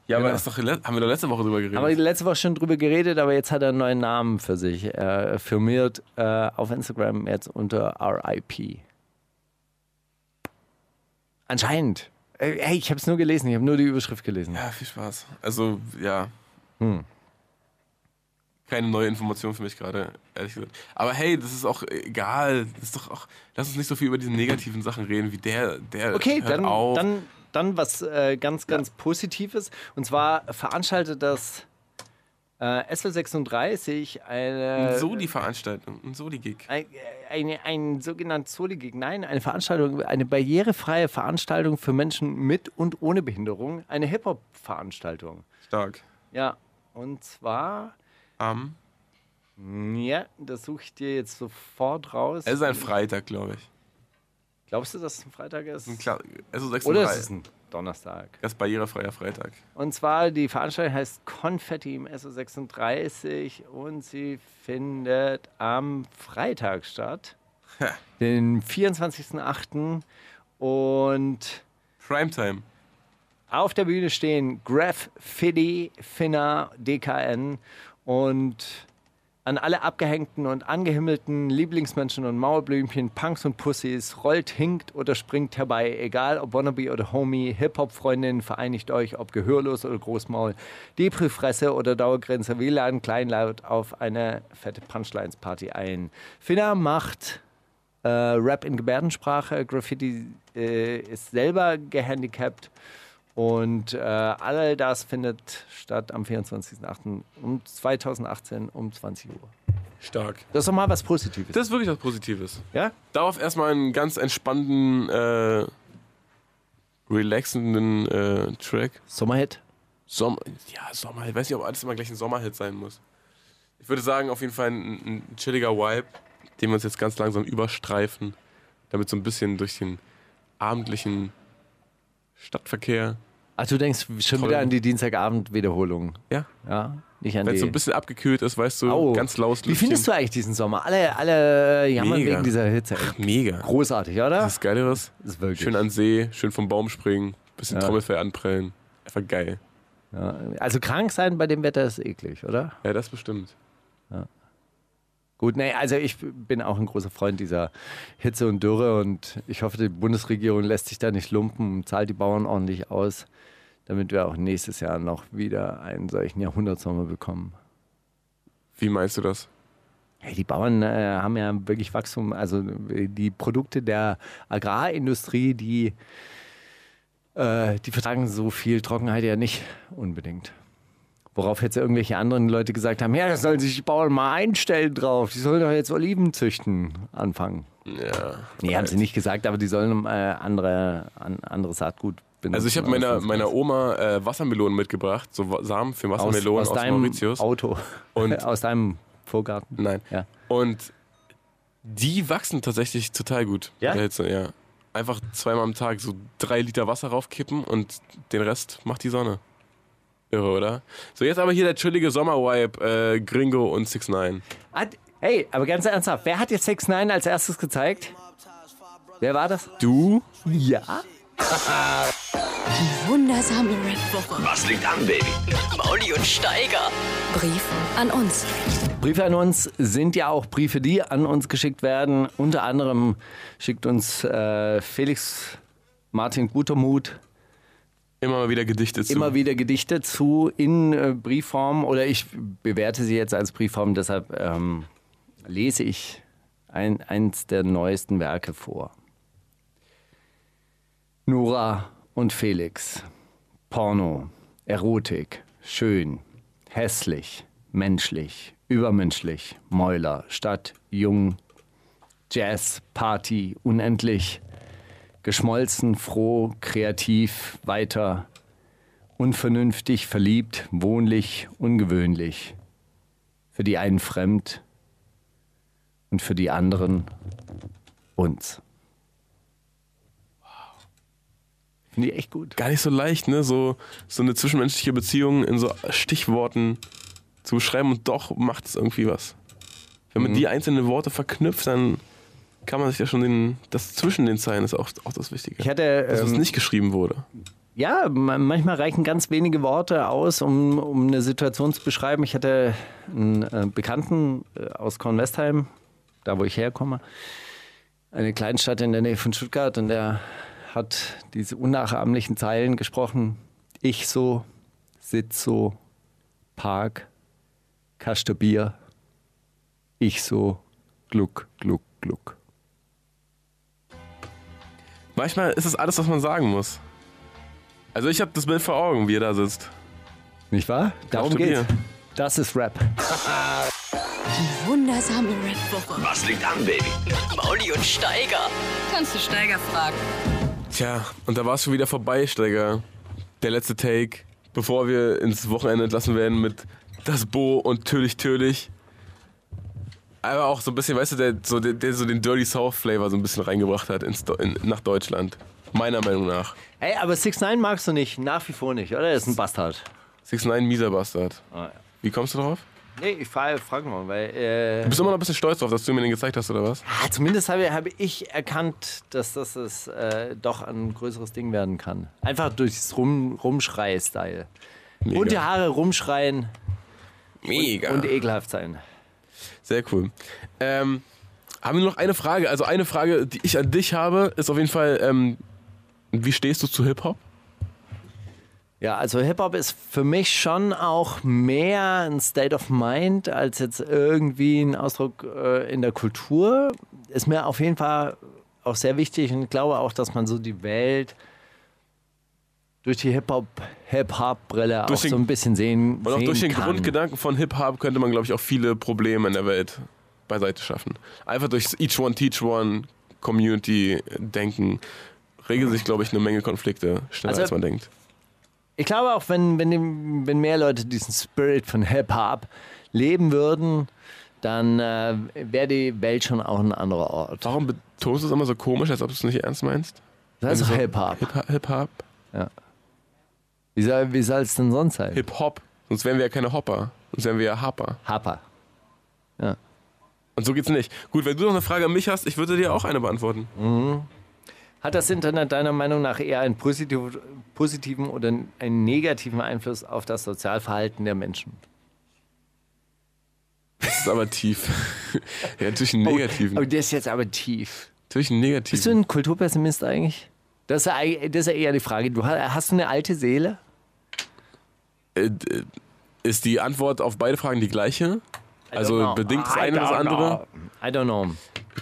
Speaker 9: Ja, aber
Speaker 7: Genau.
Speaker 9: das ist doch, le- haben wir doch letzte Woche drüber geredet.
Speaker 7: Haben wir letzte Woche schon drüber geredet, aber jetzt hat er einen neuen Namen für sich. Er firmiert äh, auf Instagram jetzt unter RIP. Anscheinend. Äh, Hey, ich habe es nur gelesen, ich habe nur die Überschrift gelesen.
Speaker 9: ja, viel Spaß. Also, ja.
Speaker 7: Hm.
Speaker 9: Keine neue Information für mich gerade, ehrlich gesagt. Aber hey, das ist auch egal. Das ist doch auch. Lass uns nicht so viel über diese negativen Sachen reden, wie der, der
Speaker 7: Okay,
Speaker 9: hört
Speaker 7: dann,
Speaker 9: auf.
Speaker 7: dann, dann was äh, ganz, ganz Positives. Und zwar veranstaltet das äh, SW36 eine.
Speaker 9: Ein Soli-Veranstaltung, ein Soli-Gig.
Speaker 7: Ein, ein, ein sogenannten Soli-Gig. Nein, eine Veranstaltung, eine barrierefreie Veranstaltung für Menschen mit und ohne Behinderung. Eine Hip-Hop-Veranstaltung.
Speaker 9: Stark.
Speaker 7: Ja, und zwar.
Speaker 9: Am.
Speaker 7: Ja, das suche ich dir jetzt sofort raus.
Speaker 9: Es ist ein Freitag, glaube ich.
Speaker 7: Glaubst du, dass es ein Freitag ist?
Speaker 9: Ein klar, es ist
Speaker 7: Oder ist es ein Donnerstag?
Speaker 9: Das ist barrierefreier Freitag.
Speaker 7: Und zwar, die Veranstaltung heißt Konfetti im SO36 und sie findet am Freitag statt, den 24.08. Und
Speaker 9: Primetime.
Speaker 7: auf der Bühne stehen Graf, Fiddy, Finna, DKN und an alle abgehängten und angehimmelten Lieblingsmenschen und Mauerblümchen, Punks und Pussys, rollt, hinkt oder springt herbei, egal ob Wannabe oder Homie, Hip-Hop-Freundin, vereinigt euch, ob gehörlos oder Großmaul, Depri-Fresse oder Dauergrenze, wir laden kleinlaut auf eine fette Punchlines-Party ein. Finna macht äh, Rap in Gebärdensprache, Graffiti äh, ist selber gehandicapt und äh, all das findet statt am 24.08. um 2018 um 20 Uhr.
Speaker 9: Stark.
Speaker 7: Das ist doch mal was Positives.
Speaker 9: Das ist wirklich was Positives.
Speaker 7: Ja?
Speaker 9: Darauf erstmal einen ganz entspannten, äh, relaxenden äh, Track.
Speaker 7: Sommerhit?
Speaker 9: Sommer, ja, Sommer. Ich weiß nicht, ob alles immer gleich ein Sommerhit sein muss. Ich würde sagen, auf jeden Fall ein, ein chilliger Vibe, den wir uns jetzt ganz langsam überstreifen, damit so ein bisschen durch den abendlichen Stadtverkehr
Speaker 7: Ach, du denkst schon
Speaker 9: Toll.
Speaker 7: wieder an die Dienstagabend-Wiederholung.
Speaker 9: Ja.
Speaker 7: Ja, nicht an
Speaker 9: Wenn
Speaker 7: die.
Speaker 9: es so ein bisschen abgekühlt ist, weißt du,
Speaker 7: Au.
Speaker 9: ganz laus.
Speaker 7: Wie findest du eigentlich diesen Sommer? Alle, alle äh, jammern
Speaker 9: Mega.
Speaker 7: wegen dieser Hitze.
Speaker 9: Ach, mega.
Speaker 7: Großartig, oder?
Speaker 9: Das ist Geileres.
Speaker 7: Ist wirklich.
Speaker 9: Schön an See, schön vom Baum springen, bisschen
Speaker 7: Ja.
Speaker 9: Trommelfell anprellen. Einfach geil.
Speaker 7: Ja, also krank sein bei dem Wetter ist eklig, oder?
Speaker 9: Ja, das bestimmt.
Speaker 7: Gut, nee, also ich bin auch ein großer Freund dieser Hitze und Dürre und ich hoffe, die Bundesregierung lässt sich da nicht lumpen und zahlt die Bauern ordentlich aus, damit wir auch nächstes Jahr noch wieder einen solchen Jahrhundertsommer bekommen.
Speaker 9: Wie meinst du das?
Speaker 7: Hey, die Bauern äh, haben ja wirklich Wachstum. Also äh, die Produkte der Agrarindustrie, die, äh, die vertragen so viel Trockenheit ja nicht unbedingt. Worauf jetzt irgendwelche anderen Leute gesagt haben, ja, das sollen sich die Bauern mal einstellen drauf. Die sollen doch jetzt Oliven züchten anfangen.
Speaker 9: Ja.
Speaker 7: Nee, haben sie nicht gesagt, aber die sollen äh, andere, an, anderes Saatgut benutzen.
Speaker 9: Also ich habe
Speaker 7: alles
Speaker 9: meiner,
Speaker 7: sonst
Speaker 9: meiner
Speaker 7: was.
Speaker 9: Oma äh, Wassermelonen mitgebracht, so Wa- Samen für Wassermelonen aus,
Speaker 7: aus deinem
Speaker 9: Mauritius.
Speaker 7: Auto.
Speaker 9: Und-
Speaker 7: aus deinem Vorgarten.
Speaker 9: Nein.
Speaker 7: Ja.
Speaker 9: Und die wachsen tatsächlich total gut.
Speaker 7: Ja?
Speaker 9: mit der Hitze, ja. Einfach zweimal am Tag so drei Liter Wasser raufkippen und den Rest macht die Sonne. Irre, oder? So, jetzt aber hier der chillige Sommerwipe, äh, Gringo und 6 9
Speaker 7: Hat, hey, aber ganz ernsthaft, wer hat dir 6 9 als erstes gezeigt? Wer war das?
Speaker 9: Du?
Speaker 7: Ja.
Speaker 2: Die wundersame Rap-Woche.
Speaker 5: Was liegt an, Baby? Mauli und Steiger.
Speaker 2: Brief an uns.
Speaker 7: Briefe an uns sind ja auch Briefe, die an uns geschickt werden. Unter anderem schickt uns äh, Felix Martin Gutermut
Speaker 9: Immer mal wieder Gedichte zu.
Speaker 7: immer wieder Gedichte zu in äh, Briefform oder ich bewerte sie jetzt als Briefform, deshalb ähm, lese ich ein, eins der neuesten Werke vor. Nora und Felix. Porno, Erotik, schön, hässlich, menschlich, übermenschlich, Mäuler, Stadt, jung, Jazz, Party, unendlich, geschmolzen, froh, kreativ, weiter, unvernünftig, verliebt, wohnlich, ungewöhnlich. Für die einen fremd und für die anderen uns. Finde ich echt gut.
Speaker 9: Gar nicht so leicht, ne? So, so eine zwischenmenschliche Beziehung in so Stichworten zu beschreiben und doch macht es irgendwie was. Wenn man
Speaker 7: Mhm.
Speaker 9: die einzelnen Worte verknüpft, dann kann man sich ja schon den. Das zwischen den Zeilen ist auch, auch das Wichtige. Also,
Speaker 7: Ich hatte,
Speaker 9: Dass es
Speaker 7: ähm,
Speaker 9: nicht geschrieben wurde.
Speaker 7: Ja, ma- manchmal reichen ganz wenige Worte aus, um, um eine Situation zu beschreiben. Ich hatte einen äh, Bekannten äh, aus Kornwestheim, da wo ich herkomme, eine Kleinstadt in der Nähe von Stuttgart, und der hat diese unnachahmlichen Zeilen gesprochen. Ich so, sitz so, Park, Kaste Bier, ich so, Gluck, Gluck, Gluck.
Speaker 9: Manchmal ist es alles, was man sagen muss. Also ich habe das Bild vor Augen, wie er da sitzt.
Speaker 7: Nicht wahr? Darum
Speaker 9: Kaste
Speaker 7: geht's.
Speaker 9: Bier.
Speaker 7: Das ist Rap.
Speaker 2: Die wundersame Rap-Woche.
Speaker 12: Was liegt an, Baby? Mauli und Steiger.
Speaker 15: Kannst du Steiger fragen.
Speaker 9: Tja, und da war es schon wieder vorbei, Steiger. Der letzte Take, bevor wir ins Wochenende entlassen werden mit das Bo und Tölich Tölich. Aber auch so ein bisschen, weißt du, der so, der, der so den Dirty South Flavor so ein bisschen reingebracht hat ins, Do- in, nach Deutschland. Meiner Meinung nach.
Speaker 7: Ey, aber 6 9 magst du nicht, nach wie vor nicht, oder? Er ist ein Bastard.
Speaker 9: 6 9 mieser Bastard. Wie kommst du drauf?
Speaker 7: Nee, ich frage, frag mal, weil. Äh,
Speaker 9: Du bist immer noch ein bisschen stolz drauf, dass du mir den gezeigt hast, oder was?
Speaker 7: ah, zumindest habe, habe ich erkannt, dass das es, äh, doch ein größeres Ding werden kann. Einfach durchs Rum, Rumschrei-Style.
Speaker 9: Mega.
Speaker 7: Bunte Haare rumschreien
Speaker 9: Mega.
Speaker 7: und ekelhaft sein.
Speaker 9: Sehr cool. Ähm, haben wir noch eine Frage? Also eine Frage, die ich an dich habe, ist auf jeden Fall, ähm, wie stehst du zu Hip-Hop?
Speaker 7: Ja, also Hip-Hop ist für mich schon auch mehr ein State of Mind als jetzt irgendwie ein Ausdruck äh, in der Kultur. Ist mir auf jeden Fall auch sehr wichtig und ich glaube auch, dass man so die Welt durch die Hip-Hop, Hip-Hop-Brille auch
Speaker 9: Durch den-
Speaker 7: so ein bisschen sehen,
Speaker 9: Und auch
Speaker 7: sehen
Speaker 9: durch den
Speaker 7: kann.
Speaker 9: Grundgedanken von Hip-Hop könnte man, glaube ich, auch viele Probleme in der Welt beiseite schaffen. Einfach durch Each One Teach One Community-Denken regeln sich, glaube ich, eine Menge Konflikte schneller,
Speaker 7: Also-
Speaker 9: als man denkt.
Speaker 7: Ich glaube auch, wenn, wenn, dem- wenn mehr Leute diesen Spirit von Hip-Hop leben würden, dann äh, wäre die Welt schon auch ein anderer Ort.
Speaker 9: Warum betonst du es immer so komisch, als ob du es nicht ernst meinst?
Speaker 7: Das ist
Speaker 9: Also
Speaker 7: doch
Speaker 9: so
Speaker 7: Hip-Hop.
Speaker 9: Hip- Hip-Hop.
Speaker 7: Wie soll wie soll es denn sonst sein?
Speaker 9: Hip-Hop. Sonst wären wir ja keine Hopper. Sonst wären wir ja Harper.
Speaker 7: Harper. Ja.
Speaker 9: Und so geht's nicht. Gut, wenn du noch eine Frage an mich hast, ich würde dir auch eine beantworten.
Speaker 7: Hat das Internet deiner Meinung nach eher einen positiv, positiven oder einen negativen Einfluss auf das Sozialverhalten der Menschen?
Speaker 9: Das ist aber tief. ja, natürlich einen negativen.
Speaker 7: Oh, der ist jetzt aber tief.
Speaker 9: Natürlich einen negativen.
Speaker 7: Bist du ein Kulturpessimist eigentlich? Das ist ja, eig- das ist ja eher die Frage. Du, ha- hast du eine alte Seele?
Speaker 9: Äh, d- ist die Antwort auf beide Fragen die gleiche?
Speaker 7: I don't
Speaker 9: Also
Speaker 7: know.
Speaker 9: bedingt das
Speaker 7: I
Speaker 9: eine das
Speaker 7: don't
Speaker 9: andere?
Speaker 7: know. I don't know.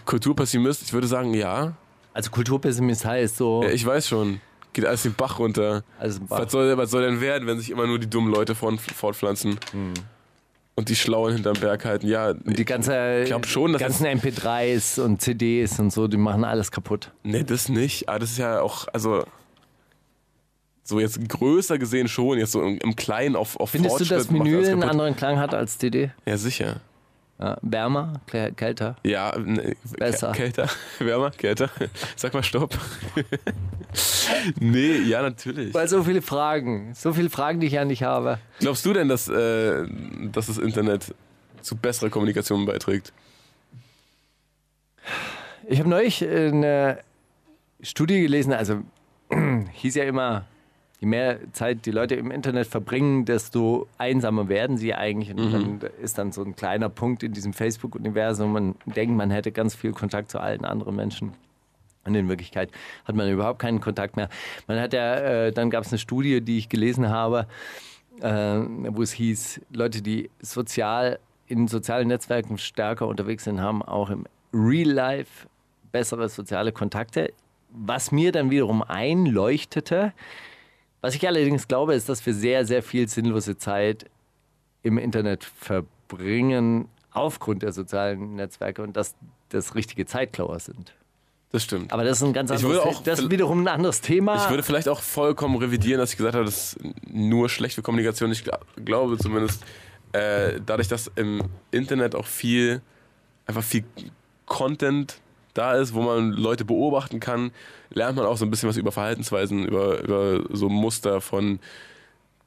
Speaker 9: Kulturpessimist, ich würde sagen, ja.
Speaker 7: Also Kulturpessimist heißt so.
Speaker 9: Ja, ich weiß schon. Geht alles den Bach runter.
Speaker 7: Also Oh. Bach.
Speaker 9: Was, soll, was soll denn werden, wenn sich immer nur die dummen Leute fort, fortpflanzen? Und die Schlauen hinterm Berg halten? Ja,
Speaker 7: Hm. die ganze,
Speaker 9: glaub schon, dass
Speaker 7: ganzen MP3s und CDs und so, die machen alles kaputt.
Speaker 9: Nee, das nicht. Aber das ist ja auch, also so jetzt größer gesehen schon, jetzt so im, im Kleinen auf, auf
Speaker 7: Findest du,
Speaker 9: Fortschritt
Speaker 7: dass
Speaker 9: macht
Speaker 7: Menü
Speaker 9: alles
Speaker 7: einen
Speaker 9: kaputt.
Speaker 7: anderen Klang hat als CD?
Speaker 9: Ja, sicher.
Speaker 7: Ja, wärmer, klä- kälter.
Speaker 9: Ja, ne,
Speaker 7: Besser.
Speaker 9: Ke- Kälter, wärmer, kälter. Sag mal Stopp. nee, ja, natürlich.
Speaker 7: Weil so viele Fragen, so viele Fragen, die ich ja nicht habe.
Speaker 9: Glaubst du denn, dass, äh, dass das Internet zu besserer Kommunikation beiträgt?
Speaker 7: Ich habe neulich eine Studie gelesen, also hieß ja immer, je mehr Zeit die Leute im Internet verbringen, desto einsamer werden sie eigentlich. Und dann ist dann so ein kleiner Punkt in diesem Facebook-Universum. Man denkt, man hätte ganz viel Kontakt zu allen anderen Menschen. Und in Wirklichkeit hat man überhaupt keinen Kontakt mehr. Man hat ja, äh, dann gab es eine Studie, die ich gelesen habe, äh, wo es hieß, Leute, die sozial in sozialen Netzwerken stärker unterwegs sind, haben auch im Real Life bessere soziale Kontakte. Was mir dann wiederum einleuchtete, was ich allerdings glaube, ist, dass wir sehr, sehr viel sinnlose Zeit im Internet verbringen aufgrund der sozialen Netzwerke und dass das richtige Zeitlauer sind.
Speaker 9: Das stimmt.
Speaker 7: Aber das ist ein ganz
Speaker 9: Ich
Speaker 7: anderes
Speaker 9: würde
Speaker 7: The-
Speaker 9: auch
Speaker 7: Das
Speaker 9: vil-
Speaker 7: ist wiederum ein anderes Thema.
Speaker 9: Ich würde vielleicht auch vollkommen revidieren, dass ich gesagt habe, das ist nur schlechte Kommunikation. Ich gla- glaube zumindest, äh, dadurch, dass im Internet auch viel, einfach viel Content da ist, wo man Leute beobachten kann, lernt man auch so ein bisschen was über Verhaltensweisen, über, über so Muster von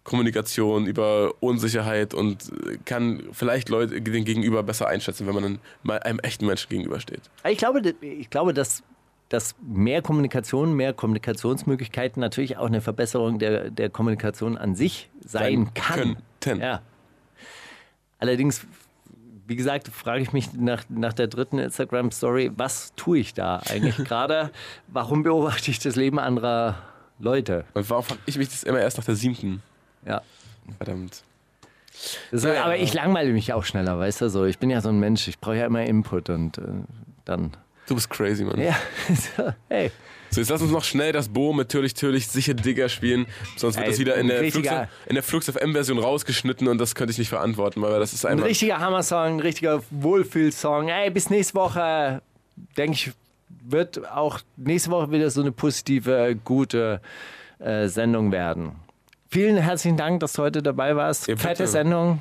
Speaker 9: Kommunikation, über Unsicherheit und äh, kann vielleicht Leute den Gegenüber besser einschätzen, wenn man dann mal einem echten Menschen gegenübersteht.
Speaker 7: Ich glaube, d- ich glaube dass, dass mehr Kommunikation, mehr Kommunikationsmöglichkeiten natürlich auch eine Verbesserung der, der Kommunikation an sich sein,
Speaker 9: Sein
Speaker 7: kann. Ja. Allerdings, wie gesagt, frage ich mich nach, nach der dritten Instagram-Story, was tue ich da eigentlich gerade? Warum beobachte ich das Leben anderer Leute?
Speaker 9: Und warum frage ich mich das immer erst nach der siebten?
Speaker 7: Ja.
Speaker 9: Verdammt.
Speaker 7: Das,
Speaker 9: Ja, ja.
Speaker 7: aber ich langweile mich auch schneller, weißt du so. Ich bin ja so ein Mensch, ich brauche ja immer Input und äh, dann.
Speaker 9: Du bist crazy, Mann.
Speaker 7: Ja, so, hey.
Speaker 9: So, jetzt lass uns noch schnell das Bo mit Türlich Türlich sicher Digger spielen, sonst wird
Speaker 7: Ey,
Speaker 9: das wieder in der,
Speaker 7: ein
Speaker 9: Flux,
Speaker 7: richtiger-
Speaker 9: in der Flux FM-Version rausgeschnitten und das könnte ich nicht verantworten, weil das ist
Speaker 7: Ein
Speaker 9: einfach...
Speaker 7: richtiger Hammer-Song, ein richtiger Wohlfühlsong. Ey, bis nächste Woche, denke ich, wird auch nächste Woche wieder so eine positive, gute äh, Sendung werden. Vielen herzlichen Dank, dass du heute dabei warst.
Speaker 9: Ja, bitte.
Speaker 7: Fette Sendung,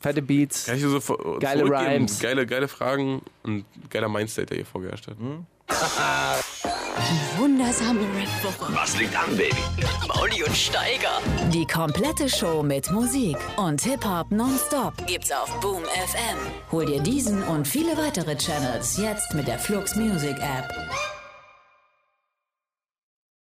Speaker 7: fette Beats.
Speaker 9: Kann ich dir so vor-
Speaker 7: Geile
Speaker 9: zurückgeben?
Speaker 7: Rhymes.
Speaker 9: Geile, geile Fragen und geiler Mindset, der hier vorgeherrscht hat.
Speaker 4: Die wundersame Rap-Woche.
Speaker 2: Was liegt an, Baby? Mauli und Steiger.
Speaker 4: Die komplette Show mit Musik und Hip-Hop nonstop gibt's auf Boom FM. Hol dir diesen und viele weitere Channels jetzt mit der Flux Music App.